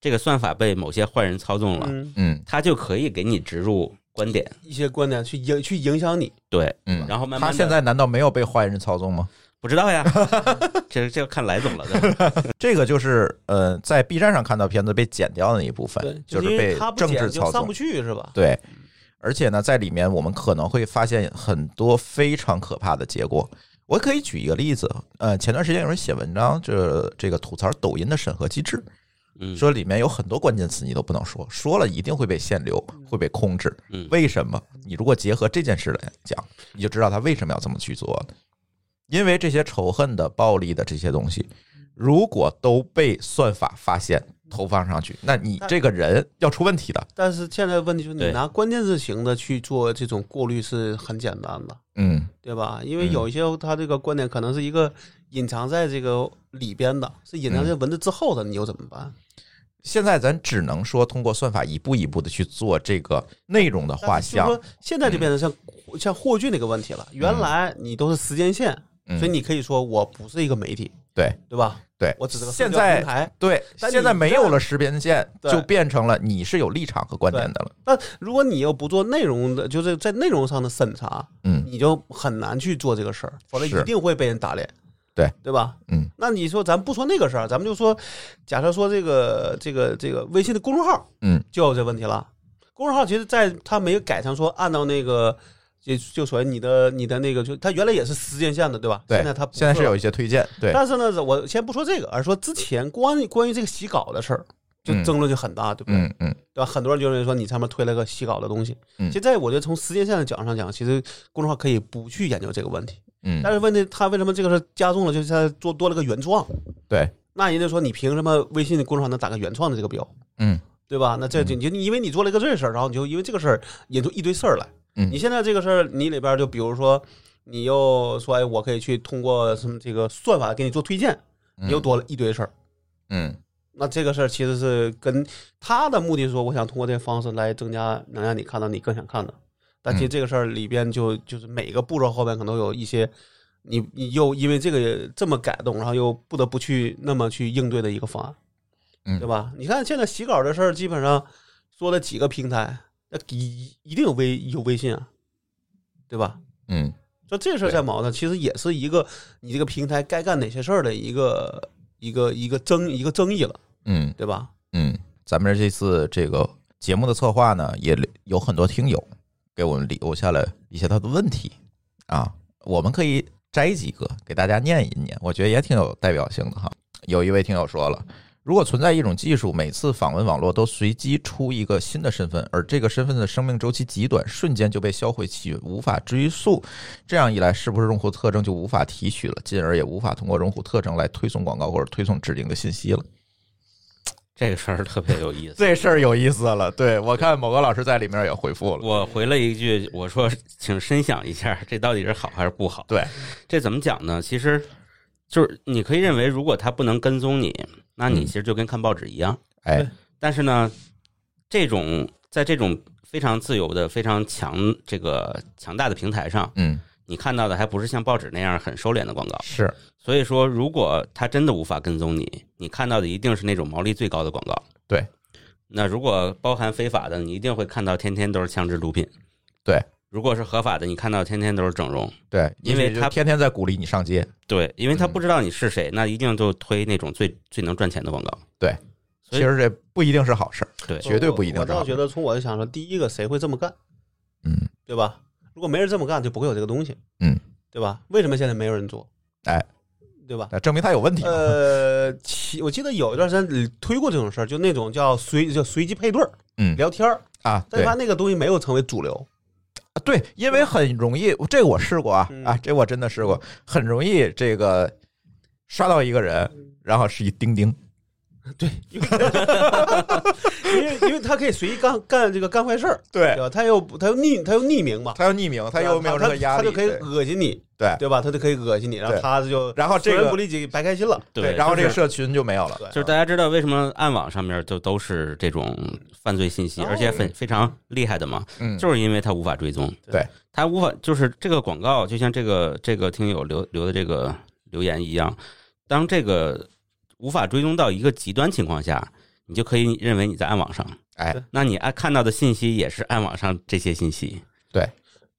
[SPEAKER 3] 这个算法被某些坏人操纵了，
[SPEAKER 4] 嗯
[SPEAKER 1] 嗯
[SPEAKER 3] 他就可以给你植入观点，
[SPEAKER 4] 一些观点去影去影响你，
[SPEAKER 3] 对，
[SPEAKER 1] 嗯。
[SPEAKER 3] 然后慢慢
[SPEAKER 1] 他
[SPEAKER 3] 地
[SPEAKER 1] 现在难道没有被坏人操纵吗？
[SPEAKER 3] 不知 道呀，这这个看来总了对吧
[SPEAKER 1] 这个就是呃，在 B 站上看到片子被剪掉的那一部分，
[SPEAKER 4] 就是因为
[SPEAKER 1] 被
[SPEAKER 4] 他不
[SPEAKER 1] 政
[SPEAKER 4] 剪
[SPEAKER 1] 治
[SPEAKER 4] 就
[SPEAKER 1] 操
[SPEAKER 4] 上
[SPEAKER 1] 纵
[SPEAKER 4] 不。去是吧？
[SPEAKER 1] 对，而且呢，在里面我们可能会发现很多非常可怕的结果。我可以举一个例子，呃，前段时间有人写文章，这这个吐槽抖音的审核机制，
[SPEAKER 3] 嗯，
[SPEAKER 1] 说里面有很多关键词你都不能说，说了一定会被限流，会被控制
[SPEAKER 3] 嗯。
[SPEAKER 1] 为什么？你如果结合这件事来讲，你就知道他为什么要这么去做了。因为这些仇恨的、暴力的这些东西，
[SPEAKER 3] 嗯
[SPEAKER 1] 如果都被算法发现投放上去，那你这个人要出问题的。
[SPEAKER 4] 但是现在问题就是你
[SPEAKER 3] 对
[SPEAKER 4] 拿关键字型的去做这种过滤是很简单的，
[SPEAKER 1] 嗯
[SPEAKER 4] 对吧？因为有一些他这个观点可能是一个隐藏在这个里边的，是隐藏在文字之后的，你又怎么办？
[SPEAKER 1] 现在咱只能说通过算法一步一步的去做这个内容的画
[SPEAKER 4] 但是就
[SPEAKER 1] 像嗯
[SPEAKER 4] 说，现在就变成像、像霍炬那个问题了。原来你都是时间线，
[SPEAKER 1] 嗯
[SPEAKER 4] 所以你可以说我不是一个媒体，
[SPEAKER 1] 对
[SPEAKER 4] 对吧？
[SPEAKER 1] 对，
[SPEAKER 4] 我只是个
[SPEAKER 1] 现
[SPEAKER 4] 社交平
[SPEAKER 1] 在
[SPEAKER 4] 台。
[SPEAKER 1] 对，
[SPEAKER 4] 但
[SPEAKER 1] 现在
[SPEAKER 4] 你
[SPEAKER 1] 没
[SPEAKER 4] 在
[SPEAKER 1] 有了识别线，
[SPEAKER 4] 对
[SPEAKER 1] 就变成了你是有立场和观点的了。
[SPEAKER 4] 但如果你又不做内容的，就是在内容上的审查，
[SPEAKER 1] 嗯，
[SPEAKER 4] 你就很难去做这个事儿，否则
[SPEAKER 1] 是
[SPEAKER 4] 一定会被人打脸。
[SPEAKER 1] 对
[SPEAKER 4] 对吧？
[SPEAKER 1] 嗯，
[SPEAKER 4] 那你说咱不说那个事儿，咱们就说，假设说这个这个这个微信的公众号，
[SPEAKER 1] 嗯，
[SPEAKER 4] 就有这问题了。公众号其实在它没有改成说按照那个，就就所谓你的你的那个，就它原来也是时间线的，对吧？
[SPEAKER 1] 对，
[SPEAKER 4] 现在它不
[SPEAKER 1] 现在是
[SPEAKER 4] 了
[SPEAKER 1] 有一些推荐，对，
[SPEAKER 4] 但是呢，我先不说这个，而说之前关于关于这个洗稿的事儿，就
[SPEAKER 1] 嗯
[SPEAKER 4] 争论就很大，对不对？
[SPEAKER 1] 嗯嗯
[SPEAKER 4] 对吧？很多人就认为说你上面推了个洗稿的东西。
[SPEAKER 1] 嗯
[SPEAKER 4] 现在我觉得从时间线的角度上讲，其实公众号可以不去研究这个问题，但
[SPEAKER 1] 嗯，
[SPEAKER 4] 是问题他为什么这个事儿加重了，就是他做多了个原创。
[SPEAKER 1] 对，
[SPEAKER 4] 那人家说你凭什么微信的公众号能打个原创的这个标，
[SPEAKER 1] 嗯
[SPEAKER 4] 对吧？那这就你就因为你做了一个这事儿，然后你就因为这个事儿引出一堆事儿来。
[SPEAKER 1] 嗯
[SPEAKER 4] 你现在这个事儿，你里边就比如说，你又说哎，我可以去通过什么这个算法给你做推荐，你又多了一堆事儿。
[SPEAKER 1] 嗯
[SPEAKER 4] 那这个事儿其实是跟他的目的是说，我想通过这个方式来增加，能让你看到你更想看的。但其实这个事儿里边就就是每个步骤后边可能有一些，你你又因为这个这么改动，然后又不得不去那么去应对的一个方案，
[SPEAKER 1] 嗯
[SPEAKER 4] 对吧？你看现在洗稿这事儿，基本上说了几个平台，那一一定有微有微信啊，对吧？
[SPEAKER 1] 嗯
[SPEAKER 4] 就这事儿在矛盾，其实也是一个你这个平台该干哪些事儿的一个一个一个争一个争议了，
[SPEAKER 1] 嗯
[SPEAKER 4] 对吧？
[SPEAKER 1] 嗯，咱们这次这个节目的策划呢，也有很多听友给我们留下了一些他的问题啊，我们可以摘几个给大家念一念，我觉得也挺有代表性的哈。有一位听友说了。如果存在一种技术，每次访问网络都随机出一个新的身份，而这个身份的生命周期极短，瞬间就被销毁其无法追溯，这样一来，是不是用户特征就无法提取了，进而也无法通过用户特征来推送广告或者推送指定的信息了？
[SPEAKER 3] 这个事儿特别有意思。
[SPEAKER 1] 这事儿有意思了，对我看某个老师在里面也回复了，
[SPEAKER 3] 我回了一句，我说，请深想一下，这到底是好还是不好？
[SPEAKER 1] 对，
[SPEAKER 3] 这怎么讲呢？其实就是你可以认为，如果它不能跟踪你，那你
[SPEAKER 1] 嗯
[SPEAKER 3] 其实就跟看报纸一样。
[SPEAKER 1] 哎
[SPEAKER 4] 对，
[SPEAKER 3] 但是呢，这种在这种非常自由的、非常强这个强大的平台上，
[SPEAKER 1] 嗯，
[SPEAKER 3] 你看到的还不是像报纸那样很收敛的广告。
[SPEAKER 1] 是，
[SPEAKER 3] 所以说，如果它真的无法跟踪你，你看到的一定是那种毛利最高的广告。
[SPEAKER 1] 对。
[SPEAKER 3] 那如果包含非法的，你一定会看到天天都是枪支毒品。
[SPEAKER 1] 对。
[SPEAKER 3] 如果是合法的，你看到天天都是整容，
[SPEAKER 1] 对，
[SPEAKER 3] 因为
[SPEAKER 1] 也许就
[SPEAKER 3] 他
[SPEAKER 1] 天天在鼓励你上街，
[SPEAKER 3] 对，因为他
[SPEAKER 1] 嗯
[SPEAKER 3] 不知道你是谁，那一定就推那种最最能赚钱的广告。
[SPEAKER 1] 其
[SPEAKER 3] 所以
[SPEAKER 1] 实这不一定是好事儿，
[SPEAKER 3] 对
[SPEAKER 1] 绝对不一定
[SPEAKER 4] 我
[SPEAKER 1] 是好
[SPEAKER 4] 倒
[SPEAKER 1] 事
[SPEAKER 4] 觉
[SPEAKER 1] 儿。
[SPEAKER 4] 得从我的想说，第一个谁会这么干，
[SPEAKER 1] 嗯，
[SPEAKER 4] 对吧？如果没人这么干，就不会有这个东西，
[SPEAKER 1] 嗯，
[SPEAKER 4] 对吧？为什么现在没有人做？
[SPEAKER 1] 哎，
[SPEAKER 4] 对吧？
[SPEAKER 1] 那证明他有问题嘛。
[SPEAKER 4] 呃，其我记得有一段时间推过这种事儿，就那种叫随叫随机配对儿
[SPEAKER 1] 嗯
[SPEAKER 4] 聊天儿，
[SPEAKER 1] 啊，
[SPEAKER 4] 但
[SPEAKER 1] 对
[SPEAKER 4] 是他那个东西没有成为主流，
[SPEAKER 1] 啊对，因为很容易，这个我试过啊
[SPEAKER 4] 嗯
[SPEAKER 1] 啊，这我真的试过，很容易这个刷到一个人，然后是一钉钉，
[SPEAKER 4] 因为因为他可以随意干干这个干坏事儿，对
[SPEAKER 1] 对，
[SPEAKER 4] 吧？他又不他又匿他又匿名嘛，
[SPEAKER 1] 他又匿名，他又没有任何压
[SPEAKER 4] 他
[SPEAKER 1] 力，
[SPEAKER 4] 就可以
[SPEAKER 1] 对
[SPEAKER 4] 恶心你，
[SPEAKER 1] 对
[SPEAKER 4] 对吧？他就可以恶心你，然后
[SPEAKER 1] 对
[SPEAKER 4] 他就
[SPEAKER 1] 然后这
[SPEAKER 4] 出人
[SPEAKER 1] 个
[SPEAKER 4] 不利己，白开心了，
[SPEAKER 1] 对，然后这
[SPEAKER 3] 就
[SPEAKER 1] 个
[SPEAKER 3] 是
[SPEAKER 1] 社群就没有了，
[SPEAKER 4] 对
[SPEAKER 3] 就是大家知道为什么暗网上面就都是这种犯罪信息，
[SPEAKER 4] 哦
[SPEAKER 3] 而且非非常厉害的嘛，
[SPEAKER 1] 嗯，
[SPEAKER 3] 就是因为它无法追踪。
[SPEAKER 1] 对，
[SPEAKER 3] 它无法就是这个广告，就像这个这个听友留留的这个留言一样，当这个无法追踪到一个极端情况下，你就可以认为你在暗网上。
[SPEAKER 1] 哎，
[SPEAKER 3] 那你按看到的信息也是暗网上这些信息，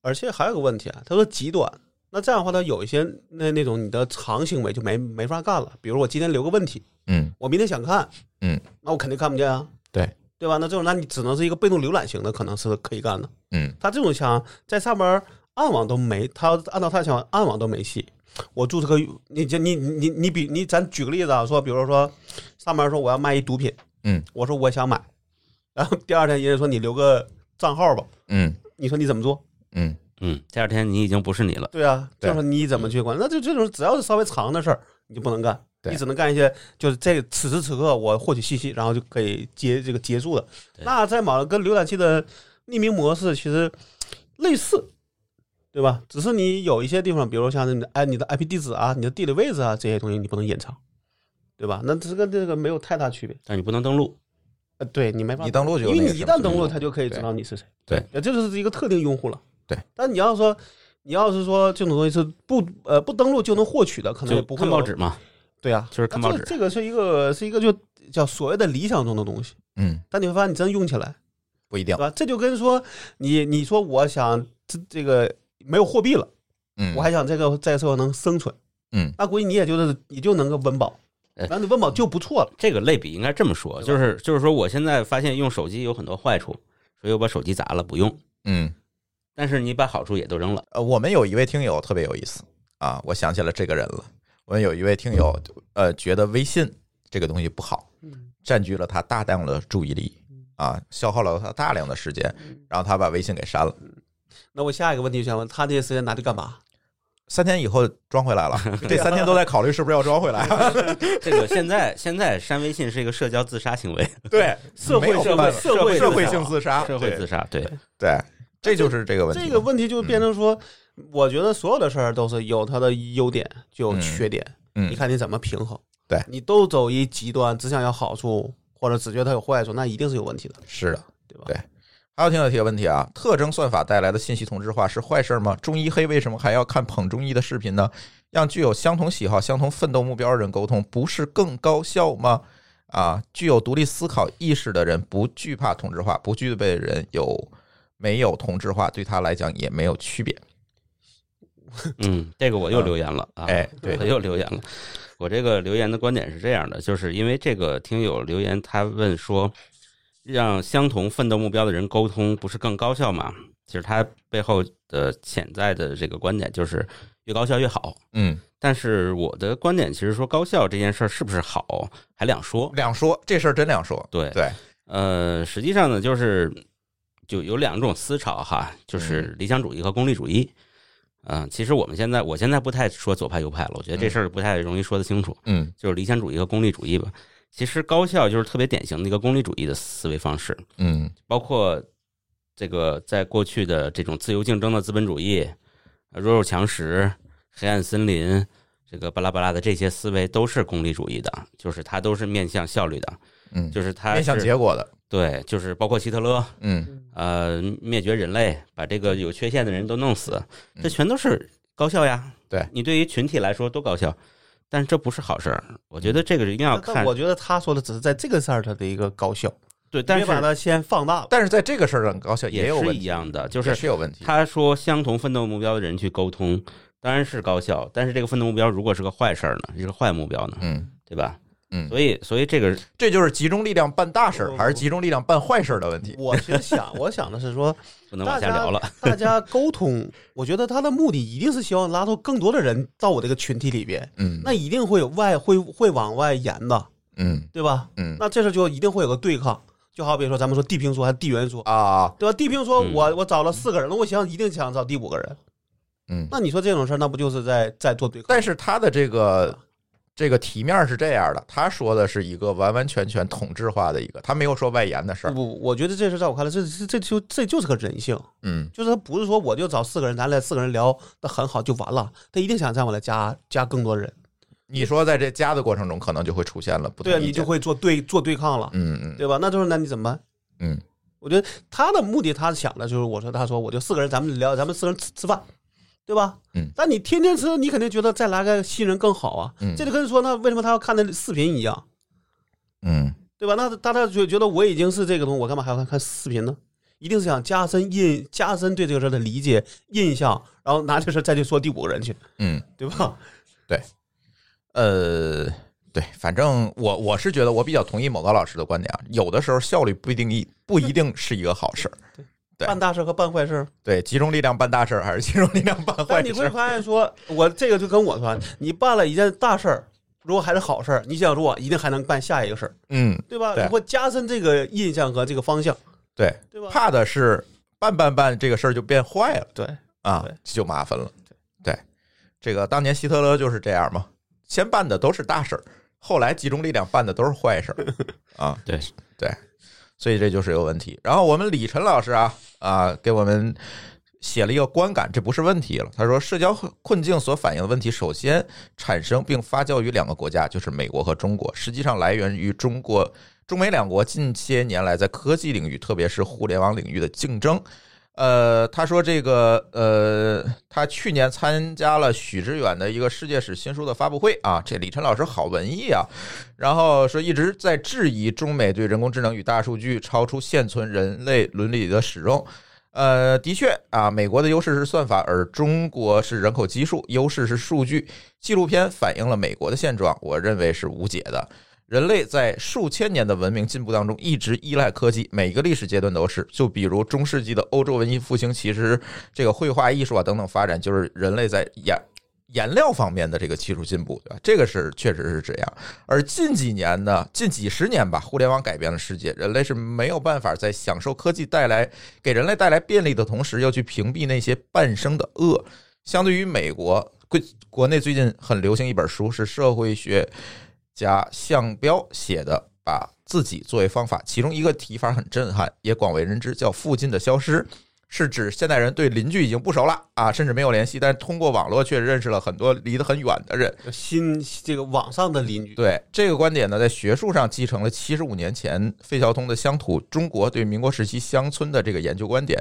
[SPEAKER 4] 而且还有个问题啊，他说极端，那这样的话，他有一些那那种你的长行为就没没法干了。比如我今天留个问题，
[SPEAKER 1] 嗯
[SPEAKER 4] 我明天想看，
[SPEAKER 1] 嗯，
[SPEAKER 4] 那我肯定看不见啊，
[SPEAKER 1] 对
[SPEAKER 4] 对吧？那这种，那你只能是一个被动浏览型的，可能是可以干的。
[SPEAKER 1] 嗯，
[SPEAKER 4] 他这种想在上面暗网都没，他要按照他的想法暗网都没戏。我注册个，你这你你你你比你咱举个例子啊，说比如说上面说我要卖一毒品，
[SPEAKER 1] 嗯，
[SPEAKER 4] 我说我想买，然后第二天人家说你留个账号吧，
[SPEAKER 1] 嗯
[SPEAKER 4] 你说你怎么做？
[SPEAKER 1] 嗯，
[SPEAKER 3] 嗯，第二天你已经不是你了。
[SPEAKER 4] 对啊，
[SPEAKER 1] 对
[SPEAKER 4] 就是你怎么去管？那就这种只要是稍微长的事儿，你就不能干，
[SPEAKER 1] 对
[SPEAKER 4] 你只能干一些就是这此时此刻我获取信息，然后就可以接这个结束的。
[SPEAKER 3] 对
[SPEAKER 4] 那在网上跟浏览器的匿名模式其实类似，对吧？只是你有一些地方，比如像你的哎你的 IP 地址啊、你的地理位置啊这些东西，你不能隐藏，对吧？那这个这个没有太大区别。
[SPEAKER 3] 但是你不能登录，
[SPEAKER 4] 呃，对你没法
[SPEAKER 1] 你登录就有
[SPEAKER 4] 因为
[SPEAKER 1] 那个
[SPEAKER 4] 你一
[SPEAKER 1] 什么
[SPEAKER 4] 旦登录，他就可以知道你是谁。
[SPEAKER 1] 对，
[SPEAKER 4] 这就是一个特定用户了。
[SPEAKER 1] 对，
[SPEAKER 4] 但你要说，你要是说这种东西是不呃不登录就能获取的，可能也
[SPEAKER 3] 就
[SPEAKER 4] 不会
[SPEAKER 3] 看
[SPEAKER 4] 有
[SPEAKER 3] 报纸。嘛。
[SPEAKER 4] 对啊，
[SPEAKER 3] 就是看
[SPEAKER 4] 那
[SPEAKER 3] 报纸
[SPEAKER 4] 这这个是一个是一个就叫所谓的理想中的东西，
[SPEAKER 1] 嗯，
[SPEAKER 4] 但你会发现你真用起来，
[SPEAKER 1] 不一定
[SPEAKER 4] 对，吧？这就跟说你你说我想这这个没有货币了，
[SPEAKER 1] 嗯，
[SPEAKER 4] 我还想这个在社会能生存，
[SPEAKER 1] 嗯，
[SPEAKER 4] 那估计你也就是你就能够温饱，
[SPEAKER 3] 哎
[SPEAKER 4] 然后你温饱就不错了。
[SPEAKER 3] 这个类比应该这么说，
[SPEAKER 4] 对
[SPEAKER 3] 就
[SPEAKER 4] 吧
[SPEAKER 3] 是就是说，我现在发现用手机有很多坏处，所以我把手机砸了不用，
[SPEAKER 1] 嗯，
[SPEAKER 3] 但是你把好处也都扔了。
[SPEAKER 1] 呃，我们有一位听友特别有意思啊，我想起了这个人了。我们有一位听友，呃，觉得微信这个东西不好，
[SPEAKER 4] 嗯
[SPEAKER 1] 占据了他大量的注意力啊，消耗了他大量的时间，
[SPEAKER 4] 嗯
[SPEAKER 1] 然后他把微信给删了。
[SPEAKER 4] 那我下一个问题就想问，他这些时间拿去干嘛？
[SPEAKER 1] 三天以后装回来 了，这三天都在考虑是不是要装回来。
[SPEAKER 3] 这个现在现在删微信是一个社交自杀行为，
[SPEAKER 1] 对，
[SPEAKER 4] 社
[SPEAKER 1] 没有
[SPEAKER 4] 社
[SPEAKER 1] 办
[SPEAKER 4] 会
[SPEAKER 1] 法
[SPEAKER 4] 社会
[SPEAKER 1] 社
[SPEAKER 4] 社
[SPEAKER 1] 会性自杀，
[SPEAKER 3] 社会自杀。对，
[SPEAKER 1] 对，对这就是这个问题。嗯
[SPEAKER 4] 这个问题就变成说，我觉得所有的事儿都是有它的优点，就有缺点，
[SPEAKER 1] 嗯
[SPEAKER 4] 你，看你怎么平衡。
[SPEAKER 1] 对
[SPEAKER 4] 你都走一极端，只想要好处，或者只觉得它有坏处，那一定是有问题的，
[SPEAKER 1] 是的，
[SPEAKER 4] 对吧？
[SPEAKER 1] 对还有听友提个问题啊，特征算法带来的信息同质化是坏事吗？中医黑为什么还要看捧中医的视频呢？让具有相同喜好、相同奋斗目标的人沟通，不是更高效吗？啊，具有独立思考意识的人不惧怕同质化，不具备的人有没有同质化，对他来讲也没有区别。
[SPEAKER 3] 嗯，这个我又留言了啊，
[SPEAKER 1] 哎，对
[SPEAKER 3] 我，又留言了。我这个留言的观点是这样的，就是因为这个听友留言，他问说，让相同奋斗目标的人沟通，不是更高效吗？其实他背后的潜在的这个观点就是，越高效越好。
[SPEAKER 1] 嗯，
[SPEAKER 3] 但是我的观点其实说高效这件事儿是不是好还两说。
[SPEAKER 1] 两说这事儿真两说。
[SPEAKER 3] 对，
[SPEAKER 1] 对，
[SPEAKER 3] 呃，实际上呢，就是就有两种思潮哈，就是理想主义和功利主义。嗯、其实我们现在我现在不太说左派右派了，我觉得这事儿不太容易说得清楚，
[SPEAKER 1] 嗯
[SPEAKER 3] 就是理想主义和功利主义吧。其实高效就是特别典型的一个功利主义的思维方式，
[SPEAKER 1] 嗯
[SPEAKER 3] 包括这个在过去的这种自由竞争的资本主义、呃弱肉强食、黑暗森林，这个巴拉巴拉的这些思维都是功利主义的，就是它都是面向效率的，
[SPEAKER 1] 嗯，
[SPEAKER 3] 就是它
[SPEAKER 1] 面向
[SPEAKER 3] 是
[SPEAKER 1] 结果的。
[SPEAKER 3] 对，就是包括希特勒，
[SPEAKER 1] 嗯
[SPEAKER 3] 呃，灭绝人类，把这个有缺陷的人都弄死，这全都是高效呀。
[SPEAKER 1] 嗯对
[SPEAKER 3] 你对于群体来说都高效，但是这不是好事儿。我觉得这个一定要
[SPEAKER 4] 但但
[SPEAKER 3] 看
[SPEAKER 4] 我觉得他说的只是在这个事儿它的一个高效，
[SPEAKER 3] 对，但
[SPEAKER 4] 别把
[SPEAKER 3] 是
[SPEAKER 4] 它先放大了。
[SPEAKER 1] 但是在这个事儿上，高校有
[SPEAKER 3] 是
[SPEAKER 1] 问
[SPEAKER 3] 一
[SPEAKER 1] 题，
[SPEAKER 3] 样的，就
[SPEAKER 1] 也
[SPEAKER 3] 是
[SPEAKER 1] 是有问题。
[SPEAKER 3] 他说相同奋斗目标的人去沟通，当然是高效，但是这个奋斗目标如果是个坏事儿呢，是个坏目标呢，
[SPEAKER 1] 嗯
[SPEAKER 3] 对吧？
[SPEAKER 1] 嗯，
[SPEAKER 3] 所以，所以这个
[SPEAKER 1] 这就是集中力量办大事
[SPEAKER 4] 不
[SPEAKER 1] 儿，
[SPEAKER 4] 不
[SPEAKER 1] 还是集中力量办坏事儿的问题。
[SPEAKER 4] 我其实想，我想的是说，
[SPEAKER 3] 不能往下聊 了。
[SPEAKER 4] 大家沟通，我觉得他的目的一定是希望拉到更多的人到我这个群体里边，
[SPEAKER 1] 嗯，
[SPEAKER 4] 那一定会有外会会往外延的，
[SPEAKER 1] 嗯
[SPEAKER 4] 对吧？
[SPEAKER 1] 嗯
[SPEAKER 4] 那这时候就一定会有个对抗，就好比说咱们说地平说还是地缘说，
[SPEAKER 1] 啊
[SPEAKER 4] 对吧？地平说
[SPEAKER 3] 嗯
[SPEAKER 4] 我我找了四个人，那我想一定想找第五个人，
[SPEAKER 1] 嗯，
[SPEAKER 4] 那你说这种事儿，那不就是在在做对抗？
[SPEAKER 1] 但是他的这个。这个题面是这样的，他说的是一个完完全全统治化的一个，他没有说外延的事
[SPEAKER 4] 不
[SPEAKER 1] 儿。
[SPEAKER 4] 不，我觉得这事在我看来，这这这就这就是个人性，
[SPEAKER 1] 嗯
[SPEAKER 4] 就是他不是说我就找四个人，咱俩四个人聊的很好就完了，他一定想再往来加加更多人，
[SPEAKER 1] 你说在这加的过程中，可能就会出现了不同
[SPEAKER 4] 对啊，
[SPEAKER 1] 意
[SPEAKER 4] 你就
[SPEAKER 1] 见
[SPEAKER 4] 会做对做对抗了，
[SPEAKER 1] 嗯嗯
[SPEAKER 4] 对吧？那就是那你怎么办？
[SPEAKER 1] 嗯
[SPEAKER 4] 我觉得他的目的，他想的就是，我说他说我就四个人，咱们聊，咱们四个人吃吃饭，对吧？
[SPEAKER 1] 嗯
[SPEAKER 4] 但你天天吃，你肯定觉得再来个新人更好啊。
[SPEAKER 1] 嗯
[SPEAKER 4] 这就跟说那为什么他要看那视频一样，
[SPEAKER 1] 嗯
[SPEAKER 4] 对吧？那大家就觉得我已经是这个东西，我干嘛还要看看视频呢？一定是想加深印加深对这个事儿的理解印象，然后拿这事儿再去说第五个人去，
[SPEAKER 1] 嗯，
[SPEAKER 4] 对吧？
[SPEAKER 1] 呃，对，反正我我是觉得我比较同意某高老师的观点啊，有的时候效率不一定一不一定是一个好事儿。对
[SPEAKER 4] 办大事和办坏事儿，
[SPEAKER 1] 对，集中力量办大事儿还是集中力量办坏
[SPEAKER 4] 但你
[SPEAKER 1] 事
[SPEAKER 4] 会
[SPEAKER 1] 儿？
[SPEAKER 4] 发现说，我这个就跟我说，啊你办了一件大事儿，如果还是好事儿，你想说我一定还能办下一个事儿。
[SPEAKER 1] 嗯，
[SPEAKER 4] 对吧？
[SPEAKER 1] 对
[SPEAKER 4] 你会加深这个印象和这个方向，
[SPEAKER 1] 对，
[SPEAKER 4] 对吧？
[SPEAKER 1] 怕的是办办办这个事儿就变坏了
[SPEAKER 4] 对，
[SPEAKER 1] 啊
[SPEAKER 4] 对，
[SPEAKER 1] 就麻烦了。对，这个当年希特勒就是这样嘛，先办的都是大事儿，后来集中力量办的都是坏事儿啊。
[SPEAKER 3] 对
[SPEAKER 1] 对，所以这就是有问题。然后我们李晨老师啊啊，给我们写了一个观感，这不是问题了。他说，社交困境所反映的问题，首先产生并发酵于两个国家，就是美国和中国，实际上来源于中国。中美两国近些年来在科技领域，特别是互联网领域的竞争。呃，他说这个呃，他去年参加了许知远的一个世界史新书的发布会啊，这李晨老师好文艺啊，然后说一直在质疑中美对人工智能与大数据超出现存人类伦理的使用。呃，的确啊，美国的优势是算法，而中国是人口基数，优势是数据。纪录片反映了美国的现状，我认为是无解的。人类在数千年的文明进步当中一直依赖科技，每个历史阶段都是。就比如中世纪的欧洲文艺复兴，其实这个绘画艺术啊等等发展，就是人类在颜颜料方面的这个技术进步，对吧？这个是确实是这样。而近几年呢，近几十年吧，互联网改变了世界，人类是没有办法在享受科技带来给人类带来便利的同时，又去屏蔽那些伴生的恶。相对于美国，国国内最近很流行一本书，是社会学家项彪写的《把自己作为方法》，其中一个提法很震撼，也广为人知，叫“附近的消失”。是指现代人对邻居已经不熟了啊，甚至没有联系，但通过网络却认识了很多离得很远的人。
[SPEAKER 4] 新这个网上的邻居，
[SPEAKER 1] 对这个观点呢，在学术上继承了七十五年前费孝通的《乡土中国对民国时期乡村的这个研究观点》。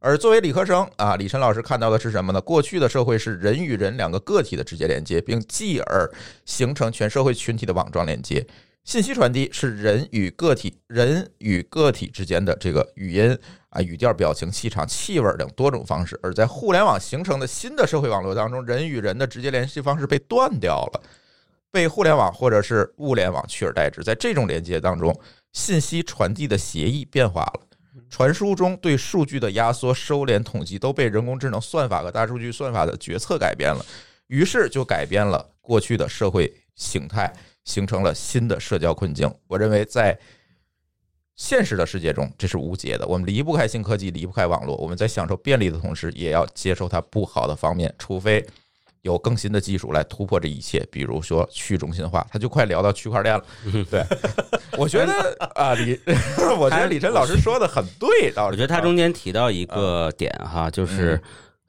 [SPEAKER 1] 而作为理科生啊，李晨老师看到的是什么呢？过去的社会是人与人两个个体的直接连接，并继而形成全社会群体的网状连接。信息传递是人与个体、人与个体之间的这个语音啊、语调、表情、气场、气味等多种方式。而在互联网形成的新的社会网络当中，人与人的直接联系方式被断掉了。被互联网或者是物联网取而代之。在这种连接当中，信息传递的协议变化了，传输中对数据的压缩、收敛、统计都被人工智能算法和大数据算法的决策改变了，于是就改变了过去的社会形态，形成了新的社交困境。我认为在。现实的世界中，这是无解的。我们离不开新科技，离不开网络。我们在享受便利的同时，也要接受它不好的方面，除非有更新的技术来突破这一切，比如说去中心化，他就快聊到区块链 了。对，我觉得啊，李， 我觉得李晨老师说的很对，倒
[SPEAKER 3] 我
[SPEAKER 1] 是
[SPEAKER 3] 觉得他中间提到一个点哈，就是。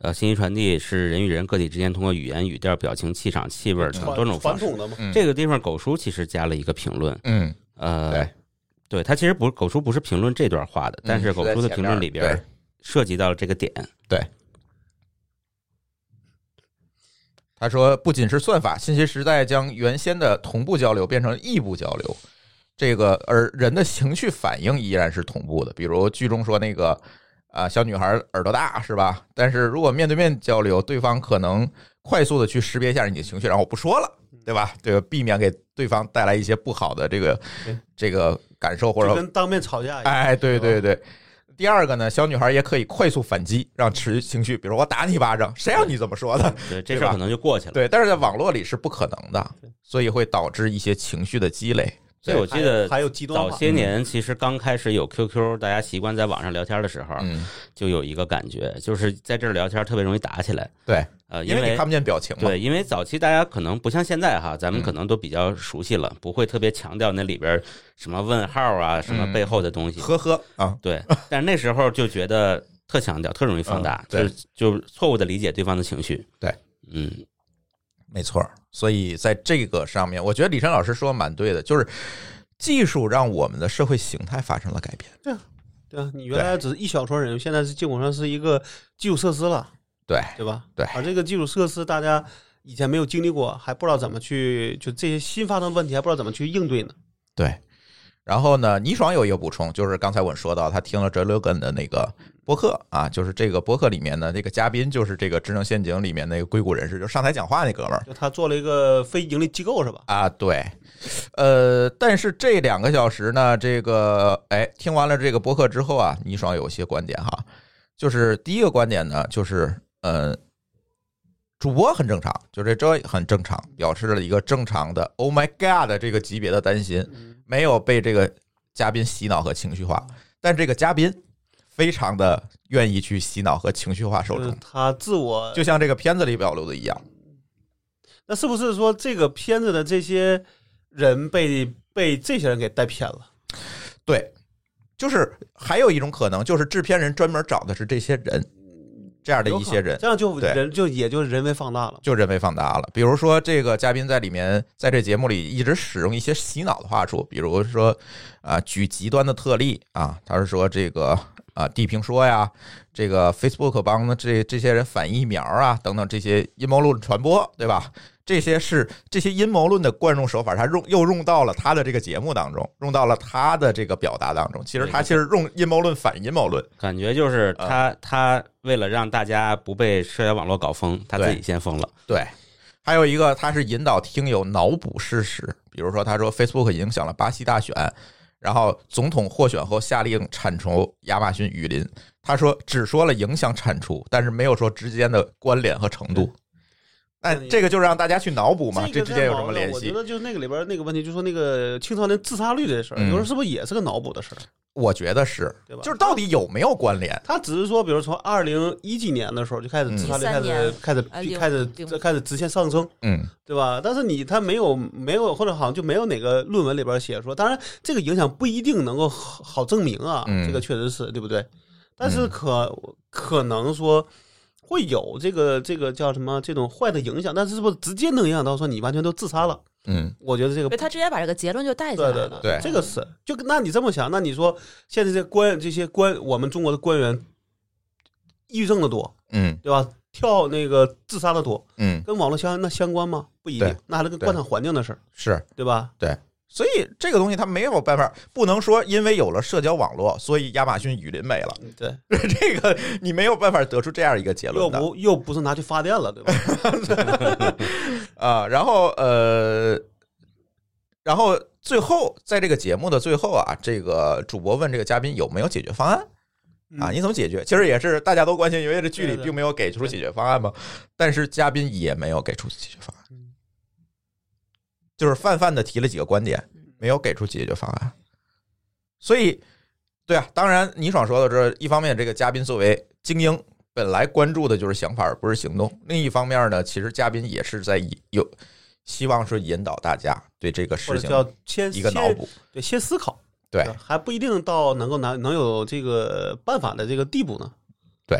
[SPEAKER 3] 呃，信息传递是人与人个体之间通过语言、语调、表情、气场、气味等
[SPEAKER 4] 传
[SPEAKER 3] 多种
[SPEAKER 4] 传
[SPEAKER 3] 方式。
[SPEAKER 4] 统的嘛，
[SPEAKER 1] 嗯
[SPEAKER 3] 这个地方，狗叔其实加了一个评论，
[SPEAKER 1] 嗯，
[SPEAKER 3] 呃，
[SPEAKER 1] 对
[SPEAKER 3] 对他其实不是狗叔不是评论这段话的，但是狗叔的评论里
[SPEAKER 1] 是在前
[SPEAKER 3] 边
[SPEAKER 1] 面
[SPEAKER 3] 涉及到了这个点，
[SPEAKER 1] 他说不仅是算法，信息时代将原先的同步交流变成异步交流。这个而人的情绪反应依然是同步的。比如剧中说那个啊、小女孩耳朵大是吧？但是如果面对面交流，对方可能快速的去识别一下你的情绪，然后我不说了，
[SPEAKER 4] 嗯
[SPEAKER 1] 对吧？这个避免给对方带来一些不好的这个
[SPEAKER 4] 对
[SPEAKER 1] 这个感受或
[SPEAKER 4] 哎
[SPEAKER 1] 者
[SPEAKER 4] 就跟当面吵架一样。
[SPEAKER 1] 哎，对对
[SPEAKER 4] 是吧，
[SPEAKER 1] 对。第二个呢，小女孩也可以快速反击，让持情绪，比如我打你一巴掌，谁让你这么说的？
[SPEAKER 3] 对，这事儿可能就过去了。
[SPEAKER 1] 对，但是在网络里是不可能的，所以会导致一些情绪的积累。
[SPEAKER 3] 所以我记得
[SPEAKER 4] 还有极端
[SPEAKER 3] 早
[SPEAKER 4] 化，
[SPEAKER 1] 嗯
[SPEAKER 3] 些年其实刚开始有 QQ，大家习惯在网上聊天的时候，
[SPEAKER 1] 嗯，
[SPEAKER 3] 就有一个感觉，就是在这儿聊天特别容易打起来。
[SPEAKER 1] 对，
[SPEAKER 3] 呃，
[SPEAKER 1] 因
[SPEAKER 3] 因
[SPEAKER 1] 为你看不见表情嘛。
[SPEAKER 3] 对，因为早期大家可能不像现在哈，咱们
[SPEAKER 1] 嗯
[SPEAKER 3] 可能都比较熟悉了，不会特别强调那里边什么问号啊，什么背后的东
[SPEAKER 1] 嗯
[SPEAKER 3] 西。
[SPEAKER 1] 呵呵啊，
[SPEAKER 3] 对，但是那时候就觉得特强调，特容易放大
[SPEAKER 1] 嗯，对
[SPEAKER 3] 就是就是错误的理解对方的情绪。
[SPEAKER 1] 对，
[SPEAKER 3] 嗯，
[SPEAKER 1] 没错儿。所以在这个上面，我觉得李晨老师说得蛮对的，就是技术让我们的社会形态发生了改变。
[SPEAKER 4] 对啊，你原来只是一小撮人，现在是基本上是一个基础设施了，
[SPEAKER 1] 对，
[SPEAKER 4] 对吧？
[SPEAKER 1] 对
[SPEAKER 4] 而这个基础设施大家以前没有经历过，还不知道怎么去，就这些新发生的问题还不知道怎么去应对呢。
[SPEAKER 1] 对，然后呢，倪爽有一个补充，就是刚才我说到他听了哲罗根的那个播客啊，就是这个播客里面呢，这个嘉宾就是这个《职能陷阱》里面那个硅谷人士，就上台讲话那哥们儿
[SPEAKER 4] 就他做了一个非盈利机构是吧？
[SPEAKER 1] 啊，对，呃，但是这两个小时呢，这个哎，听完了这个播客之后啊，倪爽有一些观点哈，就是第一个观点呢，就是呃，主播很正常，就这这很正常，表示了一个正常的 “Oh my God” 这个级别的担心，没有被这个嘉宾洗脑和情绪化，但这个嘉宾非常的愿意去洗脑和情绪化受
[SPEAKER 4] 就是
[SPEAKER 1] 众，
[SPEAKER 4] 他自我
[SPEAKER 1] 就像这个片子里表露的一样，
[SPEAKER 4] 那是不是说这个片子的这些人被被这些人给带偏了？
[SPEAKER 1] 对，就是还有一种可能，就是制片人专门找的是这些人，这样的一些
[SPEAKER 4] 有可能
[SPEAKER 1] 人
[SPEAKER 4] 这样就
[SPEAKER 1] 对
[SPEAKER 4] 人就也就人为放大了。
[SPEAKER 1] 就人为放大了。比如说，这个嘉宾在里面在这节目里一直使用一些洗脑的话术，比如说啊，举极端的特例啊，他是说这个啊，地平说呀，这个 Facebook 帮的这这些人反疫苗啊，等等这些阴谋论传播，对吧？这些是这些阴谋论的惯用手法，他用又用到了他的这个节目当中，用到了他的这个表达当中。其实他其实用阴谋论反阴谋论，
[SPEAKER 3] 感觉就是
[SPEAKER 1] 嗯
[SPEAKER 3] 他他为了让大家不被社交网络搞疯，他自己
[SPEAKER 1] 对
[SPEAKER 3] 先疯了。
[SPEAKER 1] 对，还有一个，他是引导听友脑补事实，比如说他说 Facebook 影响了巴西大选，然后总统获选后下令铲除亚马逊雨林。他说只说了影响铲除，但是没有说之间的关联和程度。那这个就让大家去脑补嘛，这
[SPEAKER 4] 个
[SPEAKER 1] 之间有
[SPEAKER 4] 太
[SPEAKER 1] 什么
[SPEAKER 4] 矛盾了
[SPEAKER 1] 联
[SPEAKER 4] 我觉
[SPEAKER 1] 系？
[SPEAKER 4] 得就是那个里边那个问题，就说那个青少年自杀率这事儿，
[SPEAKER 1] 嗯
[SPEAKER 4] 有时候是不是也是个脑补的事儿，
[SPEAKER 1] 我觉得是，
[SPEAKER 4] 对吧？
[SPEAKER 1] 就是到底有没有关联？
[SPEAKER 4] 他只是说，比如从二零一几年的时候就开始自杀率开
[SPEAKER 2] 13
[SPEAKER 4] 始
[SPEAKER 2] 年
[SPEAKER 4] 开始
[SPEAKER 2] 呃零
[SPEAKER 4] 开始
[SPEAKER 2] 零
[SPEAKER 4] 开始直线上升，
[SPEAKER 1] 嗯，
[SPEAKER 4] 对吧？但是你他没有没有，或者好像就没有哪个论文里边写说，当然这个影响不一定能够好好证明啊，
[SPEAKER 1] 嗯
[SPEAKER 4] 这个确实是对不对？但是可可能说会有这个这个叫什么这种坏的影响，但是是不是直接能影响到说你完全都自杀了？
[SPEAKER 1] 嗯，
[SPEAKER 4] 我觉得这个
[SPEAKER 2] 对他直接把这个结论就带进来
[SPEAKER 4] 对
[SPEAKER 2] 了。
[SPEAKER 4] 对对，
[SPEAKER 1] 对
[SPEAKER 4] 这个是就跟那你这么想，那你说现在这官这些官，我们中国的官员抑郁症的多，
[SPEAKER 1] 嗯
[SPEAKER 4] 对吧？跳那个自杀的多，
[SPEAKER 1] 嗯，
[SPEAKER 4] 跟网络相那相关吗？不一定
[SPEAKER 1] 对，
[SPEAKER 4] 那还是跟
[SPEAKER 1] 对
[SPEAKER 4] 官场环境的事儿，
[SPEAKER 1] 是。
[SPEAKER 4] 对吧？
[SPEAKER 1] 所以这个东西它没有办法，不能说因为有了社交网络，所以亚马逊雨林没了。
[SPEAKER 4] 对，
[SPEAKER 1] 这个你没有办法得出这样一个结
[SPEAKER 4] 嗯又
[SPEAKER 1] 论的
[SPEAKER 4] 不又不是拿去发电 了，对吧？
[SPEAKER 1] 啊。然后呃，然后最后在这个节目的最后啊，这个主播问这个嘉宾有没有解决方案啊？
[SPEAKER 4] 嗯
[SPEAKER 1] 你怎么解决？其实也是大家都关心，因为这剧里
[SPEAKER 4] 对对
[SPEAKER 1] 并没有给出解决方案嘛，但是嘉宾也没有给出解决方案
[SPEAKER 4] 嗯，
[SPEAKER 1] 就是泛泛的提了几个观点，
[SPEAKER 4] 嗯
[SPEAKER 1] 没有给出解决方案，所以。对啊，当然，倪爽说到这，一方面这个嘉宾作为精英，本来关注的就是想法而不是行动；另一方面呢，其实嘉宾也是在以有希望是引导大家对这个
[SPEAKER 4] 或
[SPEAKER 1] 事
[SPEAKER 4] 者
[SPEAKER 1] 情
[SPEAKER 4] 叫先
[SPEAKER 1] 一个脑
[SPEAKER 4] 先
[SPEAKER 1] 补。
[SPEAKER 4] 对，先思考，
[SPEAKER 1] 对
[SPEAKER 4] 还不一定到能够拿能有这个办法的这个地步呢。
[SPEAKER 1] 对，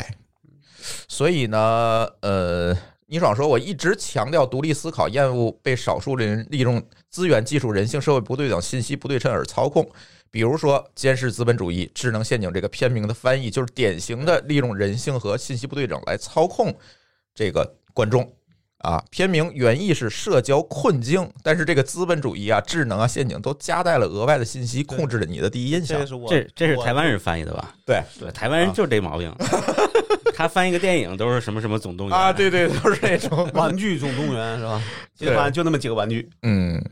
[SPEAKER 1] 所以呢，呃，倪爽说，我一直强调独立思考，厌恶被少数人利用资源、技术、人性、社会不对等、信息不对称而操控。比如说，监视资本主义、智能陷阱这个片名的翻译，就是典型的利用人性和信息不对等来操控这个观众。啊，片名原意是社交困境，但是这个资本主义啊、智能啊、陷阱都夹带了额外的信息，
[SPEAKER 4] 对
[SPEAKER 1] 控制了你的第一印
[SPEAKER 4] 这
[SPEAKER 1] 象
[SPEAKER 4] 个。是我
[SPEAKER 3] 这这是
[SPEAKER 4] 我
[SPEAKER 3] 台湾人翻译的吧？
[SPEAKER 1] 对
[SPEAKER 3] 对，台
[SPEAKER 4] 啊
[SPEAKER 3] 湾人就这毛病，他翻一个电影都是什么什么总动员
[SPEAKER 1] 啊，，对对，都是那种
[SPEAKER 4] 玩具总动员是吧？就
[SPEAKER 1] 对
[SPEAKER 4] 反正就那么几个玩具，
[SPEAKER 1] 嗯，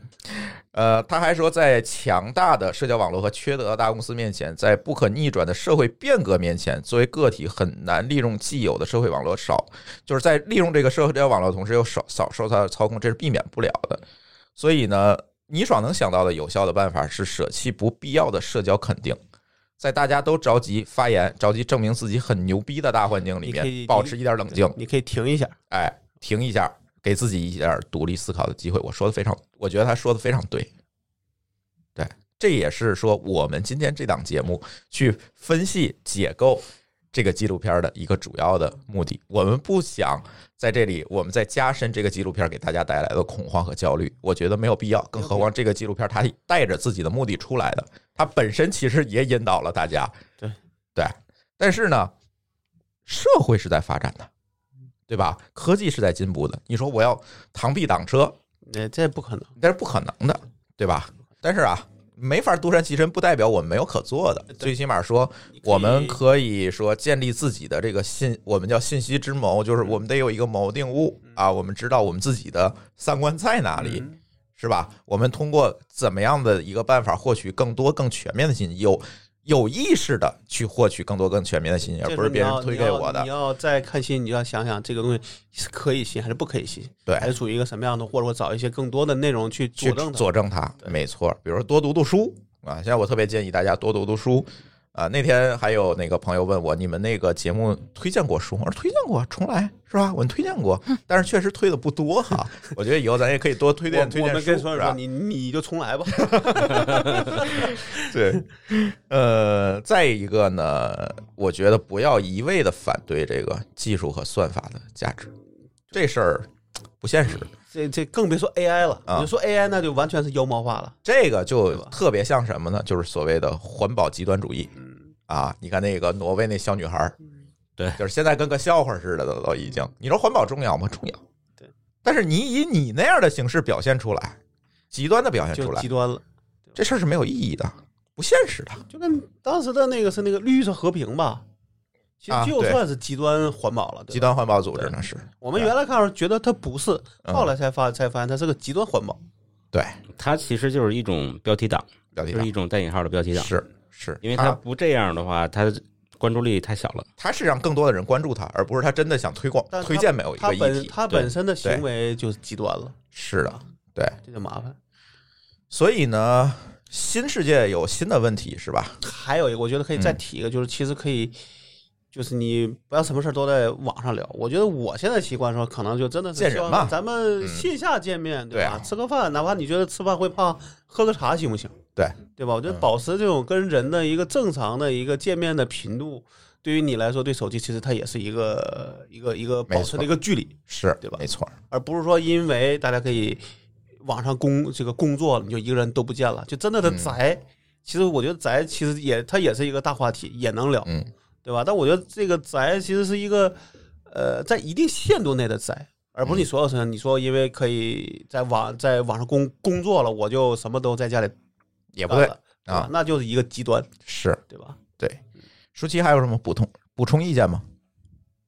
[SPEAKER 1] 呃，他还说，在强大的社交网络和缺德的大公司面前，在不可逆转的社会变革面前，作为个体很难利用既有的社会网络少，就是在利用这个社交网络的同时又少少受它的操控，这是避免不了的。所以呢，倪爽能想到的有效的办法是舍弃不必要的社交肯定。在大家都着急发言、着急证明自己很牛逼的大环境里
[SPEAKER 4] 你可以
[SPEAKER 1] 面，保持一点冷静，
[SPEAKER 4] 你可以停一下。
[SPEAKER 1] 哎，停一下，给自己一点独立思考的机会。我说的非常，我觉得他说的非常对。对，这也是说我们今天这档节目去分析解构这个纪录片的一个主要的目的。我们不想在这里，我们再加深这个纪录片给大家带来的恐慌和焦虑，我觉得没有必要。更何况这个纪录片它带着自己的目的出来的，它本身其实也引导了大家。
[SPEAKER 4] 对
[SPEAKER 1] 对，但是呢，社会是在发展的。对吧？科技是在进步的。你说我要螳臂挡车，
[SPEAKER 4] 那这不可能，
[SPEAKER 1] 那是不可能的，对吧？但是啊，没法独善其身，不代表我们没有可做的。最起码说，我们可以说建立自己的这个信，我们叫信息之谋，就是
[SPEAKER 4] 嗯
[SPEAKER 1] 我们得有一个锚定物啊，我们知道我们自己的三观在哪里。
[SPEAKER 4] 嗯
[SPEAKER 1] 是吧？我们通过怎么样的一个办法获取更多、更全面的信息？有有意识的去获取更多、更全面的信息，而
[SPEAKER 4] 这
[SPEAKER 1] 不是
[SPEAKER 4] 时候你
[SPEAKER 1] 别人
[SPEAKER 4] 要
[SPEAKER 1] 推
[SPEAKER 4] 你
[SPEAKER 1] 给
[SPEAKER 4] 要
[SPEAKER 1] 我的
[SPEAKER 4] 你。要再看信，你要想想这个东西是可以信还是不可以信，
[SPEAKER 1] 对，
[SPEAKER 4] 还是处于一个什么样的，或者我找一些更多的内容去佐
[SPEAKER 1] 去
[SPEAKER 4] 证它。
[SPEAKER 1] 佐证它，没错。比如说多读读书啊，现在我特别建议大家多读读书啊。那天还有那个朋友问我，你们那个节目推荐过书吗？我说推荐过，重来是吧？我们推荐过，但是确实推的不多哈。我觉得以后咱也可以多推
[SPEAKER 4] 我
[SPEAKER 1] 荐推
[SPEAKER 4] 我
[SPEAKER 1] 荐
[SPEAKER 4] 们
[SPEAKER 1] 书，
[SPEAKER 4] 跟
[SPEAKER 1] 是
[SPEAKER 4] 所有人
[SPEAKER 1] 吧
[SPEAKER 4] 说，？你你就重来吧。
[SPEAKER 1] 对，呃，再一个呢，我觉得不要一味的反对这个技术和算法的价值，这事儿不现实。
[SPEAKER 4] 这这更别说 AI 了，
[SPEAKER 1] 啊
[SPEAKER 4] 你就说 AI 那就完全是妖魔化了。
[SPEAKER 1] 这个就
[SPEAKER 4] 对吧
[SPEAKER 1] 特别像什么呢？就是所谓的环保极端主义
[SPEAKER 4] 嗯，
[SPEAKER 1] 啊！你看那个挪威那小女孩儿，
[SPEAKER 3] 对
[SPEAKER 1] 就是现在跟个笑话似的，都都已经。你说环保重要吗？重要。
[SPEAKER 4] 对，
[SPEAKER 1] 但是你以你那样的形式表现出来，极端的表现哎出
[SPEAKER 4] 就
[SPEAKER 1] 来
[SPEAKER 4] 极，端了，
[SPEAKER 1] 这事儿是没有意义的，不现实的。
[SPEAKER 4] 就跟当时的那个是那个绿色和平吧，其
[SPEAKER 1] 啊
[SPEAKER 4] 实就
[SPEAKER 1] 对
[SPEAKER 4] 算是极端环保了，对吧
[SPEAKER 1] 极端环保组织那是
[SPEAKER 4] 我们原来看时觉得它不是，
[SPEAKER 1] 嗯
[SPEAKER 4] 后来才发才发现它是个极端环保。
[SPEAKER 1] 对
[SPEAKER 3] 他其实就是一种标题党，
[SPEAKER 1] 标题
[SPEAKER 3] 就是一
[SPEAKER 1] 党
[SPEAKER 3] 种带引号的标题党，
[SPEAKER 1] 是是，
[SPEAKER 3] 因为他
[SPEAKER 4] 啊
[SPEAKER 1] 他
[SPEAKER 3] 不这样的话，他关注力太小了。
[SPEAKER 1] 他是让更多的人关注他，而不是他真的想推广
[SPEAKER 4] 但他
[SPEAKER 1] 推荐某一
[SPEAKER 4] 它
[SPEAKER 1] 个议
[SPEAKER 4] 本
[SPEAKER 1] 题。
[SPEAKER 4] 它
[SPEAKER 3] 对
[SPEAKER 4] 本身的行为就是极端了，
[SPEAKER 1] 是的，对。
[SPEAKER 4] 这就麻烦。
[SPEAKER 1] 所以呢，新世界有新的问题是吧？
[SPEAKER 4] 还有一个，我觉得可以
[SPEAKER 1] 嗯
[SPEAKER 4] 再提一个，就是其实可以，就是你不要什么事儿都在网上聊。我觉得我现在习惯说，可能就真的是
[SPEAKER 1] 见人
[SPEAKER 4] 希望
[SPEAKER 1] 嘛嗯
[SPEAKER 4] 咱们线下见面，
[SPEAKER 1] 对
[SPEAKER 4] 对吧？
[SPEAKER 1] 啊
[SPEAKER 4] 吃个饭，哪怕你觉得吃饭会胖，喝个茶行不行？
[SPEAKER 1] 对
[SPEAKER 4] 对吧？我觉得
[SPEAKER 1] 嗯
[SPEAKER 4] 保持这种跟人的一个正常的一个见面的频度，对于你来说，对手机其实它也是一个一个一个
[SPEAKER 1] 没
[SPEAKER 4] 保持
[SPEAKER 1] 错
[SPEAKER 4] 的一个距离。
[SPEAKER 1] 是
[SPEAKER 4] 对吧
[SPEAKER 1] 没错，
[SPEAKER 4] 而不是说因为大家可以网上工这个工作了，你就一个人都不见了，就真的的
[SPEAKER 1] 嗯
[SPEAKER 4] 宅。其实我觉得宅其实也它也是一个大话题，也能聊，
[SPEAKER 1] 嗯，
[SPEAKER 4] 对吧？但我觉得这个宅其实是一个呃，在一定限度内的宅，而不是
[SPEAKER 1] 嗯
[SPEAKER 4] 你所有事情。你说因为可以在网在网上工工作了，我就什么都在家里
[SPEAKER 1] 也
[SPEAKER 4] 也
[SPEAKER 1] 不对
[SPEAKER 4] 啊，
[SPEAKER 1] 啊
[SPEAKER 4] 吧，那就是一个极端，
[SPEAKER 1] 是
[SPEAKER 4] 对吧？
[SPEAKER 1] 对。舒淇还有什么补充补充意见吗？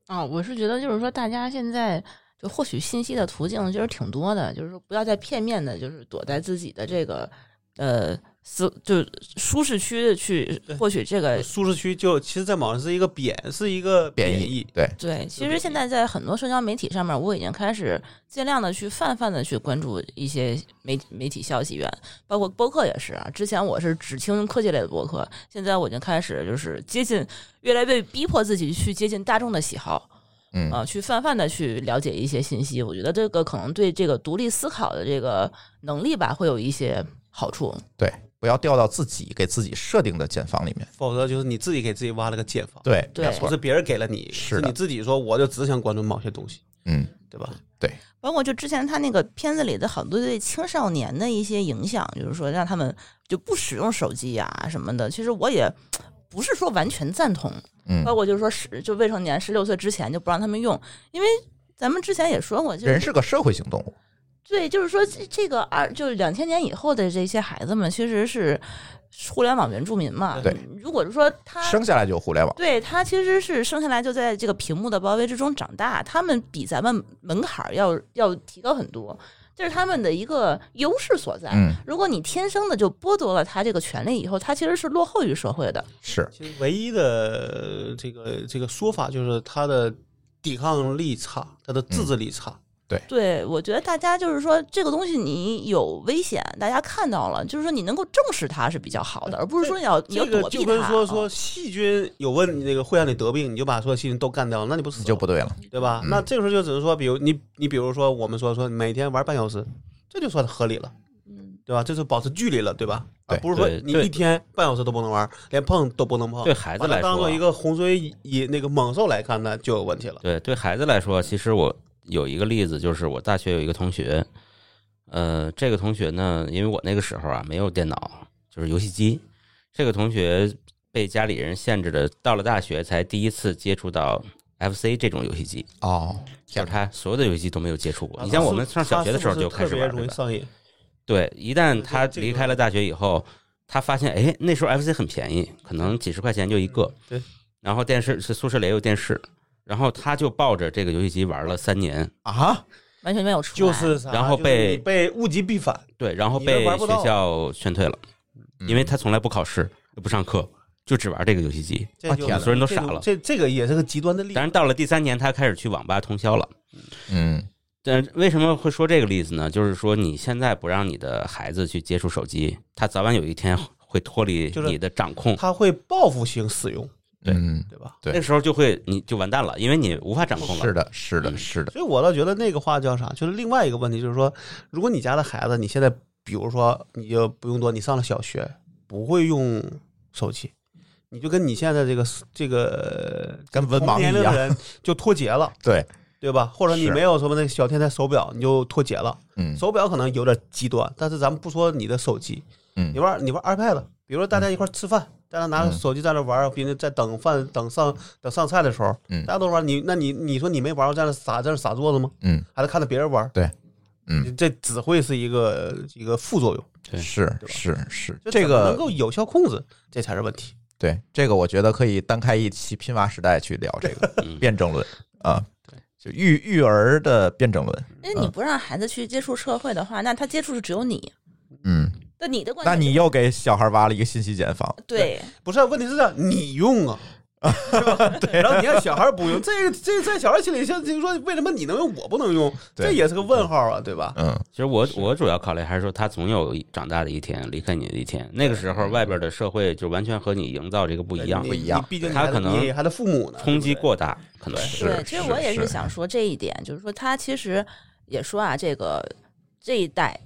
[SPEAKER 2] 啊，我是觉得就是说，大家现在就获取信息的途径其实挺多的，就是说不要再片面的，就是躲在自己的这个呃思就是舒适区的去获取这个。
[SPEAKER 4] 舒适区就其实，在网上是一个贬，是一个
[SPEAKER 1] 哎贬
[SPEAKER 4] 义，
[SPEAKER 1] 义，对，
[SPEAKER 2] 对，其
[SPEAKER 4] 对
[SPEAKER 2] 实现在在很多社交媒体上面，我已经开始尽量的去泛泛的去关注一些媒媒体消息源，包括播客也是啊。之前我是只听科技类的播客，现在我已经开始就是接近，越来越逼迫自己去接近大众的喜好。
[SPEAKER 1] 嗯
[SPEAKER 2] 啊，去泛泛的去了解一些信息，我觉得这个可能对这个独立思考的这个能力吧，会有一些好处。
[SPEAKER 1] 对，不要掉到自己给自己设定的茧房里面。
[SPEAKER 4] 否则就是你自己给自己挖了个茧房。
[SPEAKER 1] 对，
[SPEAKER 2] 对
[SPEAKER 1] 没
[SPEAKER 4] 不
[SPEAKER 1] 错
[SPEAKER 4] 是，别人给了你，
[SPEAKER 1] 哎是
[SPEAKER 4] 是
[SPEAKER 1] 的
[SPEAKER 4] 你自己说我就只想关注某些东西，
[SPEAKER 1] 嗯，
[SPEAKER 4] 对吧？
[SPEAKER 2] 包括就之前他那个片子里的很多对青少年的一些影响，就是说让他们就不使用手机呀、什么的。其实我也不是说完全赞同，
[SPEAKER 1] 嗯
[SPEAKER 4] 呃
[SPEAKER 2] 包括就是说十就未成年十六岁之前就不让他们用，因为咱们之前也说过，就是
[SPEAKER 1] 人是个社会性动物，
[SPEAKER 2] 对，就是说这这个二就是两千年以后的这些孩子们，确实是互联网原住民嘛。
[SPEAKER 1] 对，
[SPEAKER 2] 如果是说他
[SPEAKER 1] 生下来就互联网。
[SPEAKER 2] 对他其实是生下来就在这个屏幕的包围之中长大，他们比咱们门槛儿要要提高很多，这是他们的一个优势所在。
[SPEAKER 1] 嗯，
[SPEAKER 4] 啊
[SPEAKER 2] 如果你天生的就剥夺了他这个权利以后，他其实是落后于社会的。
[SPEAKER 1] 是
[SPEAKER 4] 其实唯一的呃这个这个说法就是他的抵抗力差，他的自制力差。
[SPEAKER 2] 对，我觉得大家就是说这个东西你有危险，大家看到了，就是说你能够正视它是比较好的，而不是说你要你要
[SPEAKER 4] 呃这个
[SPEAKER 2] 躲避
[SPEAKER 4] 就
[SPEAKER 2] 它。啊哦
[SPEAKER 4] 跟说说细菌有问你那个会让你得病，你就把所有细菌都干掉，那你不死
[SPEAKER 1] 你
[SPEAKER 4] 了
[SPEAKER 1] 就不对了。
[SPEAKER 4] 对吧？那这个时候就只是说，比如你你比如说我们说说每天玩半小时，这就算合理了，
[SPEAKER 2] 嗯
[SPEAKER 4] 对吧？这是保持距离了，对吧？
[SPEAKER 1] 对
[SPEAKER 4] 而不是说
[SPEAKER 3] 对
[SPEAKER 4] 你
[SPEAKER 3] 对
[SPEAKER 4] 一天半小时都不能玩，连碰都不能碰。
[SPEAKER 3] 对孩子
[SPEAKER 4] 哦把它
[SPEAKER 3] 来
[SPEAKER 4] 当
[SPEAKER 3] 说啊
[SPEAKER 4] 做一个洪水以那个猛兽来看，那就有问题了。
[SPEAKER 3] 对，对孩子来说，其实我有一个例子，就是我大学有一个同学，呃，这个同学呢，因为我那个时候啊没有电脑，就是游戏机，这个同学被家里人限制的，到了大学才第一次接触到 FC 这种游戏机，
[SPEAKER 1] 哦，
[SPEAKER 3] 就
[SPEAKER 1] 天
[SPEAKER 3] 是
[SPEAKER 1] 哪
[SPEAKER 3] 他所有的游戏机都没有接触过。你像我们上小学的时候就开始
[SPEAKER 4] 啊他
[SPEAKER 3] 玩
[SPEAKER 4] 是不
[SPEAKER 3] 对
[SPEAKER 4] 是特别容易
[SPEAKER 3] 吧
[SPEAKER 4] 上瘾。
[SPEAKER 3] 对，一旦他
[SPEAKER 4] 这个
[SPEAKER 3] 离开了大学以后，他发现，哎，那时候 FC 很便宜，可能几十块钱就一个。
[SPEAKER 4] 嗯对，
[SPEAKER 3] 然后电视是宿舍里也有电视，然后他就抱着这个游戏机玩了三年。
[SPEAKER 1] 啊！
[SPEAKER 2] 完全没有出来。
[SPEAKER 4] 哎就是啥
[SPEAKER 3] 然后被
[SPEAKER 4] 就是你被物极必反，
[SPEAKER 3] 对，然后
[SPEAKER 4] 你
[SPEAKER 3] 被
[SPEAKER 4] 玩不
[SPEAKER 3] 学
[SPEAKER 4] 到嗯
[SPEAKER 3] 校劝退了，
[SPEAKER 1] 嗯
[SPEAKER 3] 因为他从来不考试，也不上课，就只玩这个游戏机。
[SPEAKER 4] 这
[SPEAKER 1] 啊
[SPEAKER 4] 就
[SPEAKER 1] 天哪
[SPEAKER 3] 所有人都傻了
[SPEAKER 4] 这这个也是个极端的例子
[SPEAKER 3] 当。然，到了第三年，他开始去网吧通宵了。
[SPEAKER 1] 嗯，
[SPEAKER 3] 但为什么会说这个例子呢？就是说，你现在不让你的孩子去接触手机，他早晚有一天会脱离
[SPEAKER 4] 就是
[SPEAKER 3] 你的掌控。
[SPEAKER 4] 他会报复性使用，
[SPEAKER 1] 对，
[SPEAKER 4] 对吧？
[SPEAKER 1] 对
[SPEAKER 3] 那时候就会，你就完蛋了，因为你无法掌控了。
[SPEAKER 1] 是的，是的，
[SPEAKER 3] 嗯
[SPEAKER 1] 是的，
[SPEAKER 4] 所以我倒觉得那个话叫啥，就是另外一个问题，就是说，如果你家的孩子，你现在比如说你就不用多，你上了小学不会用手机，你就跟你现在这个这个
[SPEAKER 1] 跟文
[SPEAKER 4] 同
[SPEAKER 1] 盲一
[SPEAKER 4] 年龄的
[SPEAKER 1] 样。
[SPEAKER 4] 人就脱节了，
[SPEAKER 1] 对，
[SPEAKER 4] 对吧？或者你
[SPEAKER 1] 是
[SPEAKER 4] 没有什么那个小天才手表，你就脱节了。
[SPEAKER 1] 嗯
[SPEAKER 4] 手表可能有点极端，但是咱们不说你的手机，
[SPEAKER 1] 嗯
[SPEAKER 4] 你玩你玩 iPad，比如说大家一块儿吃饭，大家拿着
[SPEAKER 1] 嗯
[SPEAKER 4] 手机在那玩儿，别人在等饭、等上、等上菜的时候，
[SPEAKER 1] 嗯
[SPEAKER 4] 大家都玩儿，你那你你说你没玩儿，在那傻在那傻坐着吗？
[SPEAKER 1] 嗯，
[SPEAKER 4] 还是看着别人玩儿？
[SPEAKER 1] 对嗯
[SPEAKER 4] 这只会是一个一个副作用，
[SPEAKER 3] 对
[SPEAKER 1] 是
[SPEAKER 4] 对吧
[SPEAKER 1] 是是，
[SPEAKER 4] 就
[SPEAKER 1] 这
[SPEAKER 4] 怎么能
[SPEAKER 1] 个
[SPEAKER 4] 够有效控制，这才是问题。
[SPEAKER 1] 对这个，我觉得可以单开一期拼娃时代去聊这个
[SPEAKER 3] 嗯
[SPEAKER 1] 辩证论啊，就育育儿的辩证论。
[SPEAKER 2] 因为
[SPEAKER 4] 呃
[SPEAKER 2] 你不让孩子去接触社会的话，那他接触的只有你。
[SPEAKER 1] 嗯，
[SPEAKER 2] 那你的观
[SPEAKER 1] 那
[SPEAKER 2] 点
[SPEAKER 1] 你
[SPEAKER 2] 就
[SPEAKER 1] 又给小孩挖了一个信息茧房。
[SPEAKER 2] 对
[SPEAKER 4] 不是，问题是这样，你用啊。对吧？然后你看小孩儿不用，这个这在小孩儿心里，像就是说，为什么你能用，我不能用？
[SPEAKER 1] 对
[SPEAKER 4] 这也是个问号啊，对吧？
[SPEAKER 1] 嗯，
[SPEAKER 3] 其实我我主要考虑还是说，他总有一长大的一天，离开你的一天。那个时候，外边的社会就完全和你营造这个不一样
[SPEAKER 4] 你，
[SPEAKER 1] 不一样
[SPEAKER 4] 你毕竟你
[SPEAKER 3] 他
[SPEAKER 4] 还得
[SPEAKER 3] 可能
[SPEAKER 4] 你还得父母呢，
[SPEAKER 3] 冲击
[SPEAKER 4] 对不对
[SPEAKER 3] 过大，可能
[SPEAKER 1] 是
[SPEAKER 2] 对，其实我也是想说这一点，就是说他其实也说啊，这个这一代。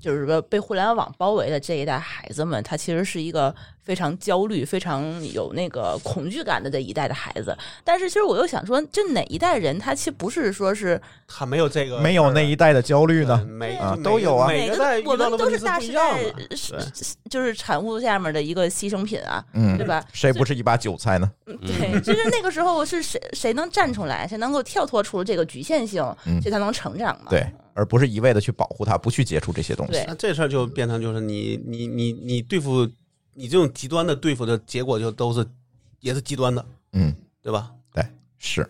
[SPEAKER 2] 就是说，被互联网包围的这一代孩子们，他其实是一个非常焦虑、非常有那个恐惧感的这一代的孩子。但是，其实我又想说，这哪一代人他其实不是说是
[SPEAKER 4] 他没有这个，
[SPEAKER 1] 没有那一代的焦虑呢
[SPEAKER 4] 对。每
[SPEAKER 1] 啊
[SPEAKER 4] 每
[SPEAKER 1] 都有啊
[SPEAKER 4] 每
[SPEAKER 2] 每
[SPEAKER 4] 个
[SPEAKER 2] 个
[SPEAKER 4] 代遇
[SPEAKER 2] 我
[SPEAKER 4] 到
[SPEAKER 2] 们
[SPEAKER 4] 的
[SPEAKER 2] 都
[SPEAKER 4] 问题
[SPEAKER 2] 是大
[SPEAKER 4] 不一
[SPEAKER 2] 时
[SPEAKER 4] 样
[SPEAKER 2] 代
[SPEAKER 4] 的。
[SPEAKER 2] 是
[SPEAKER 4] 对
[SPEAKER 2] 是就是产物下面的一个牺牲品啊，
[SPEAKER 1] 嗯
[SPEAKER 2] 对，吧？
[SPEAKER 1] 谁不是一把韭菜呢？
[SPEAKER 3] 嗯
[SPEAKER 4] 嗯
[SPEAKER 2] 对，就是那个时候是谁谁能站出来，谁能够跳脱出这个局限性
[SPEAKER 1] 嗯，
[SPEAKER 2] 这才能成长嘛。
[SPEAKER 1] 对，而不是一味的去保护他，不去接触这些东西
[SPEAKER 2] 对。
[SPEAKER 4] 那这事儿就变成就是你你你你对付你这种极端的对付的结果就都是也是极端的，
[SPEAKER 1] 嗯，
[SPEAKER 4] 对吧？
[SPEAKER 1] 是，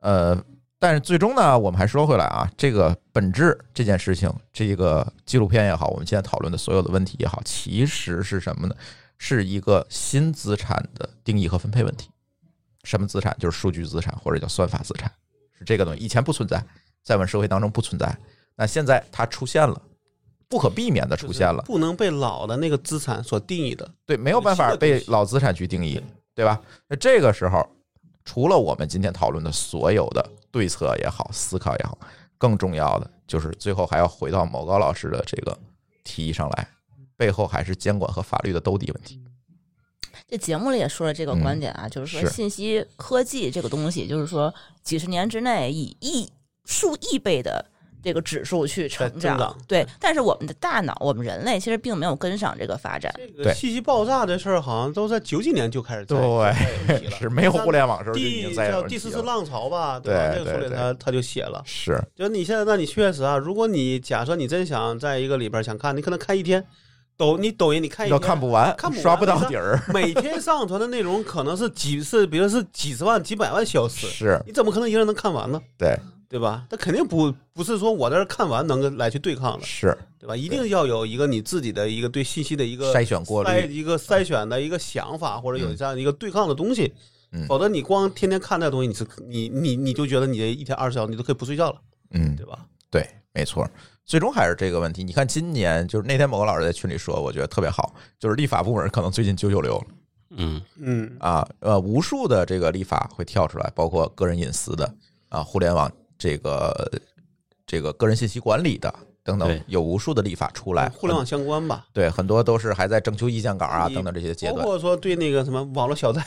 [SPEAKER 1] 呃，但是最终呢，我们还说回来啊，这个本质这件事情，这个纪录片也好，我们现在讨论的所有的问题也好，其实是什么呢？是一个新资产的定义和分配问题。什么资产？就是数据资产或者叫算法资产，是这个东西，以前不存在，在我们社会当中不存在。那现在它出现了，不可避免的出现了，
[SPEAKER 4] 不能被老的那个资产所定义的。
[SPEAKER 1] 对，没有办法被老资产去定义，对吧？那这个时候，除了我们今天讨论的所有的对策也好、思考也好，更重要的就是最后还要回到某高老师的这个提议上来，背后还是监管和法律的兜底问题。
[SPEAKER 2] 这节目里也说了这个观点啊，就是说
[SPEAKER 1] 是
[SPEAKER 2] 信息科技这个东西，就是说几十年之内以亿数亿倍的这个指数去成
[SPEAKER 4] 在增
[SPEAKER 2] 长
[SPEAKER 4] 长。
[SPEAKER 2] 对，但是我们的大脑，我们人类其实并没有跟上这个发展。
[SPEAKER 4] 这个
[SPEAKER 1] 对
[SPEAKER 4] 信息爆炸这事儿，好像都在九几年就开始在
[SPEAKER 1] 对， 是没有互联网的时候就已
[SPEAKER 4] 第
[SPEAKER 1] 经在有
[SPEAKER 4] 叫
[SPEAKER 1] 人
[SPEAKER 4] 第
[SPEAKER 1] 提
[SPEAKER 4] 四次
[SPEAKER 1] 了
[SPEAKER 4] 浪潮吧，吧？
[SPEAKER 1] 对
[SPEAKER 4] 这个苏
[SPEAKER 1] 对
[SPEAKER 4] 联
[SPEAKER 1] 对
[SPEAKER 4] 他他就写了，
[SPEAKER 1] 是
[SPEAKER 4] 就你现在，那你确实啊，如果你假设你真想在一个里边想看，你可能看一天，抖你抖音你看一
[SPEAKER 1] 要
[SPEAKER 4] 天
[SPEAKER 1] 看不完，
[SPEAKER 4] 看不完
[SPEAKER 1] 刷不到底 儿，
[SPEAKER 4] 每天上传的内容可能是几是，比如是几十万、几百万小时，
[SPEAKER 1] 是
[SPEAKER 4] 你怎么可能一个人能看完呢？
[SPEAKER 1] 对，
[SPEAKER 4] 对吧？那肯定不不是说我在这儿看完能够来去对抗的，
[SPEAKER 1] 是
[SPEAKER 4] 对吧？一定要有一个你自己的一个对信息的一个
[SPEAKER 1] 筛选过
[SPEAKER 4] 筛
[SPEAKER 1] 滤，
[SPEAKER 4] 一个筛选的一个想法，或者有
[SPEAKER 1] 嗯
[SPEAKER 4] 这样一个对抗的东西，
[SPEAKER 1] 嗯
[SPEAKER 4] 否则你光天天看那东西，你是你你你就觉得你这一天二十小时你都可以不睡觉了，
[SPEAKER 1] 嗯
[SPEAKER 4] 对，吧？
[SPEAKER 1] 对，没错，最终还是这个问题。你看，今年就是那天某个老师在群里说，我觉得特别好，就是立法部门可能最近九九六
[SPEAKER 3] 嗯，
[SPEAKER 4] 嗯，
[SPEAKER 1] 啊，呃，无数的这个立法会跳出来，包括个人隐私的啊，互联网这个这个个人信息管理的等等
[SPEAKER 3] 对，
[SPEAKER 1] 有无数的立法出来，
[SPEAKER 4] 哎互联网相关吧。
[SPEAKER 1] 对很多都是还在征求意见稿啊
[SPEAKER 4] 你
[SPEAKER 1] 等等这些阶
[SPEAKER 4] 包
[SPEAKER 1] 段。
[SPEAKER 4] 括说对那个什么网 络小贷，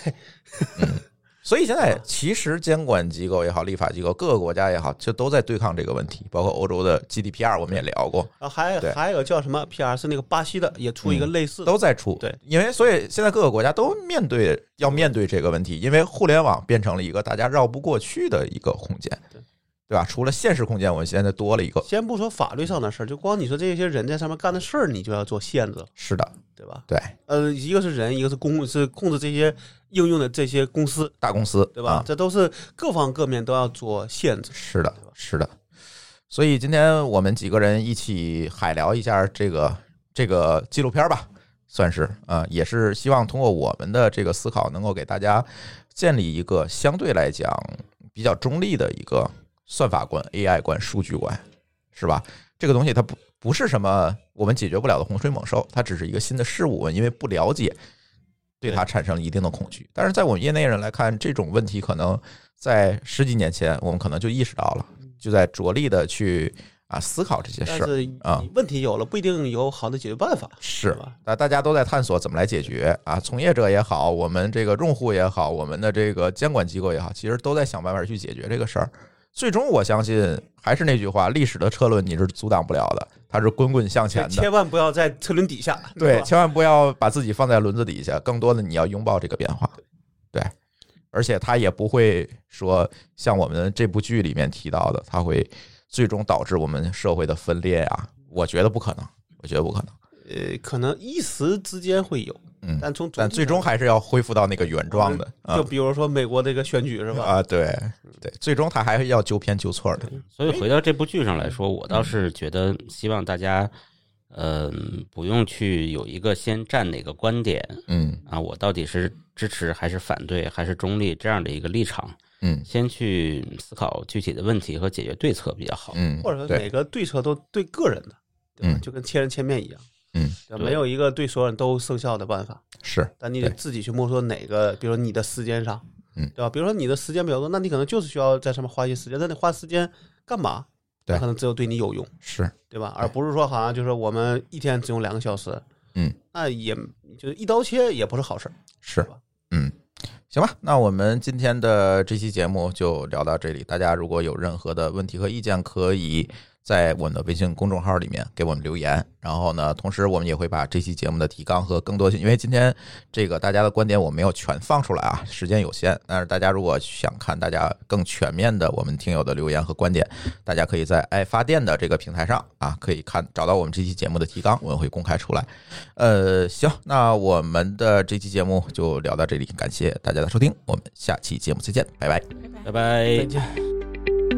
[SPEAKER 1] 所以现在其实监管机构也好，立法机构各个国家也好，就都在对抗这个问题。包括欧洲的 GDPR，我们也聊过，
[SPEAKER 4] 然后啊还
[SPEAKER 1] 对嗯
[SPEAKER 4] 还有叫什么 PR 是那个巴西的，也出一个类似的。
[SPEAKER 1] 都在出。
[SPEAKER 4] 对，
[SPEAKER 1] 因为所以现在各个国家都面对要面对这个问题，因为互联网变成了一个大家绕不过去的一个空间
[SPEAKER 4] 对，
[SPEAKER 1] 对吧？除了现实空间，我们现在多了一个。
[SPEAKER 4] 先不说法律上的事儿，就光你说这些人在上面干的事儿，你就要做限制了，
[SPEAKER 1] 是的，
[SPEAKER 4] 对吧？
[SPEAKER 1] 对，
[SPEAKER 4] 呃，一个是人，一个是公是控制这些应用的这些公司，
[SPEAKER 1] 大公司，
[SPEAKER 4] 对吧？
[SPEAKER 1] 啊
[SPEAKER 4] 这都是各方各面都要做限制。
[SPEAKER 1] 是的，是的。所以今天我们几个人一起海聊一下这个这个纪录片吧，算是啊、呃也是希望通过我们的这个思考，能够给大家建立一个相对来讲比较中立的一个算法观、AI 观、数据观，是吧？这个东西它不不是什么我们解决不了的洪水猛兽，它只是一个新的事物，我们因为不了解，对它产生了一定的恐惧。但是在我们业内人来看，这种问题可能在十几年前我们可能就意识到了，就在着力的去啊思考这些嗯
[SPEAKER 4] 但
[SPEAKER 1] 事儿。
[SPEAKER 4] 是
[SPEAKER 1] 啊
[SPEAKER 4] 你问题有了，不一定有好的解决办法。
[SPEAKER 1] 是
[SPEAKER 4] 吧，
[SPEAKER 1] 那大家都在探索怎么来解决啊，从业者也好，我们这个用户也好，我们的这个监管机构也好，其实都在想办法去解决这个事儿。最终，我相信还是那句话，历史的车轮你是阻挡不了的，它是滚滚向前的。
[SPEAKER 4] 千万不要在车轮底下。
[SPEAKER 1] 对，
[SPEAKER 4] 吧
[SPEAKER 1] 千万不要把自己放在轮子底下，更多的你要拥抱这个变化。对，而且它也不会说像我们这部剧里面提到的，它会最终导致我们社会的分裂啊，我觉得不可能，我觉得不可能。
[SPEAKER 4] 呃，可能一时之间会有，
[SPEAKER 1] 嗯，
[SPEAKER 4] 但从
[SPEAKER 1] 但最终还是要恢复到那个原状的啊
[SPEAKER 4] 就比如说美国这个选举是吧？
[SPEAKER 1] 啊，对对，最终他还是要纠偏纠错的，
[SPEAKER 3] 所以回到这部剧上来说，我倒是觉得希望大家，嗯、不用去有一个先站哪个观点
[SPEAKER 1] 嗯
[SPEAKER 3] 啊，我到底是支持还是反对还是中立这样的一个立场，
[SPEAKER 1] 嗯
[SPEAKER 3] 先去思考具体的问题和解决对策比较好。
[SPEAKER 1] 嗯，
[SPEAKER 4] 或者说
[SPEAKER 1] 对
[SPEAKER 4] 每个对策都对个人的，对吧？
[SPEAKER 1] 嗯
[SPEAKER 4] 就跟千人千面一样，
[SPEAKER 1] 嗯
[SPEAKER 4] 对吧，
[SPEAKER 3] 对
[SPEAKER 4] 没有一个对所有人都生效的办法，
[SPEAKER 1] 是
[SPEAKER 4] 但你得
[SPEAKER 1] 对
[SPEAKER 4] 自己去摸索哪个，比如说你的时间上，
[SPEAKER 1] 嗯
[SPEAKER 4] 对吧？比如说你的时间比较多，那你可能就是需要在上面花一些时间，那你花时间干嘛？
[SPEAKER 1] 对
[SPEAKER 4] 那可能只有对你有用，
[SPEAKER 1] 是
[SPEAKER 4] 对吧？而不是说好像就是我们一天只用两个小时，
[SPEAKER 1] 嗯，
[SPEAKER 4] 那也就是一刀切也不是好事儿。
[SPEAKER 1] 是
[SPEAKER 4] 吧，
[SPEAKER 1] 嗯。行吧，那我们今天的这期节目就聊到这里。大家如果有任何的问题和意见，可以在我们的微信公众号里面给我们留言。然后呢，同时我们也会把这期节目的提纲和更多信，因为今天这个大家的观点我没有全放出来啊，时间有限。但是大家如果想看大家更全面的我们听友的留言和观点，大家可以在爱发电的这个平台上啊，可以看找到我们这期节目的提纲，我们会公开出来。呃，行，那我们的这期节目就聊到这里，感谢大家的收听，我们下期节目再见，拜拜。
[SPEAKER 3] 拜拜。
[SPEAKER 4] 再见。